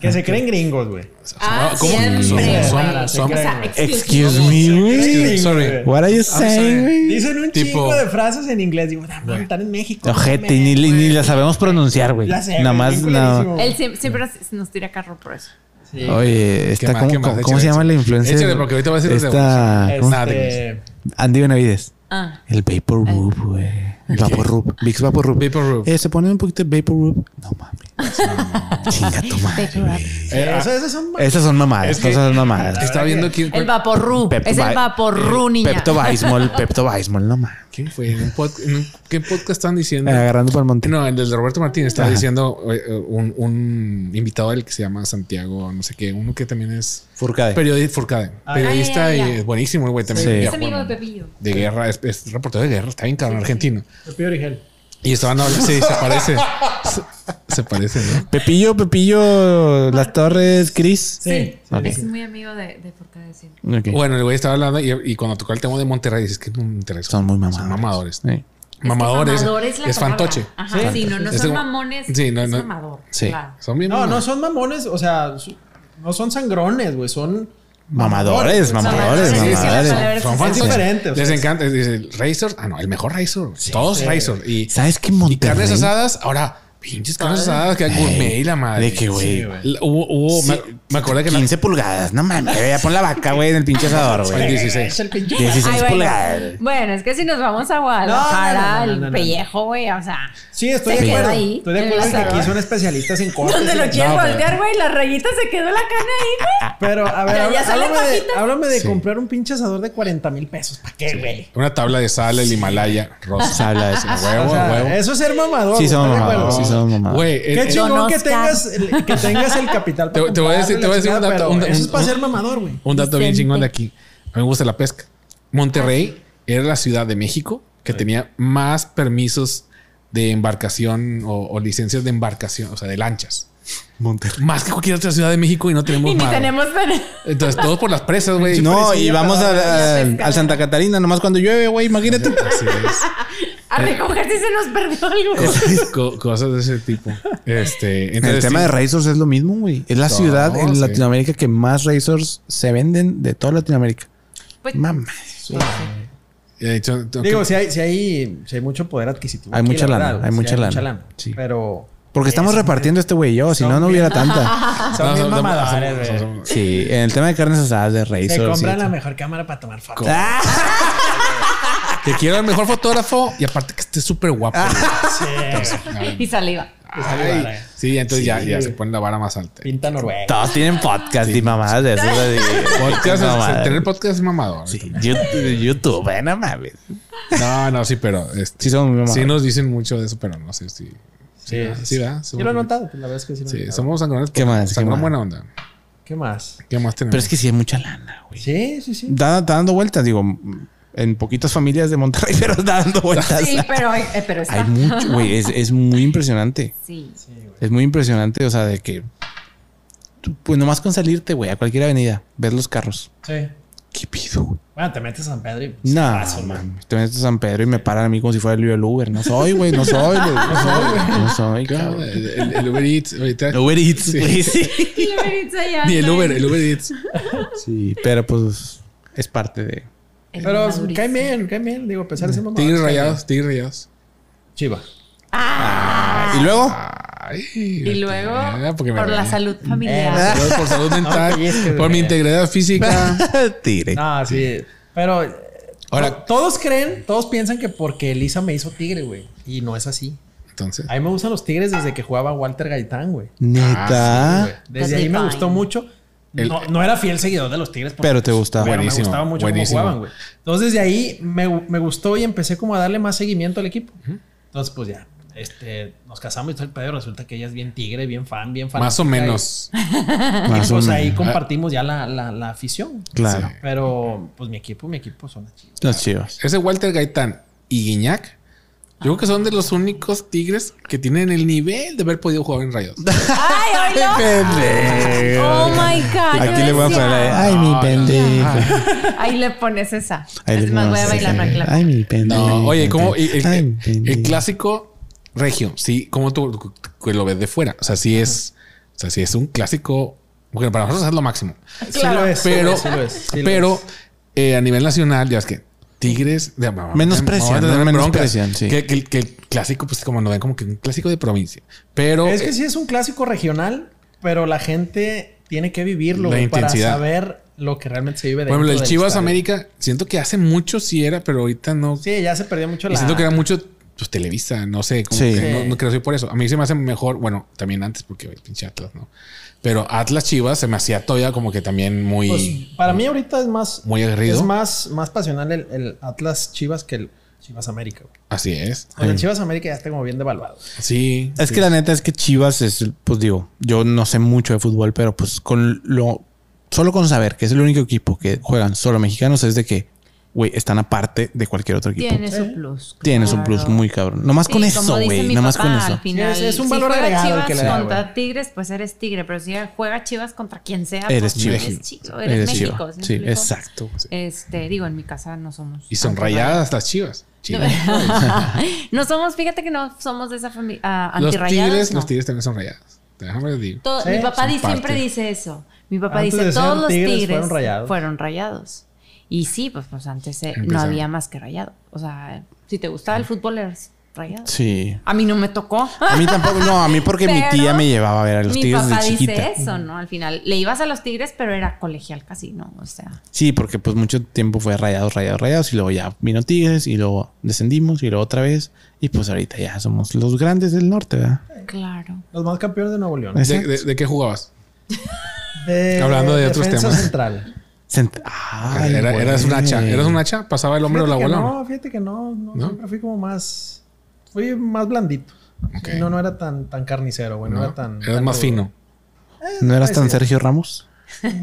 Que se creen gringos, güey.
Ah,
¿Cómo?
siempre.
Son-
güey.
son- son-
O sea,
Excuse me, güey.
Sí,
Sorry.
güey.
What are you saying, güey?
Dicen un
Tipo-
chingo de frases en inglés. Digo, "Ah, no, están en México.
Ojete,
no
ni,
mames,
ni
güey".
la sabemos pronunciar, güey.
Ya sé,
Nada
güey,
más,
bien
nada-
culerísimo, güey.
Él siem- siempre nos- nos tira carro por eso.
Sí.
Oye,
¿Qué
está
más,
como,
qué más?
¿cómo
Échale,
se llama la
échale.
influencia?
Échale, porque ahorita va a decir los de
Esta,
Este,
Ah, ¿cómo?
nada,
Andy Benavides.
Ah.
El Vapor güey. El Vapor Rub. Vicks Vapor Rub.
Vaporub.
Eh, se pone un poquito de Vapor Rub. No mames. Chinga tu madre.
Vapor Rub.
güey.
eh, o sea, esas son
Esas son mamadas. Esas son mamadas.
Estaba viendo quién.
El vaporru.
Pepto
Es
Bi- eh,
el vaporru, niña.
Pepto Bismol. Pepto Bismol. No mames.
¿Quién fue? ¿En un pod- en un- ¿Qué podcast están diciendo?
Eh, Agarrando para el monte.
No, el del Roberto Martín estaba diciendo eh, eh, un, un invitado del que se llama Santiago, no sé qué, uno que también es
Furcade.
periodista, Furcade, periodista
Ah, ya, ya,
y
ya.
es buenísimo, el güey, también.
Sí.
viajó
Es amigo de
en-
Pepillo.
de guerra, es, es reportero de guerra, está bien cabrón, argentino.
Pepillo Origel.
Y estaban hablando, sí, se parece. Se, se parece, ¿no?
Pepillo, Pepillo, Las Torres, Chris.
Sí.
Ok.
Es muy amigo de, de Forcade siempre.
Ok.
Bueno, el güey estaba hablando y, y cuando tocó el tema de Monterrey, dices que Monterrey
Son muy mamadores.
mamadores.
Sí.
Mamadores.
Es, que
Es,
mamador es, la palabra.
fantoche.
Ajá, sí, no, no
Es
son
como-
mamones.
Sí, no,
es
no.
mamador.
Sí.
claro.
Son bien
No, no
mamadores.
son mamones. O sea, su- no son sangrones, güey. Son
Mamadores, mamadores,
Mamadores, sí, sí, sí,
mamadores.
la palabra
Son
es
fans
esa. Diferente, o sea,
Les
es-
encanta. Dice, Razor. Ah, no, el mejor Razor. Todos
sí.
Razor. Y,
¿Sabes qué
y
Monterrey?
carnes asadas. Ahora, pinches carnes asadas. Que gourmet y la madre.
De que, güey.
Sí, güey.
La- Hubo, hubo-
Sí.
me, me acordé que la-
15 pulgadas, no mames. Ya pon la vaca, güey, en el pinche asador,
Ay,
güey.
16.
Es el pinche-
16
Ay,
pulgadas.
bueno. bueno, es que si nos vamos a Guadalajara,
No, no, no, no,
el
no, no.
pellejo, güey, o sea.
Sí, estoy
Se
de
quedó
acuerdo.
ahí,
estoy de
en el
acuerdo en que aquí
asador.
son especialistas en
Oh,
cortes.
Donde lo
y-
quieres
No, pero-
voltear, güey, la rayita se quedó la cana ahí, güey.
Ah,
Pero, a ver,
Ya- ya
habla-
sale
háblame, de,
pajita.
háblame de comprar un pinche asador de 40 mil pesos. ¿Para qué, güey?
Una tabla de sal, el Himalaya, rosa.
Habla de eso.
A huevo,
O
a
sea,
huevo.
eso es ser mamador.
Sí,
güey,
son
¿estás de acuerdo?
mamadores. Sí, son mamadores.
Güey, eh,
Qué
eh,
chingón que
Conozcan.
tengas, el, que tengas el capital para
Te- te voy a decir-
comprarlo y
te voy a decir
la
un dato,
chingada,
un-
pero Eso es
un-
para
un-
ser mamador, güey.
Un dato bien
Vicente.
chingón de aquí. A mí me gusta la pesca.
Ah,
Monterrey era la ciudad de México que tenía más permisos de embarcación o, o licencias de embarcación, o sea, de lanchas.
Monterrey.
Más que cualquier otra ciudad de México y no tenemos
Y ni
mar.
tenemos.
Entonces, todos por las presas, güey.
No, y vamos a,
la
al-
pesca.
al Santa Catarina nomás cuando llueve, güey, imagínate.
Así es.
Eh,
A recoger si se nos perdió algo.
Co- cosas de ese tipo. Este,
En el
entonces,
tema
sí,
de Razors es lo mismo, güey. Es la
No,
ciudad en
sí.
Latinoamérica que más Razors se venden de toda Latinoamérica.
Pues,
Mamá.
de hecho, Eh, tengo que-
Digo, si hay, si, hay, si hay mucho poder adquisitivo.
Hay
aquí,
mucha
la
lana, hay
sí
mucha lana. Sí.
Pero
Porque estamos repartiendo este güey y yo, si no, no hubiera tanta.
son
no,
bien
son-
mamadores,
son-
güey.
son- son-
Sí, en el tema de carnes asadas de Razors.
Se compran
sí.
la mejor cámara para tomar fotos.
Que quiero el mejor fotógrafo y aparte que esté súper guapo.
Ah,
Sí, güey.
Y saliva.
Ay, sí, entonces ya, ya se pone la vara más alta.
Pinta noruega.
Todos tienen podcast y mamadas de esas. así.
Podcast, es-
Mamadas.
tener podcast es mamador.
Sí, YouTube, YouTube, eh, no mames.
No, no, sí, pero este,
Sí, son muy mamadas.
sí nos dicen mucho de eso, pero no sé si. Sí,
Sí,
¿verdad?
sí,
sí, ¿verdad?
Yo lo he notado, pues, la verdad es que sí. lo he
Sí,
notado.
somos sangrones.
¿Qué más? ¿Qué
Sangrón
más?
buena onda.
¿Qué más?
¿Qué más tenemos?
Pero es que sí hay mucha lana, güey.
Sí, sí, sí.
Da, está dando vueltas, digo, en poquitas familias de Monterrey, pero está dando vueltas.
Sí, pero, eh, pero está.
Hay mucho, güey, es, es muy impresionante.
Sí.
Sí, güey.
Es muy impresionante, o sea, de que tú, pues nomás con salirte, güey, a cualquier avenida, ves los carros.
Sí.
¿Qué pido?
Bueno, te metes a San Pedro y. pues,
No,
paso, güey.
mames. Te metes a San Pedro y me paran a mí como si fuera el Uber. Uber. No soy, güey, no soy, güey. No soy, güey. No soy,
No,
cabrón.
Ah, el, el- el Uber Eats, ahorita.
Uber Eats,
Sí.
güey, sí.
Y la Maritza ya
Ni el
anda
Uber,
en-
el Uber Eats.
Sí, pero pues es parte de...
en
Pero pues,
Maduris.
cae bien, cae bien. Digo, a pesar de ser mamá.
Tigres rayados, tigres rayados.
Chiva.
¿Y luego?
Ay,
Y luego,
ah, porque me
por la
regañé.
salud familiar.
Eh.
Salud- Por salud
Eh, No,
mental,
sí, es que-
por mi integridad física.
Tigre.
Ah, sí. Pero. eh,
Ahora-
to- todos creen, todos piensan que porque Elisa me hizo tigre, güey. Y no es así.
Entonces,
A mí me gustan los tigres desde que jugaba Walter Gaitán, güey.
Ah,
Neta.
güey. Desde ahí me
Divine.
gustó mucho. No, no era fiel seguidor de los tigres. porque-
pero te gusta.
Pero me
Buenísimo,
gustaba mucho
buenísimo.
cómo jugaban, güey. Entonces, de ahí me, me gustó y empecé como a darle más seguimiento al equipo. Entonces, pues ya, este, nos casamos y todo el pedo. Resulta que ella es bien tigre, bien fan, bien fan.
más o menos.
Más o
pues ahí
menos.
compartimos ya la, la, la afición.
Claro.
Sí.
Pero, pues mi equipo, mi equipo son las chivas.
Los chivas.
Ese Walter Gaitán y Guiñac, yo creo que son de los únicos tigres que tienen el nivel de haber podido jugar en rayos.
¡Ay, oílo! ¡Oh, my God!
Aquí
yo
le voy a
decía,
poner la de, Ay, mi pendejo.
Ahí le pones esa.
Ahí le
es más, voy a
ponemos
bailar
esa.
una clave.
Ay, mi pendejo.
No, oye, como y- el,
Ay, mi
el- el
pendejo.
clásico regio, sí, como tú que lo ves de fuera. O sea, sí es, o sea, sí es un clásico. Porque para nosotros es lo máximo.
Claro.
Sí lo es,
Pero,
sí lo es, sí lo
pero
es.
eh, a nivel nacional, ya es que Tigres de
Menosprecian,
de- de- de-
¿no?
broncas.
Menosprecian, sí.
Que, que- que el clásico, pues como lo ven, como que un clásico de provincia. Pero eh,
Es que sí es un clásico regional, pero la gente tiene que vivirlo
La
güey, para
intensidad.
saber lo que realmente se vive.
Por ejemplo,
dentro
el
del
Chivas
estadio.
América, siento que hace mucho sí era, pero ahorita no.
Sí, ya se perdió mucho
y
la.
siento que era mucho pues, Televisa, no sé, como
Sí.
que
Sí.
no, no creo que soy por eso. A mí se me hace mejor, bueno, también antes porque güey, pinche Atlas, ¿no? Pero Atlas Chivas se me hacía todavía como que también muy
Pues, para mí ahorita es más
muy aguerrido.
Es más, más pasional el, el Atlas Chivas que el Chivas América. güey.
Así es.
O sea, el Chivas América ya está como bien devaluado.
Sí.
Es
sí.
que la neta es que Chivas es, pues digo, yo no sé mucho de fútbol, pero pues con lo, solo con saber que es el único equipo que juegan solo mexicanos es de que, güey, están aparte de cualquier otro equipo.
Tiene su plus.
Tienes un plus
claro.
muy cabrón. Nomás
Sí,
con
como
eso,
dice
güey.
mi
Nomás
papá,
con
Al
eso.
final,
Sí, es- es un
si
valor
juega
agregado
Chivas
que le da, güey.
contra Tigres, pues eres Tigre. Pero si juega Chivas contra quien sea,
Eres
pues
chiva.
Eres chico, eres,
Eres
México.
Chiva.
¿sí me
Sí,
explico?
exacto.
Este, digo, en mi casa no somos.
Y son rayadas las Chivas. Chivas.
No somos, fíjate que no somos de esa familia.
los
antirrayados.
Tigres,
no.
los Tigres también son rayadas. Déjame decir.
Todo-
Sí, Ah,
mi papá
son
di- siempre
parte.
dice eso. Mi papá
Antes
dice,
de ser
todos los
tigres
tigres,
fueron rayados".
fueron rayados. Y sí, pues, pues antes eh, no
Empezaron.
había más que rayado. O sea, si te gustaba el fútbol, eras rayado.
Sí.
A mí no me tocó.
A mí tampoco, no, a mí porque mi
Pero
tía me llevaba a ver a los
Mi
tigres de
papá
chiquita.
dice eso, ¿no? Al final, le ibas a los tigres, pero era colegial casi, ¿no? O sea,
Sí, porque pues mucho tiempo fue rayados, rayados, rayados y luego ya vino Tigres y luego descendimos y luego otra vez y pues ahorita ya somos los grandes del norte, ¿verdad?
claro.
Los más campeones de Nuevo León.
¿De, de- de qué jugabas?
De-
Hablando de otros
defensa
temas.
central.
Sent- Ay,
Era-
güey.
eras un hacha. ¿Eras un hacha? ¿Pasaba el hombre o la
Fíjate que
bola? o
no, fíjate que no, no,
¿No?
Siempre fui como más. Fui más blandito.
Ok.
No, no era tan, tan carnicero, güey. No,
No,
era tan.
Eras
tan
más
rudo.
fino.
¿No eras tan
Parecía.
Sergio Ramos?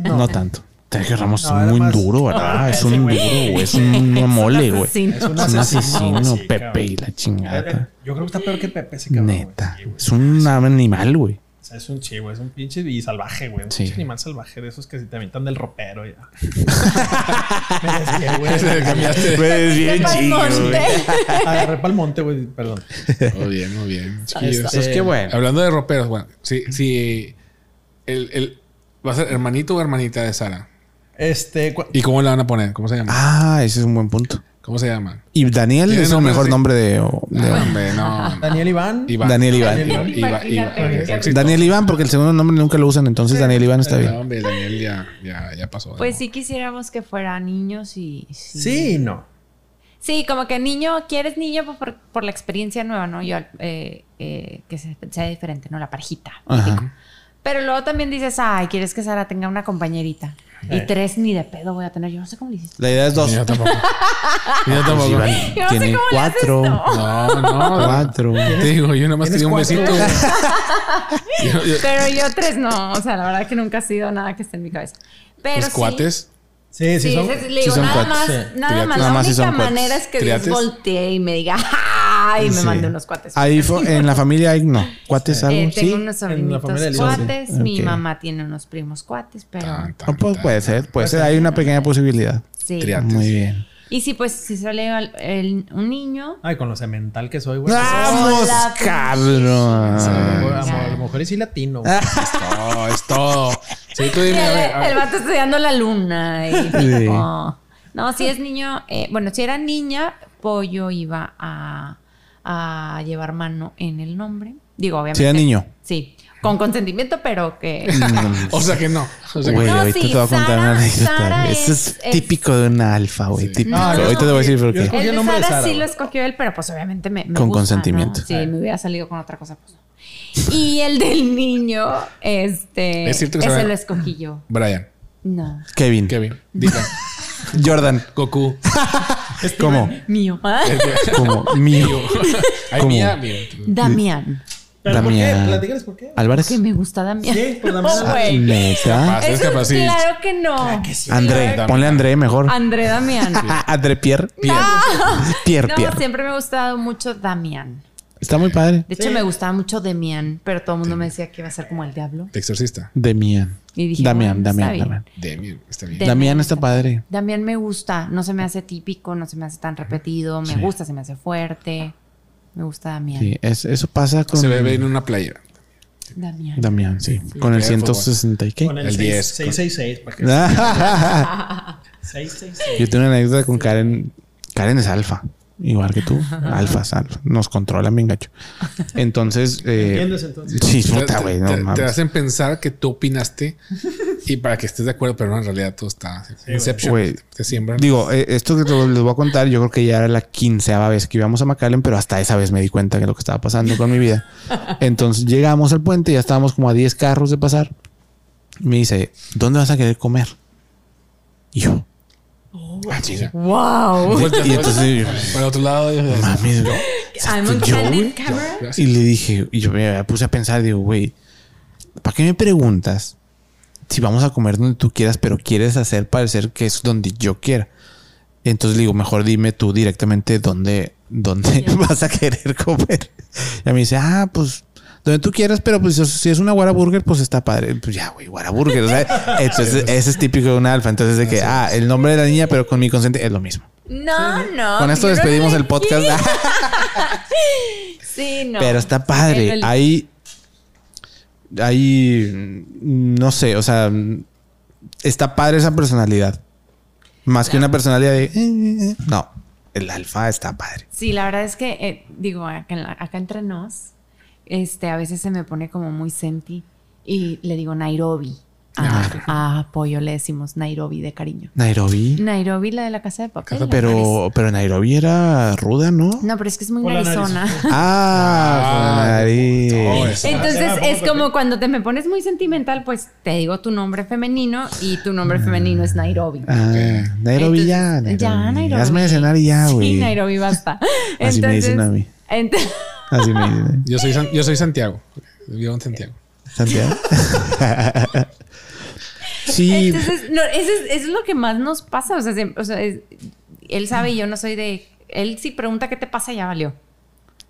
No,
No.
tanto. Sergio Ramos
No,
es
era
muy
más-
duro, ¿verdad? es un duro, güey. Es un mole, güey.
Sí,
Es un
Es un
asesino.
asesino,
sí,
Pepe
cabrón.
y la chingada.
Yo creo que está peor que Pepe ese cabrón. güey.
Neta.
Sí, güey.
Es un animal, güey.
O sea, es un chivo, es un pinche y salvaje, güey. Un
Sí.
pinche animal salvaje de esos que se te avientan del ropero. Ya. Me desvié, güey.
Le cambiaste.
Pues bien
Pa'l
chido,
monte.
güey.
Agarré pa'l monte, güey. Perdón.
Muy bien, muy bien.
Chiquillos. Pues qué bueno.
Hablando de roperos, bueno, si, si el, el- va a ser hermanito o hermanita de Sara.
Este. cua-
¿Y cómo la van a poner? ¿Cómo se llama?
Ah, ese es un buen punto.
¿Cómo se llama?
Y Daniel
Tiene
es el
nombre
mejor
así.
nombre de, o- de-
No, hombre, no.
Daniel Iván.
Iván.
Daniel Iván.
Daniel Iván.
Iván, Iván.
Ok.
Éxito.
Daniel Iván, porque el segundo nombre nunca lo usan, entonces Daniel Iván está
No,
bien.
hombre, Daniel ya, ya, ya pasó. de
Pues
moda.
sí quisiéramos que fuera niños y... Sí.
Sí, y no.
Sí, como que niño, quieres niño por- por, por la experiencia nueva, ¿no? Yo, eh, eh, que se- sea diferente, ¿no? La parejita.
Ajá.
Pero luego también dices, ay, quieres que Sara tenga una compañerita.
Eh.
Y tres ni de pedo voy a tener. Yo no sé cómo le hiciste.
La idea es dos.
Yo tampoco. Yo
Pues
tampoco.
Iván
Yo no sé
tiene
cómo le haces
cuatro.
No, no.
Cuatro.
Te digo, yo nomás te
¿Tienes
di un
cuatro?
besito. Yo- yo-
Pero yo tres no. O sea, la verdad que nunca ha sido nada que esté en mi cabeza. Pero
Los
sí.
cuates.
Sí, sí,
Sí,
son-
sí, sí, le
sí
digo,
son
nada
cuates.
más,
Sí.
nada más.
Nada
La
más sí
única
son cuates.
manera es que
¿Triates?
Dios voltee y me diga, ay, y me
Sí.
mande unos cuates.
Ahí fue- en la familia hay no. Cuates algo.
Eh,
sí.
tengo unos
en la
sobrinitos
familia de Lisa, sí.
cuates, mi
Ok.
mamá tiene unos primos cuates, pero
Tan, tan,
No, pues
tan.
puede ser, puede ser. Hay una pequeña posibilidad.
sí.
Triates.
Muy bien.
Y sí, pues si sale al- el- un niño,
Ay, con lo semental que soy, güey.
Ah,
¡Vamos,
Hola,
Sí, güey,
Ah.
cabrón!
a lo- a lo mejor y sí latino, güey.
Es todo, es todo. Sí, tú dime, a ver, a ver.
el, el vato estudiando la luna. y-
Sí.
Oh. No, si es niño, eh, bueno, si era niña, Pollo iba a, a llevar mano en el nombre. Digo, obviamente.
Si era niño.
Sí, con consentimiento, pero que...
O sea que no. O sea que
Güey,
No,
ahorita
sí,
te voy a contar
Sara-
una anécdota.
Sara
güey. Eso es,
es- es-
típico de una alfa, güey. Típico.
No, yo
ahorita te voy a decir por
yo
qué.
escogí-
El
el
de
nombre de
Sara
Sara,
sí
güey.
lo escogió él, pero pues obviamente me, me
Con
gusta,
consentimiento.
¿no? Sí, me hubiera salido con otra cosa, pues no. Y el del niño, este...
Es cierto que
ese
Sara-
lo escogí yo.
Brian,
No.
Kevin.
Kevin, Dylan,
Jordan.
Goku.
¿Cómo?
Mío. Ah,
Como mío.
Ay,
¿Cómo?
mía, mío.
Damián.
¿Pero por qué?
Damián. Ah,
Platícales por qué.
Álvarez. Ah,
Que me gusta Damián.
Sí, pues Damián.
Oh, güey.
Neta.
Capaz, es
Eso,
capaz, sí.
claro que no.
André.
Damián.
Ponle André mejor. Ah,
André Damián.
André Pierre. Pierre. Pierre,
No,
Pierre.
siempre me ha gustado mucho Damián.
Está muy padre.
De hecho, me gustaba mucho Demián, pero todo el mundo me decía que iba a ser como el diablo.
De exorcista.
Demian.
Y dije,
Damián,
bueno, está
Damián,
bien.
Damián.
Demian, está bien.
De-
Damián está padre.
Damián me gusta, no se me hace típico, no se me hace tan repetido, me gusta, se me hace fuerte. Me gusta Damián.
Sí, es- eso pasa con
Se bebe en una playera.
Damián.
Damián, sí. Con el
Claro,
160 y qué.
Con el,
El 10,
10. 666. ¿para qué?
Ah. Yo
666.
tengo una anécdota con Karen. Karen es alfa, igual que tú. Alfas, alfa. Nos controla bien gacho. Entonces, eh,
¿Entiendes entonces?
sí,
Te-
puta,
te-
güey. no
te, te
mames.
hacen pensar que tú opinaste y para que estés de acuerdo, pero no, en realidad todo está. Inception.
Güey.
Te siembran.
Digo, eh, esto que te lo- les voy a contar, yo creo que ya era la quinceava vez que íbamos a McAllen, pero hasta esa vez me di cuenta de lo que estaba pasando con mi vida. Entonces llegamos al puente, ya estábamos como a 10 carros de pasar. Y me dice, ¿dónde vas a querer comer? Y yo,
Ah, chinga.
¡Wow!
y entonces yo,
Para otro lado. yo-
mames, güey.
I'm on
Este, Yo,
candid
güey.
camera.
Y le dije, y yo me puse a pensar, digo, güey, ¿para qué me preguntas si vamos a comer donde tú quieras, pero quieres hacer parecer que es donde yo quiera? Entonces le digo, mejor dime tú directamente dónde, dónde vas a querer comer. Y me dice, ah, pues donde tú quieras, pero pues si es una Whataburger, pues está padre. Pues ya, güey, Whataburger. O sea, entonces ese es típico de un alfa. Entonces de que, ah, el nombre de la niña, pero con mi consente es lo mismo.
No, no.
Con esto
yo no
despedimos
le
el podcast.
Sí, no.
Pero está padre.
El- el-
Hay. Hay. mm, No sé, o sea. mm, está padre esa personalidad. Más que una personalidad de... eh, eh, eh. No, el alfa está padre.
Sí, la verdad es que, eh, digo, acá, en la- acá entre nos, este, a veces se me pone como muy senti y le digo Nairobi. A, a Pollo le decimos Nairobi de cariño. Mm,
Nairobi.
Nairobi, la de la casa de papel. la nariz.
Pero, pero Nairobi era ruda, ¿no?
No, pero es que es muy
Por la nariz.
narizona.
Ah, por la
No,
nariz.
es-
Entonces
Ah, sí,
es
vamos,
como cuando te me pones muy sentimental, pues te digo tu nombre femenino y tu nombre femenino es Nairobi.
Ah, Nairobi
Entonces,
ya, Nairobi.
Ya, Nairobi.
Hazme de cenar y ya, güey.
Sí, Nairobi, basta.
Así me dicen a mí.
ent-
Así me dicen.
Yo soy, San- yo soy Santiago. Vivo en Santiago.
Santiago. sí.
Entonces, no, eso es, eso es lo que más nos pasa. O sea, se- o sea, es- él sabe y yo no soy de. Él si pregunta qué te pasa, ya valió.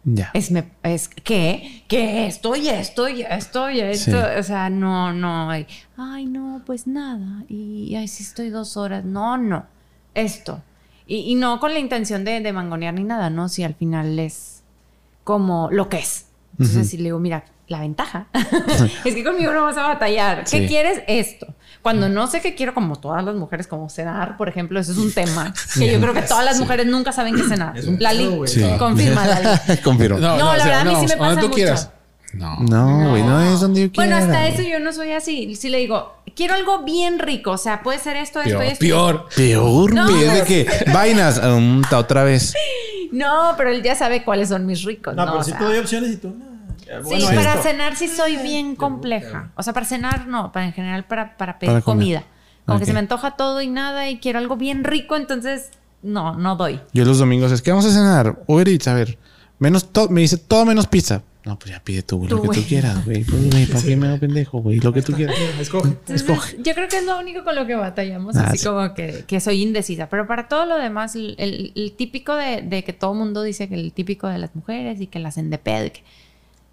Ya.
Es, me, es que, que esto y esto y esto y esto.
Sí.
O sea, no, no. ay, Ay, no, pues nada. Y ay, sí estoy dos horas. No, no. Esto. Y, y no con la intención de, de mangonear ni nada, ¿no? Si al final es como lo que es. Entonces, si le digo, mira, la ventaja es que conmigo no vas a batallar. ¿Qué
Sí.
quieres? Esto. Cuando no sé qué quiero, como todas las mujeres, como cenar, por ejemplo, eso es un tema que yo creo que todas las mujeres nunca saben qué cenar.
Es un
Lali,
pedo, güey.
Sí.
confirma, Lali.
Confirmo.
No, la verdad, a mí sí me
donde
pasa
tú
mucho.
quieras. No.
No, güey, no. es donde yo quiero.
Bueno, hasta eso yo no soy así. Si le digo, quiero algo bien rico, o sea, puede ser esto, esto, y
Peor,
esto.
Peor,
peor.
No,
güey. Es de
pero-
que vainas. um, ta, otra vez.
No, pero él ya sabe cuáles son mis ricos.
No,
No,
pero
O
si
sea,
te doy opciones y tú. no. Eh,
sí,
bueno,
para
esto.
cenar sí soy bien compleja. O sea, para cenar no, para en general para, para pedir
Para comer.
comida. Como
Ok.
que se me antoja todo y nada y quiero algo bien rico, entonces no, no doy.
Yo los domingos es que vamos a cenar. Uber Eats, a ver. Menos to- me dice todo menos pizza. No, pues ya pide tú, güey,
Tú,
lo que
güey.
tú quieras, güey. Pues, güey, ¿para qué me hago pendejo, güey? Lo que tú quieras.
Escoge.
Entonces, yo creo que es lo único con lo que batallamos,
Ah,
así
sí.
como que, que soy indecisa. Pero para todo lo demás, el, el- el típico de, de que todo mundo dice que el típico de las mujeres y que las hacen de pedo y que-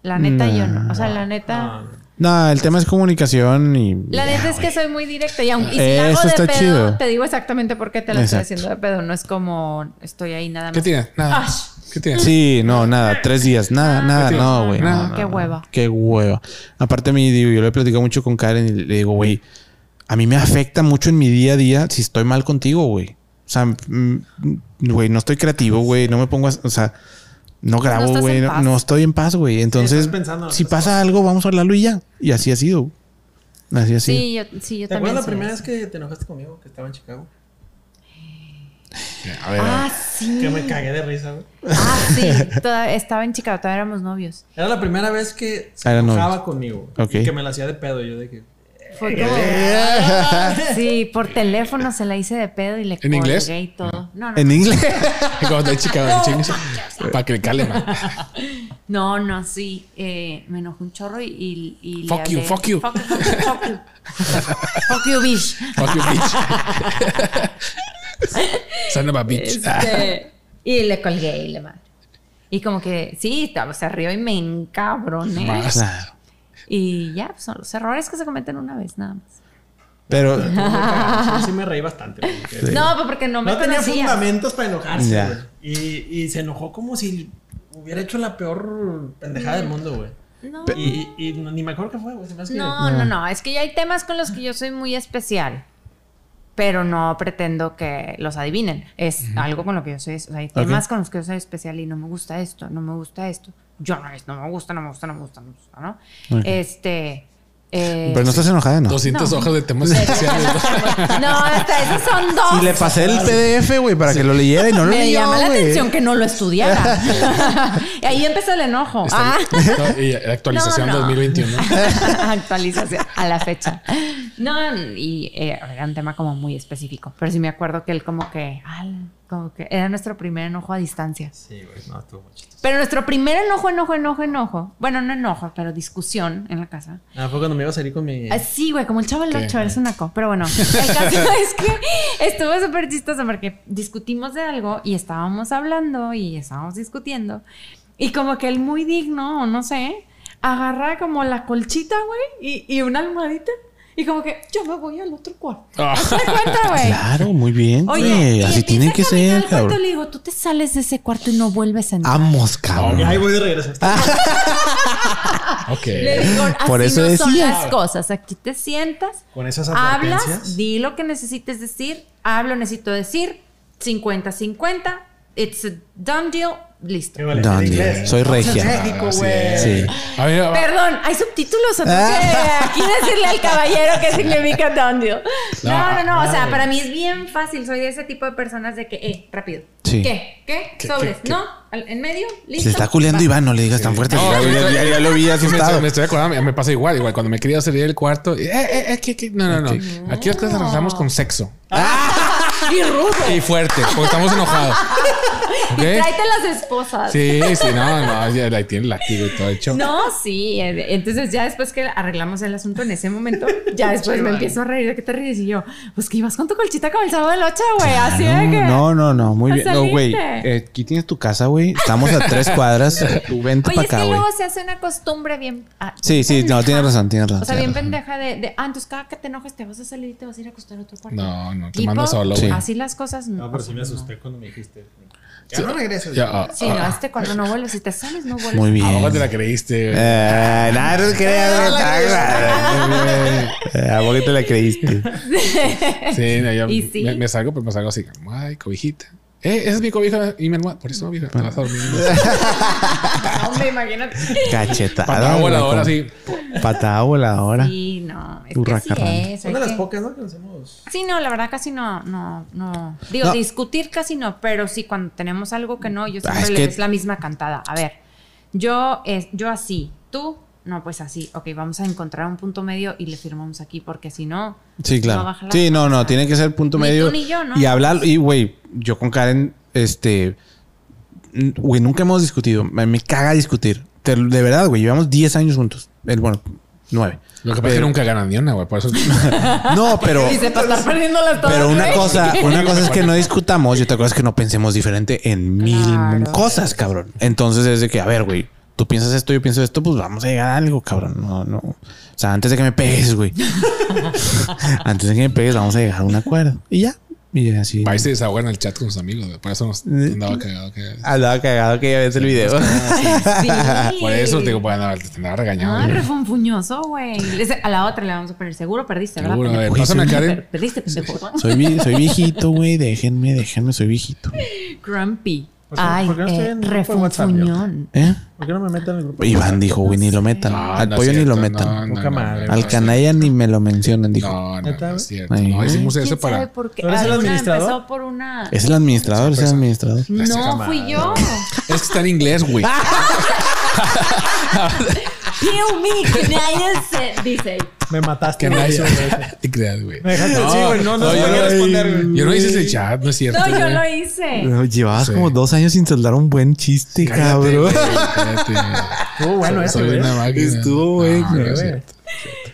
La neta, yo no. O sea, la neta.
Ah,
No, el tema es comunicación y.
La neta
Ya,
es
güey.
que soy muy directa y, aun- y si la
Eso
hago de
está
pedo,
chido.
te digo exactamente por qué te la
Exacto.
estoy haciendo de pedo. No es como estoy ahí nada más.
¿Qué tienes? Nada.
Ash.
¿Qué tienes?
Sí, no, nada, tres días, nada,
Ah,
nada,
pues
sí.
no, güey.
Nada.
no, no,
Qué
no.
hueva.
Qué hueva. Aparte, a mí, digo, yo lo he platicado mucho con Karen y le digo, güey, a mí me afecta mucho en mi día a día si estoy mal contigo, güey. O sea, mm, güey, no estoy creativo, güey, no me pongo, a- o sea, no grabo,
estás
güey,
en
no,
paz.
no estoy en paz, güey. Entonces,
estás pensando en
si
otras
pasa algo, vamos a hablarlo y ya. Y así ha sido. Así ha sido.
Sí, yo, sí, yo
¿Te
también.
acuerdas la
soy
primera
así.
vez que te enojaste conmigo? Que estaba en Chicago.
A ver, a
Ah,
ver.
Que
sí.
me cagué de risa, güey.
Ah, sí. Toda- estaba en Chicago, todavía éramos novios.
Era la primera vez que se
Ah, eran
enojaba
novios.
conmigo.
Ok.
Y que me la hacía de pedo. Yo de que.
Fue como- Sí, por teléfono se la hice de pedo y le
¿En inglés?
colgué y todo. No, no,
En inglés.
Como está Chicago, chingue, Para que le cale, man.
no, no, sí. eh, me enojó un chorro y, y, y le
Fuck
hablé.
you, fuck you.
Fuck, fuck you, fuck you. Fuck you, bitch.
Fuck you, bitch. Son of a bitch.
Este, y le colgué y le madre. Y como que sí, estaba- se rió y me encabroné.
Más.
Claro.
Y ya, pues, son los errores que se cometen una vez, nada más.
Pero,
Sí, me reí bastante. güey, porque-
No, pues porque no me
No tenía
conocía.
fundamentos para enojarse,
Ya.
güey. Y, y se enojó como si hubiera hecho la peor pendejada del mundo, güey.
No.
Y, y- y ni me acuerdo qué fue, güey. Se me hace que-
Ah.
No, no, no. Es que ya hay temas con los que yo soy muy especial. Pero no pretendo que los adivinen. Es algo con lo que yo soy. O sea, hay temas con los que yo soy especial y no me gusta esto, no me gusta esto. Yo no es, no me gusta, no me gusta, no me gusta, no me gusta, ¿no? Este. eh,
pero no estás enojada, ¿no?
200
No.
hojas de temas especiales.
no, hasta esos son dos.
Y le pasé el PDF, güey, para que lo leyera y no lo
Ah, Me
leyó,
llama la
güey.
atención que no lo estudiara. Ahí empezó el enojo. Ah.
No, y actualización
No, no.
2021.
actualización a la fecha. No, y eh, era un tema como muy específico. Pero sí me acuerdo que él como que, al, como que era nuestro primer enojo a distancia.
Sí, güey. No, estuvo muy chido.
Pero nuestro primer enojo, enojo, enojo, enojo. Bueno, no enojo, pero discusión en la casa.
Ah, fue cuando me iba a salir con mi.
Ah, Sí, güey, como el chavo del
¿Qué?
8, eres un naco. Pero bueno, el caso es que estuvo súper chistoso porque discutimos de algo y estábamos hablando y estábamos discutiendo. Y como que él muy digno, o no sé, agarra como la colchita, güey, y, y una almohadita Y como que yo me voy al otro cuarto.
Ah.
Hazte cuenta, güey.
Claro, muy bien. güey.
y
así
empieza
tiene
a
que
caminar
ser,
al cuarto,
cabrón. Ah,
Le digo, tú te sales de ese cuarto y no vuelves a entrar.
Vamos,
Y
cabrón.
ahí voy de regreso.
Ok.
Le digo, así
Por eso
no son
decía.
las cosas. Aquí te sientas,
Con esas
hablas,
advertencias.
di lo que necesites decir, hablo, necesito decir, 50-50, it's a done deal, listo.
Me vale,
¿Dónde?
en inglés.
Soy regia.
En México,
Así
güey.
es.
Sí.
Ah, A ver, a-
Perdón, hay subtítulos. ¿o no? Aquí decirle al caballero que significa done deal. No, no, no. O sea, para mí es bien fácil. Soy de ese tipo de personas de que, eh, rápido.
Sí.
¿Qué? ¿Qué?
¿Qué,
¿Sobres?
qué, qué?
¿No? ¿Al- ¿En medio? ¿Listo?
Se está culeando
Va.
Iván, no le digas tan fuerte.
No,
Ya- ya, ya- ya lo vi
Sí, me,
asustado.
me estoy acordando, me pasa igual, igual cuando me quería salir del cuarto. eh, eh, eh, que- que- No, no, no. Aquí las cosas arrastramos con sexo.
Ah. Y rudo.
Y fuerte, porque estamos enojados.
Y
¿Ok?
tráete las esposas.
Sí, sí, no, no, ya la tiene el látigo y todo el show.
No, sí. eh, Entonces, ya después que arreglamos el asunto en ese momento, ya después me empiezo a reír. ¿De qué te ríes? Y yo, pues que ibas con tu colchita como el sábado del 8, güey. Así de que.
No, no, no, muy
¿No
bien. No, güey.
saliste?
eh, aquí tienes tu casa, güey. Estamos a tres cuadras. Tú vente
Oye,
para
es que
acá, güey.
luego se hace una costumbre bien. ah,
Sí, sí, no,
pendeja.
tienes razón, tienes razón.
O sea, bien
tienes razón.
pendeja de, de, ah, entonces cada que te enojes te vas a salir y te vas a ir a acostar a otro cuarto.
No, no, te
Tipo,
mando solo, güey.
Así las cosas no.
No, pero sí me asusté cuando me dijiste. Ya no regreso.
Ya, ah,
Sí, no, este cuando no vuelves, si te sales, no vuelves.
Muy
ah, ¿A poco
bien.
te la creíste? güey?
Eh, nada, no te creas, güey, está, güey. Eh, ¿A poco te la creíste?
Sí, no, yo
¿Y
me-
sí?
me, salgo, pero me salgo así, ay, cobijita. Eh, esa es mi cobija y mi almohada. Por eso, vieja, te vas a dormir.
No, hombre, imagínate.
Cachetada.
Patada
güey,
voladora,
con-
así.
Patada voladora.
Sí, no, es que
Urracarrana.
así es.
Son de
hay
las
que-
pocas, ¿no? Que nos hemos.
Sí, no, la verdad casi no, no, no. Digo,
No.
discutir casi no, pero sí, cuando tenemos algo que no, yo
Ah,
siempre
es
le
que-
es la misma cantada. A ver, yo, es, yo así, tú, no, pues así. Ok, vamos a encontrar un punto medio y le firmamos aquí, porque si no,
Sí,
No
claro.
baja la
sí, no, no,
cabeza.
tiene que ser punto
Ni
medio.
tú ni yo, ¿no?
Y hablar, y güey, yo con Karen, este, mm, güey, nunca hemos discutido. Me, me caga discutir. Te- de verdad, güey, llevamos 10 años juntos. El, bueno, 9.
Lo que pasa es que nunca ganan ni una, güey. Por eso.
No, pero,
dice para estar perdiendo las
pero una cosa, una
Digo,
cosa es
mejor.
que no discutamos y otra cosa es que no pensemos diferente en mil
Claro.
cosas, cabrón. Entonces es de que, a ver, güey, tú piensas esto, yo pienso esto, pues vamos a llegar a algo, cabrón. No, no. O sea, antes de que me pegues, güey. antes de que me pegues, vamos a llegar a un acuerdo. Y ya. Y ya, así.
Va y se desahoga en el chat con sus amigos, güey. Por eso nos andaba cagado. que-
Andaba cagado que ya ves el video.
Por eso te digo, bueno, te andaba
Ah,
regañado. güey.
refunfuñoso, güey. Ese- A la otra le vamos a poner seguro, perdiste, ¿verdad?
Seguro, a ver,
pendejo?
Uy,
pásame a
sí.
Karen.
Per- Perdiste, pendejo.
Soy, vi- soy viejito, güey. Déjenme, déjenme, soy viejito.
Grumpy.
Pues
¿Por qué-
Ay,
por qué no estoy
eh,
en el grupo de WhatsApp, yo?
refunfuñón.
¿Eh?
¿Por qué no me meten en el grupo?
Iván dijo, güey, ni lo metan.
No,
Al
no es
pollo ni
cierto,
lo metan.
no, no,
Poca
no,
madre.
no,
Al
no,
canalla ni me lo mencionan, dijo.
No, no,
¿Neta?
no es cierto.
Ahí.
No, hicimos eso
¿Quién sabe
para.
por qué?
¿Tú eres el
Alguna
administrador?
empezó por una...
Es el administrador, es el
Sorpresa.
administrador.
No,
Esa
fui yo.
Es que está en inglés, güey.
Ah, Kill me, que nadie se dice.
Me mataste.
Que
güey.
nadie Te creas, güey.
Me dejaste así, güey. No, no,
yo
no voy a responder, güey.
Yo no hice ese chat, no es cierto.
No, yo
güey.
lo hice.
No, llevabas
Sí.
como dos años sin soldar un buen chiste,
Cállate,
cabrón.
güey, cállate.
Estuvo bueno
Soy-
ese,
soy
güey.
una máquina.
Estuvo bueno,
No, no es
güey.
cierto.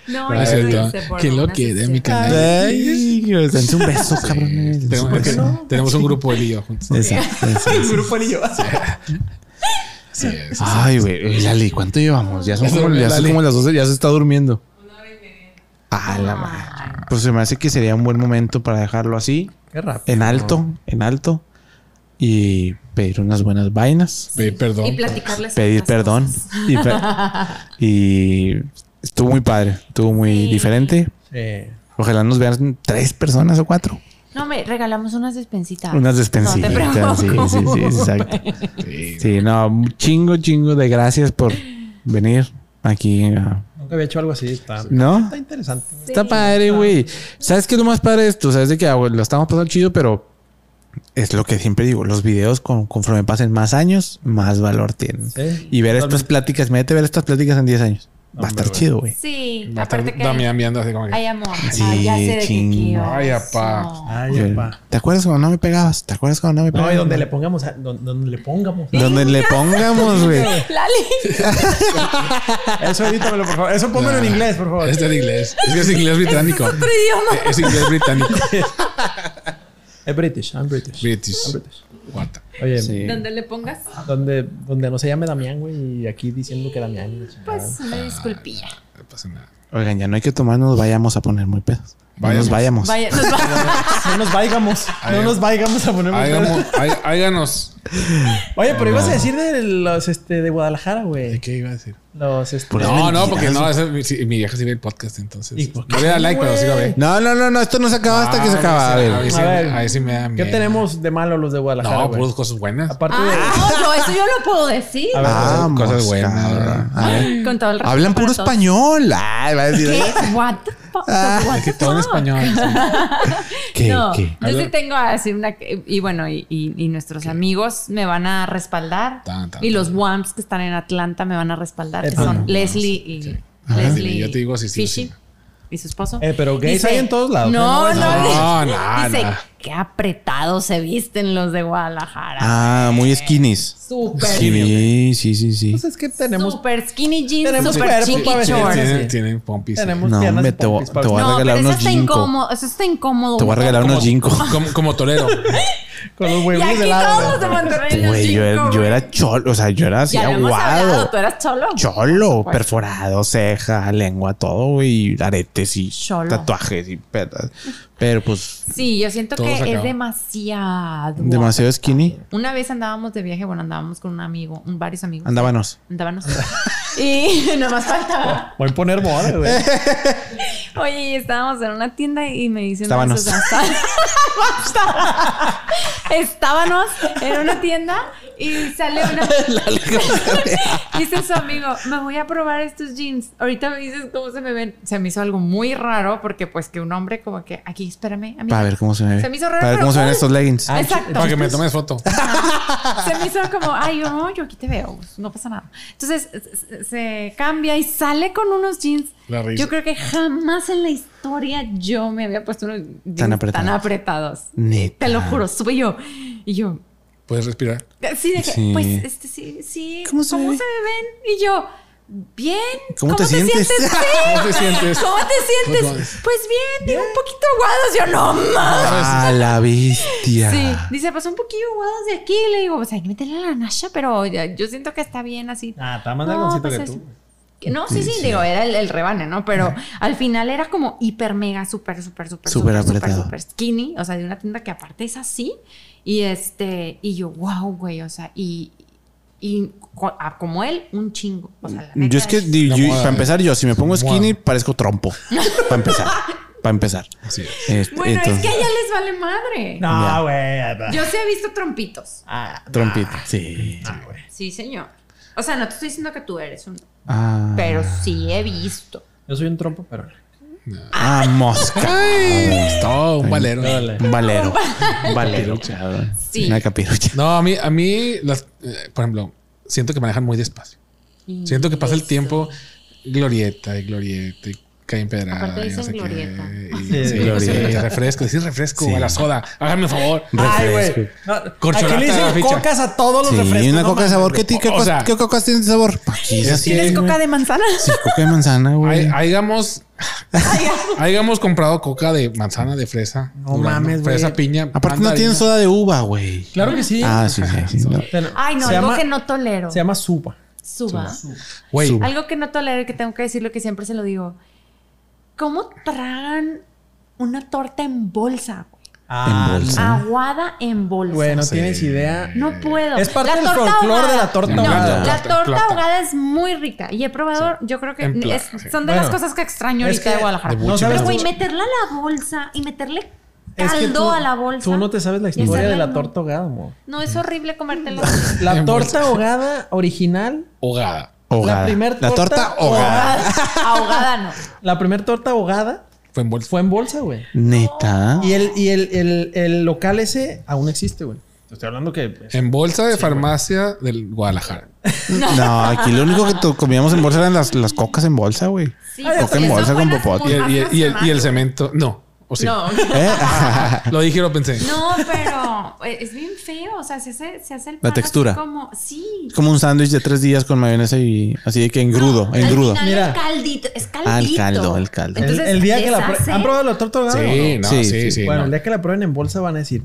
No,
Ah,
yo lo
cierto.
hice por
¿Quién lo
una
quiere,
sesión.
mi canal?
Ay, güey, dense un beso, cabrón. dense un
Tenemos,
beso.
tenemos un grupo él y yo juntos.
Exacto, exacto.
El grupo ni yo.
Sí, es.
Ay, güey. oye, Lali, ¿cuánto llevamos? Ya son
Ya
como,
durmió
ya son
Lali.
como las 12, ya se está durmiendo. A la madre. Pues se me hace que sería un buen momento para dejarlo así,
Qué
Eh.
rápido.
en alto, en alto, y pedir unas buenas vainas,
Pedir perdón.
Ah, Y platicarles.
pedir
otras
perdón.
cosas.
Y, pe- y estuvo muy padre, estuvo muy
Sí.
diferente.
Sí.
Ojalá nos vean tres personas o cuatro.
No, me regalamos unas despensitas.
Unas despensitas.
No te
sí,
preocupes.
sí, sí, exacto.
Sí.
Sí, no, un chingo, chingo de gracias por venir aquí. a-
Nunca había hecho algo así. Está,
¿No?
está interesante. güey.
Está padre, güey. ¿Sabes qué es lo más padre de esto? ¿Sabes de que ah, güey, lo estamos pasando chido, pero es lo que siempre digo, los videos con, conforme pasen más años, más valor tienen.
Sí.
Y ver estas
Totalmente.
pláticas, imagínate ver estas pláticas en 10 años. Va a
Hombre,
estar
güey.
chido, güey.
Sí,
Va a estar
aparte que
Damián mirando así como que.
hay amor.
Sí,
Ay, ya sé de qué
ching.
quiero.
Ay, apá.
No.
Ay, papá.
¿Te acuerdas cuando no me pegabas? ¿Te acuerdas cuando no me
No,
pegabas?
y donde le pongamos, a- don- donde le pongamos.
Donde le pongamos, güey.
Lali,
Eso edítamelo, por favor. Eso pónmelo en inglés, por favor.
Es de inglés. Es que es inglés británico. Eh,
otro idioma.
Es inglés británico.
Es British, I'm British. I'm
British.
British.
Guata.
Oye,
Sí.
Donde le pongas,
donde, donde no se llame Damián, güey, y aquí diciendo que Damián. y la chingada.
pues, una disculpilla.
No pasa nada.
Oigan, ya no hay que tomar, nos vayamos a poner muy pedos. No
Vayamos.
Nos vayamos.
Vaya, nos va-
No nos vayamos. No
Ahí-
nos vayamos a poner
Hágamo- há- Háganos.
Oye, pero ibas a decir de los este de Guadalajara, güey.
qué iba a decir?
Los este.
Puras
No, no,
mentiras.
porque no, esa- mi, sí, mi vieja sí ve el podcast, entonces.
¿Y por qué,
No le da like, pero sí lo ve.
No, no, no, no, esto no se acaba hasta que se acaba. A ver.
Ahí sí,
A ver,
ahí sí me da
¿Qué
miedo.
tenemos de malo los de Guadalajara?
No,
güey?
puras cosas buenas.
Aparte de.
Ah, no, no, eso yo lo puedo decir.
A ver,
Ah.
Vamos,
cosas buenas,
cabrón.
¿verdad? Ah,
A ver.
Con todo el respeto
Hablan
para
puro
todos.
español. Ay, va a decir,
¿Qué? What the fuck? What
Que
the
todo en
fuck?
español.
Ah. ¿Qué?
no,
¿Qué?
yo sí
Habla-
tengo a decir una que- y bueno y, y- y nuestros amigos me van a respaldar
Tan, tan,
y los
tan.
Wamps que están en Atlanta me van a respaldar que
Ah,
son
no,
Leslie y
Sí, Ah,
Leslie
yo te digo si sí o
Fishy
sí.
y su esposo
Eh, pero gays hay en todos lados,
no no
¿eh? No,
no,
no,
no,
dice
no.
qué apretados se visten los de Guadalajara
Ah, muy skinnies.
super
Sí, sí, sí, sí.
Pues es que tenemos.
super skinny jeans
tenemos
super
cuerpo
chiqui
para vestir
shorts.
así.
Tienen, tienen pompis.
Tenemos
No,
piernas
hombre,
y
te voy-
pompis para-
te voy a-
no pero
regalar
eso
unos
está
ginkgo.
incómodo eso está incómodo
Te voy a regalar unos ginkgo.
Como, como Toledo.
Con los
y
huevos
aquí
de lado.
todos los de Monterrey unos
Güey, yo,
ginkgo,
era- yo
güey.
era cholo, o sea, yo era así
Ya lo hemos hablado,
aguado.
tú eras cholo.
Cholo,
Pues-
perforado, ceja, lengua, todo, güey, y aretes y
Cholo.
tatuajes y pedas. Pero pues,
Sí, yo siento
Todo
que
se
es
acaba.
demasiado.
demasiado skinny.
Una vez andábamos de viaje, bueno, andábamos con un amigo, un- varios amigos.
Andábanos.
Andábamos. y nomás faltaba.
Voy a poner moda, güey.
Oye, y estábamos en una tienda y me dicen.
Estábanos.
Estábamos en una tienda y sale una. Dice su amigo, me voy a probar estos jeans. Ahorita me dices cómo se me ven. Se me hizo algo muy raro porque, pues, que un hombre, como que aquí, espérame, amigo.
Para ver cómo se me ve.
Se me hizo raro,
Para ver
pero
cómo se ven
cool.
estos leggings.
Ah,
Exacto.
Para que me tomes foto.
se me hizo como, ay, yo no, yo aquí te veo, pues, no pasa nada. Entonces se- se cambia y sale con unos jeans.
La risa.
Yo creo que jamás en la historia yo me había puesto unos jeans tan apretados.
apretados. Neta.
Te lo juro, sube yo. Y yo,
Puedes respirar.
sí, de que,
Sí.
pues, este, sí, sí,
¿Cómo
¿cómo,
se
se,
ve?
me ven? Y yo, bien.
¿Cómo te sientes?
Sí.
¿Cómo te sientes?
¿Cómo te
¿Cómo te-
sientes? Pues bien, digo, un poquito aguados. Yo, no mames.
A la bestia.
Sí, dice, pues un poquillo guados de aquí. Le digo, pues hay que meterle la nasha, pero ya- yo siento que está bien así.
Ah, está más dragoncito
pues
que
es-
tú.
que- No, sí, sí, digo, era el, el rebane, ¿no? Pero al final era como hiper, mega, súper, súper, súper,
Súper
súper, súper,
apretado.
súper skinny. O sea, de una tienda que aparte es así. Y este, y yo, wow, güey, o sea, y, y co- a- como él, un chingo. O sea, la neta
Mm, Yo es que, di-
La
yo-
moda,
para
eh.
empezar, yo si me pongo
Moda.
skinny, parezco trompo. Para empezar. Para empezar.
Así es.
Este,
Bueno, es que
entonces,
a ella les vale madre.
Ya.
No, güey.
Yo sí he visto trompitos.
Ah,
Trompito. Sí.
ah, güey.
Sí, señor. O sea, no te estoy diciendo que tú eres un...
Ah,
Pero sí he visto.
Yo soy un trompo, pero.
ah, mosca.
Todo un valero.
Un valero. Un valero. cabrón.
Sí.
Una capirucha.
No, a mí, a mí las, eh, por ejemplo, siento que manejan muy despacio. Siento que pasa el tiempo glorieta y glorieta y caen pedrada.
Aparte
y no
dicen
sé qué.
glorieta.
Y-
Sí,
sí,
glorieta.
sí, refresco, decir refresco
Sí.
a la soda. Háganme un favor.
Ay, güey.
Refresco.
No,
Corcholata
aquí le
de la
dicen
ficha.
cocas a todos los
Sí,
refrescos.
una
no
coca de
mames,
sabor.
güey.
¿Qué, ti- qué
O
cos-
sea-
qué cocas tienen de sabor? Aquí es
Es
así.
que-
¿Tienes
Sí,
coca
güey.
de manzana?
Sí, coca de manzana,
Hay-
güey.
Hayamos, hayamos comprado coca de manzana, de fresa.
No mames, güey.
Fresa, piña.
Aparte, no tienen
mandarina.
soda de uva, güey.
Claro que sí.
Ah, sí, sí. sí, no.
Ten-
Ay, no,
se
algo
llama,
que no tolero.
Se llama suba.
Suba.
Güey,
Suba.
Algo que no tolero y que tengo que decir lo que siempre se lo digo. ¿Cómo tragan una torta en bolsa? güey?
Ah, En bolsa.
Aguada en bolsa.
Güey, no tienes idea.
No puedo.
Es parte del
torta
folclore
ahogada-
de la torta
No,
ahogada.
la torta
Plata.
ahogada es muy rica. Y he probado, yo creo que
En pla-
es-
sí.
son de las
Bueno,
cosas que extraño
es
ahorita
que-
de Guadalajara.
de No mucho. sabes
Pero, güey,
mucho.
meterla a la bolsa y meterle
Es
caldo
que tú-
a la bolsa.
Tú no te sabes la
y
historia de
hacerla
la
en-
torta ahogada, amor.
No, es horrible comértela.
La
En
torta ahogada original.
hogada.
Ahogada.
La primer
La torta ahogada.
Ah, Ahogada no.
La primer torta ahogada
Fue en bolsa.
fue en bolsa, güey.
Neta.
Y el, y el, el, el local ese aún existe, güey. Te estoy hablando que.
En bolsa de farmacia del Guadalajara.
No, aquí lo único que to- comíamos en bolsa eran las, las cocas en bolsa, güey.
Sí,
Coca
porque
en
son
bolsa con
buenas
popote.
muy
Y el, y el- y el- y el
racionales.
cemento. No. O sí.
No,
¿Eh?
Lo dije, lo pensé.
no, pero e-, es bien feo. O sea, se hace, se hace el pan así
textura.
Como, sí.
Como un sándwich de tres días con mayonesa y así de que engrudo,
No,
engrudo.
Al final
Mira.
Es caldito. Es caldito.
Ah, el caldo, el caldo.
El,
Entonces,
el día que la.
deshace.
prue- ¿Han probado la torta ahogada? o
Sí,
no?
no,
Sí,
sí, sí.
sí.
Bueno,
no.
el día que la prueben en bolsa van a decir.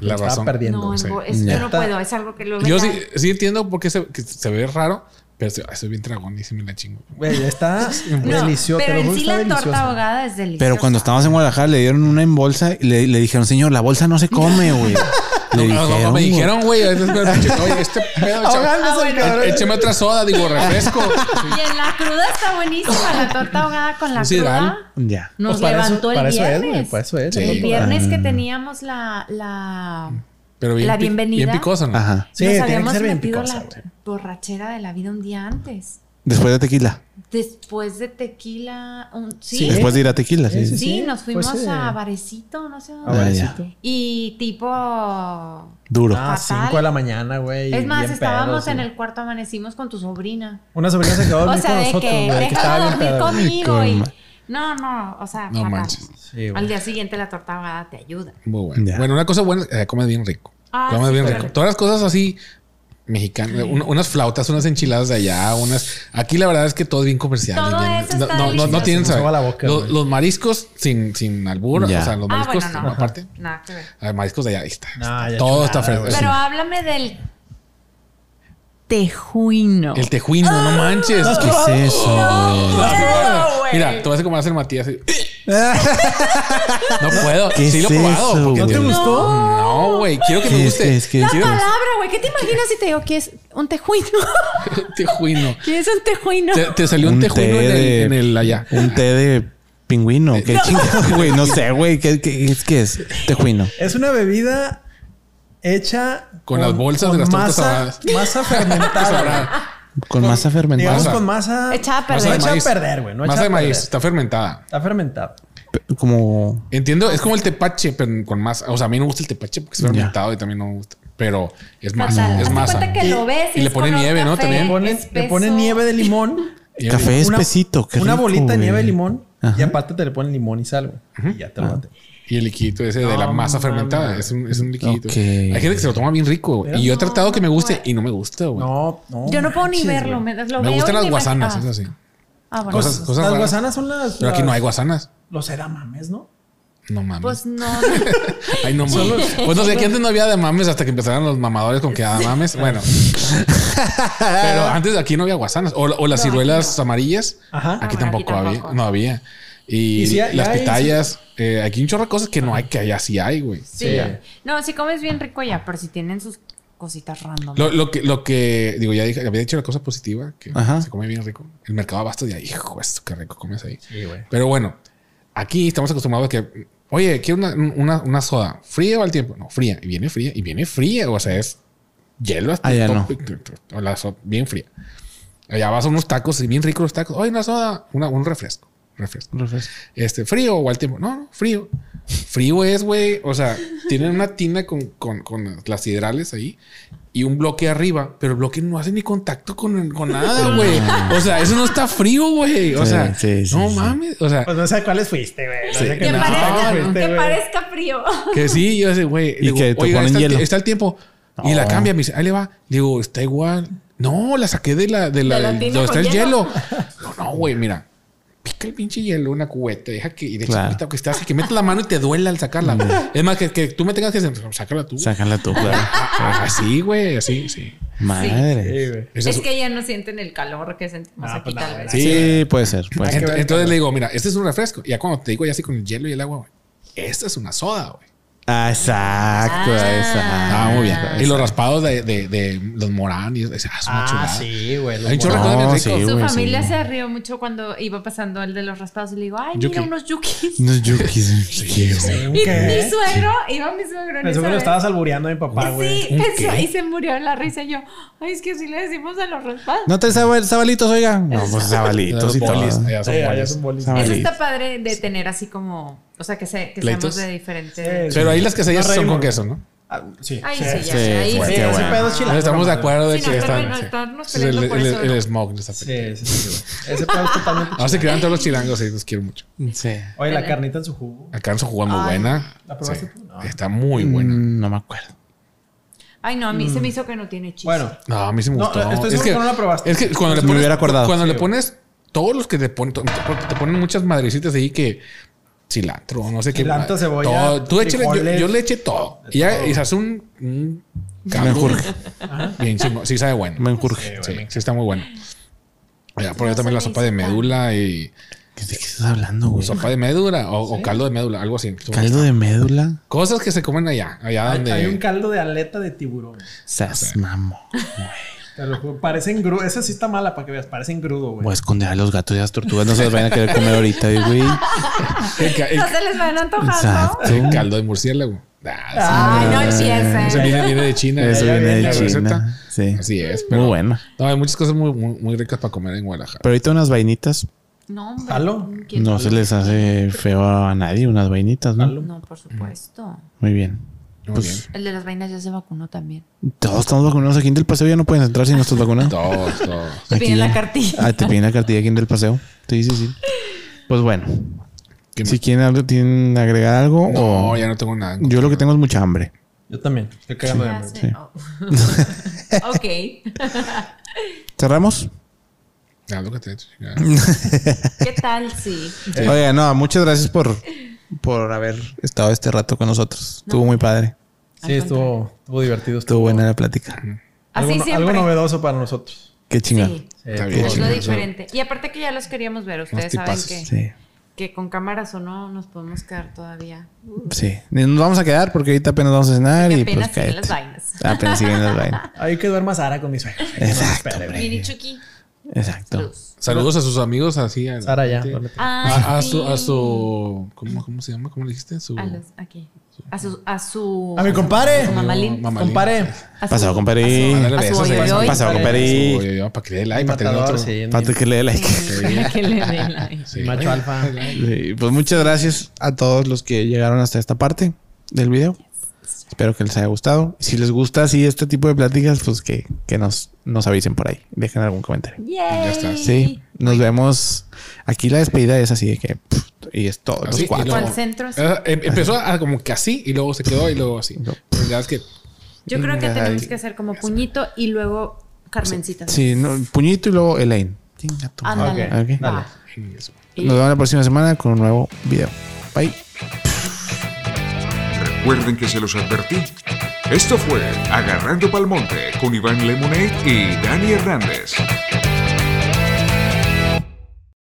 la
estaba
razón.
perdiendo.
No,
Sí.
no, es- yo
Ya.
no puedo. Es algo que luego.
Yo
ya-
sí, sí entiendo por qué se, que se ve raro, Pero soy, ay, soy bien dragón y sí me la chingo.
Güey, está delicioso.
pero
te lo
en
juro,
sí
está
la torta
deliciosa.
ahogada es deliciosa.
Pero cuando estábamos en Guadalajara le dieron una en bolsa y le, le dijeron, señor, la bolsa no se come, güey. Le
No, no,
dijeron,
no, me
güey.
dijeron, güey. a veces me lo pinche, Oye, este pedo. échame-
Ah, bueno.
Écheme otra soda, digo, refresco.
Y en la cruda está buenísima la torta ahogada con la
Un sidral.
cruda.
Ya.
Pues
Nos
para eso-
levantó
para
el
eso es,
viernes.
güey, para eso es,
Sí.
El viernes que teníamos la, la
Pero bien,
La
pi- Bien
bienvenida.
picosa, ¿no?
Ajá.
Sí,
nos
tiene que
habíamos
ser bien
metido
picosa,
la
güey.
borrachera de la vida un día antes.
Después de tequila.
Después de tequila, un- sí,
Sí.
sí,
Después de ir a tequila, sí. sí.
Sí, sí,
nos
fue
fuimos
ese-
a Varecito, no sé dónde.
Ah,
Ah, ya.
buenecito.
Y tipo,
Duro.
Ah,
Fatal.
5 de la mañana, güey.
es más,
bien
estábamos
pedos,
en
güey.
el cuarto, amanecimos con tu sobrina.
Una sobrina se quedó a
O
dormir
sea,
con
de
nosotros,
que
güey. que estaba
déjalo dormir
bien pedo, güey.
conmigo
Con
y...
ma-
No, no, o sea,
No
fatal.
manches.
Sí,
Al
güey.
día siguiente la torta ahogada te ayuda.
Muy bueno.
Ya.
Bueno, una cosa buena, eh, comes bien rico.
Ah,
comes
sí,
bien
come
rico.
rico.
Todas las cosas así mexicanas, un- unas flautas, unas enchiladas de allá, unas. Aquí la verdad es que todo es bien comercial.
Todo
y bien-
eso
no,
está
no, no, no
delicioso.
tienen
Se me
saber.
hizo agua la boca,
Los-
güey.
los mariscos sin, sin albur,
Ya.
o sea, los
Ah,
mariscos
bueno, no.
aparte.
Nada que ver.
ah, mariscos de allá, ahí está.
No, ya
todo
chulada,
está fresco.
güey.
Sí.
Pero háblame del tejuino.
El tejuino, no manches.
¿Qué es eso, güey?
Ah,
ah, No, güey.
Mira, tú vas a como hace el Matías. así. no puedo.
¿Qué
Sí, lo he
es
probado.
eso, güey?
porque-
¿No te
gustó?
No, güey. Quiero que me
¿Qué es,
guste.
qué es, qué
La
es?
Quiero-
palabra, güey. ¿Qué te imaginas si te digo que es un tejuino?
Tejuino.
¿Qué es un tejuino?
Te, te salió un,
Un
tejuino
té
en el,
de-
en el allá.
Un té de pingüino. ¿Qué chingado, güey? No sé, güey. ¿Qué, qué, es, ¿Qué es? Tejuino.
Es una bebida hecha
Con las bolsas de las tortas ahogadas.
masa, masa fermentada.
Con masa fermentada.
Digamos
Masa.
con masa
Echada a
masa
perder.
de echa a perder, güey. No
Masa
echa
de
a perder.
maíz. Está fermentada.
Está fermentado.
P- Como.
Entiendo. Es como el tepache, pero con masa. O sea, a mí no me gusta el tepache porque es
Ya.
fermentado y también no me gusta. Pero es
Fatal.
masa. Es
Hazte
masa.
cuenta que lo ves
y le
es
ponen
color
nieve, ¿no?
café,
También.
Le ponen, le
espeso.
ponen nieve de limón.
Y-
Café espesito. Qué
una
rico,
bolita de nieve de
güey.
limón.
Ajá.
Y aparte te le ponen limón y sal, güey. Y ya te lo mate.
Y el liquidito ese de la
No
masa fermentada.
mames.
Es un, es un liquidito.
Ok.
Hay gente que se lo toma bien rico. güey.
Pero
Y yo he
no,
tratado que me guste
güey.
y no me gusta, güey.
No, no.
Yo no puedo ni
manches,
verlo.
güey.
Me, lo
me
veo
gustan
y
las
me-
guasanas.
Ah,
Es así.
ah, bueno.
Cosas, cosas
las
raras.
guasanas son las.
Pero aquí no hay guasanas.
Los edamames, ¿no?
No mames.
Pues no.
Ay, no mames. Pues no sé, que antes no había de mames hasta que empezaron los mamadores con que da mames. Bueno. Pero antes de aquí no había guasanas. O, o las
No,
ciruelas
aquí no.
amarillas. Aquí
Ajá.
Ah, bueno, aquí
tampoco había.
tampoco.
No había. Y,
Y sí hay-
las
hay, sí.
pitayas. eh, aquí hay un chorro de cosas que no hay, que allá sí hay, güey.
Sí. No, si comes bien rico ya, pero si tienen sus cositas random.
Lo, lo que, lo que, digo, ya dije, había dicho la cosa positiva, que
Ajá.
se come bien rico. El mercado abasto de ahí, hijo, esto qué rico comes ahí.
Sí, güey.
Pero bueno, aquí estamos acostumbrados a que, oye, quiero una, una, una soda fría o al tiempo. No, fría. Y viene fría. Y viene fría. O sea, es hielo hasta
Ah, ya
el
no.
tope, o la so- bien fría. Allá vas a unos tacos y bien ricos los tacos. Oye, una soda, una- un refresco. Refresco.
Refresco.
Este, frío o al tiempo. No, no, frío. Frío es, güey. O sea, tienen una tina con, con, con las hidrales ahí y un bloque arriba, pero el bloque no hace ni contacto con, con nada, güey. O sea, eso no está frío, güey. O
Sí,
sea,
sí, sí,
no
sí.
mames. O sea,
Pues no sé a cuáles fuiste, güey. No
Sí.
sé
que,
qué
no,
parezca,
fuiste,
que
este, güey.
parezca frío.
Que sí, yo sé, güey.
Y que te ponen
está, el ti-
hielo.
está el tiempo. Y la cambia, me dice, ahí le va. Digo, está igual. No, la saqué de la, de la,
De la
del-
tina
donde está
con
el hielo.
hielo.
No, no, güey, mira. Pica el pinche hielo, una cubeta, deja que, y de
Claro. Mm.
chiquita que estás, que metas la mano y te duela al sacarla. güey. Es más, que, que tú me tengas que decir, "Pues, sácala tú.
Sácala tú, claro.
Ah, así, güey, así, sí.
Madre.
Sí, güey.
Esa
Es
es-
que ya no sienten el calor que sentimos
Ah,
aquí
pues,
tal
no,
vez.
Sí, puede ser. Puede
Hay
ser.
que
Ent-
ver,
Entonces
claro.
le digo, mira, este es un refresco. Ya cuando te digo ya así con el hielo y el agua, güey, esta es una soda, güey.
Ah, exacto.
Ah.
exacto.
Ah, muy bien.
Exacto.
Y los raspados de, de, de los morán, y es, es una
Ah,
chulada.
sí, güey. los
Hay un chorro de
morados.
No,
cosas bien ricas.
sí,
Su
güey,
familia
sí.
se rió mucho cuando iba pasando el de los raspados y le digo, ay,
Yuki.
mira unos yukis.
Unos yukis. Sí, güey.
Sí, un
Y
qué.
mi suegro, iba mi suegro en
Pensé que
esa
lo
vez.
estabas albureando a mi papá, güey.
Sí, pensó, y se murió de la risa. Y Yo, ay, es que así le decimos a los raspados.
No te sabal, sabalitos, oiga. No, pues sabalitos y todo.
bolis, allá Ah, son Ah,
Sí, allá
bolis.
son bolis.
Sabe.
Eso
vale.
está padre de tener así como, o sea, que, se, que
¿Pleitos?
seamos de diferentes.
Sí.
Pero ahí las quesadillas
No
son con
reímos.
queso, ¿no?
Ah, Sí.
Ay,
Sí,
sí, ya,
sí.
sí,
ahí
sí,
sí.
qué
ya.
bueno.
pedo es chilangro,
estamos de
madre.
acuerdo de
Sí,
que
no,
están.
no,
sí.
estarnos
Es el,
peleando por
el-
eso,
el
¿no?
smoke está
Sí, sí, sí, güey. Ese pedo es totalmente
No
chilangro.
se crean todos los chilangos, sí, los quiero mucho.
Sí.
Oye, la carnita en su jugo.
Acá en su jugada muy
Ay.
buena.
¿La probaste
Sí.
tú? No.
Está muy buena.
Mm, No me acuerdo.
Ay, no, a mí se me hizo que no tiene chiste.
Bueno,
No, a mí sí me
No,
gustó.
estoy
es
seguro que no la probaste. Pues
Es que cuando le
Me
pones.
hubiera acordado.
Cuando
Sí,
le
güey.
pones todos los que te ponen, te te ponen muchas madrecitas ahí que cilantro, no sé qué.
Cilantro,
madre.
cebolla,
Todo. Tú échale- yo,
frijoles.
yo le eché todo. Y ya y se hace un, un Menjurje. Bien, chingón. sí sabe bueno.
Menjurje.
Sí, sí está muy bueno. Ya probé también la sopa de médula y
¿De qué estás hablando, güey?
sopa de médula o, o caldo de médula, algo así.
Caldo de médula.
Cosas que se comen allá, allá
Hay,
donde
hay un caldo de aleta de tiburón.
Sas, mamo.
Te lo juro, Parecen grudo. Esa sí está mala para que veas. Parecen grudo, güey.
Voy a
Pues,
esconder a los gatos y a las tortugas. No se las vayan a querer comer ahorita, güey.
el, ca- el-
No se les van antojando.
Exacto.
el caldo de murciélago. Ah,
Ay, no
sí. Eso
empiecen.
viene, viene de China.
Eso
Ya
viene
la
de
receta.
China. Sí.
Así es, pero
Muy bueno.
no, hay muchas cosas muy, muy, muy ricas para comer en Guadalajara.
Pero ahorita unas vainitas.
No, hombre.
¿Aló?
¿Quién-
No se les hace feo a nadie unas vainitas, ¿no?
No, por supuesto.
Muy bien.
Muy
Pues
El de las vainas ya se vacunó también.
todos estamos vacunados. Aquí en el paseo ya no pueden entrar si no estás vacunado.
Todos, todos.
Te
Aquí
piden la
ya.
cartilla.
Ah, te piden la cartilla aquí en el paseo. Sí, sí, sí. Pues bueno.
¿Qué
Si
más?
quieren, algo- ¿tienen agregar algo?
No,
o
ya no tengo nada.
Oh. Yo lo que tengo es mucha hambre.
Yo también. Estoy cagando de
Ya
hambre.
sé. Oh. ok.
¿Cerramos?
Ah, lo que te- ya.
¿Qué tal? Sí.
Oiga, no, muchas gracias por, por haber estado este rato con nosotros. Estuvo muy padre.
Sí, estuvo, estuvo divertido.
Estuvo buena la plática.
Así
Algo, no- algo
siempre.
novedoso para nosotros.
Qué chingón.
Sí,
Eh,
Está
estuvo
bien.
algo
chido.
diferente. Y aparte que ya los queríamos ver. Ustedes saben
tipazos.
que,
Sí.
que con cámaras o no nos podemos quedar todavía.
Sí. Nos vamos a quedar porque ahorita apenas vamos a cenar y,
Y apenas
pues cállate.
siguen las vainas.
Apenas siguen las vainas.
Ahí que duerma Sara con mis suegros.
Exacto, hombre.
Mini Chucky
Exacto.
Plus.
Saludos a sus amigos así. a-
Sara ya.
Sí.
duérmete.
Ah,
A, a
sí.
su, a su, ¿cómo, cómo se llama? ¿Cómo le dijiste? Su,
A los- aquí. A su. A su.
A mi compadre.
A su mamalín.
Mamalín.
Compare.
A su-
Pasado, compadre.
a su-
Ándale,
A su
eso se
oyoyoy.
pasa.
Pasado,
Su-
compadre.
oye, oye, para que le dé like, para tener
Matador,
otro.
sí. en-
Falta que le dé like.
Para que le den like.
Sí. Eh,
Macho alfa.
Sí, Pues muchas gracias a todos los que llegaron hasta esta parte del video. Espero que les haya gustado. Si les gusta así este tipo de pláticas, pues que, que nos, nos avisen por ahí. Dejen algún comentario.
Yay.
está.
Sí, nos vemos. Aquí la despedida es así de que... pff, Y es todo.
Así,
los
y
cuatro.
¿Cuál
luego-
centro?
Eh,
Sí.
Ah, em- Empezó a- como que así y luego se quedó y luego así.
No.
La verdad es que
Yo creo que
Ay.
tenemos que hacer como puñito y luego Carmencita.
Sí, no, puñito y luego Elaine. Chinga tu
Ah,
madre.
Ándale.
Ok.
Va.
Nos vemos la próxima semana con un nuevo video. Bye.
Recuerden que se los advertí. Esto fue Agarrando Palmonte con Iván Lemonet y Dani Hernández.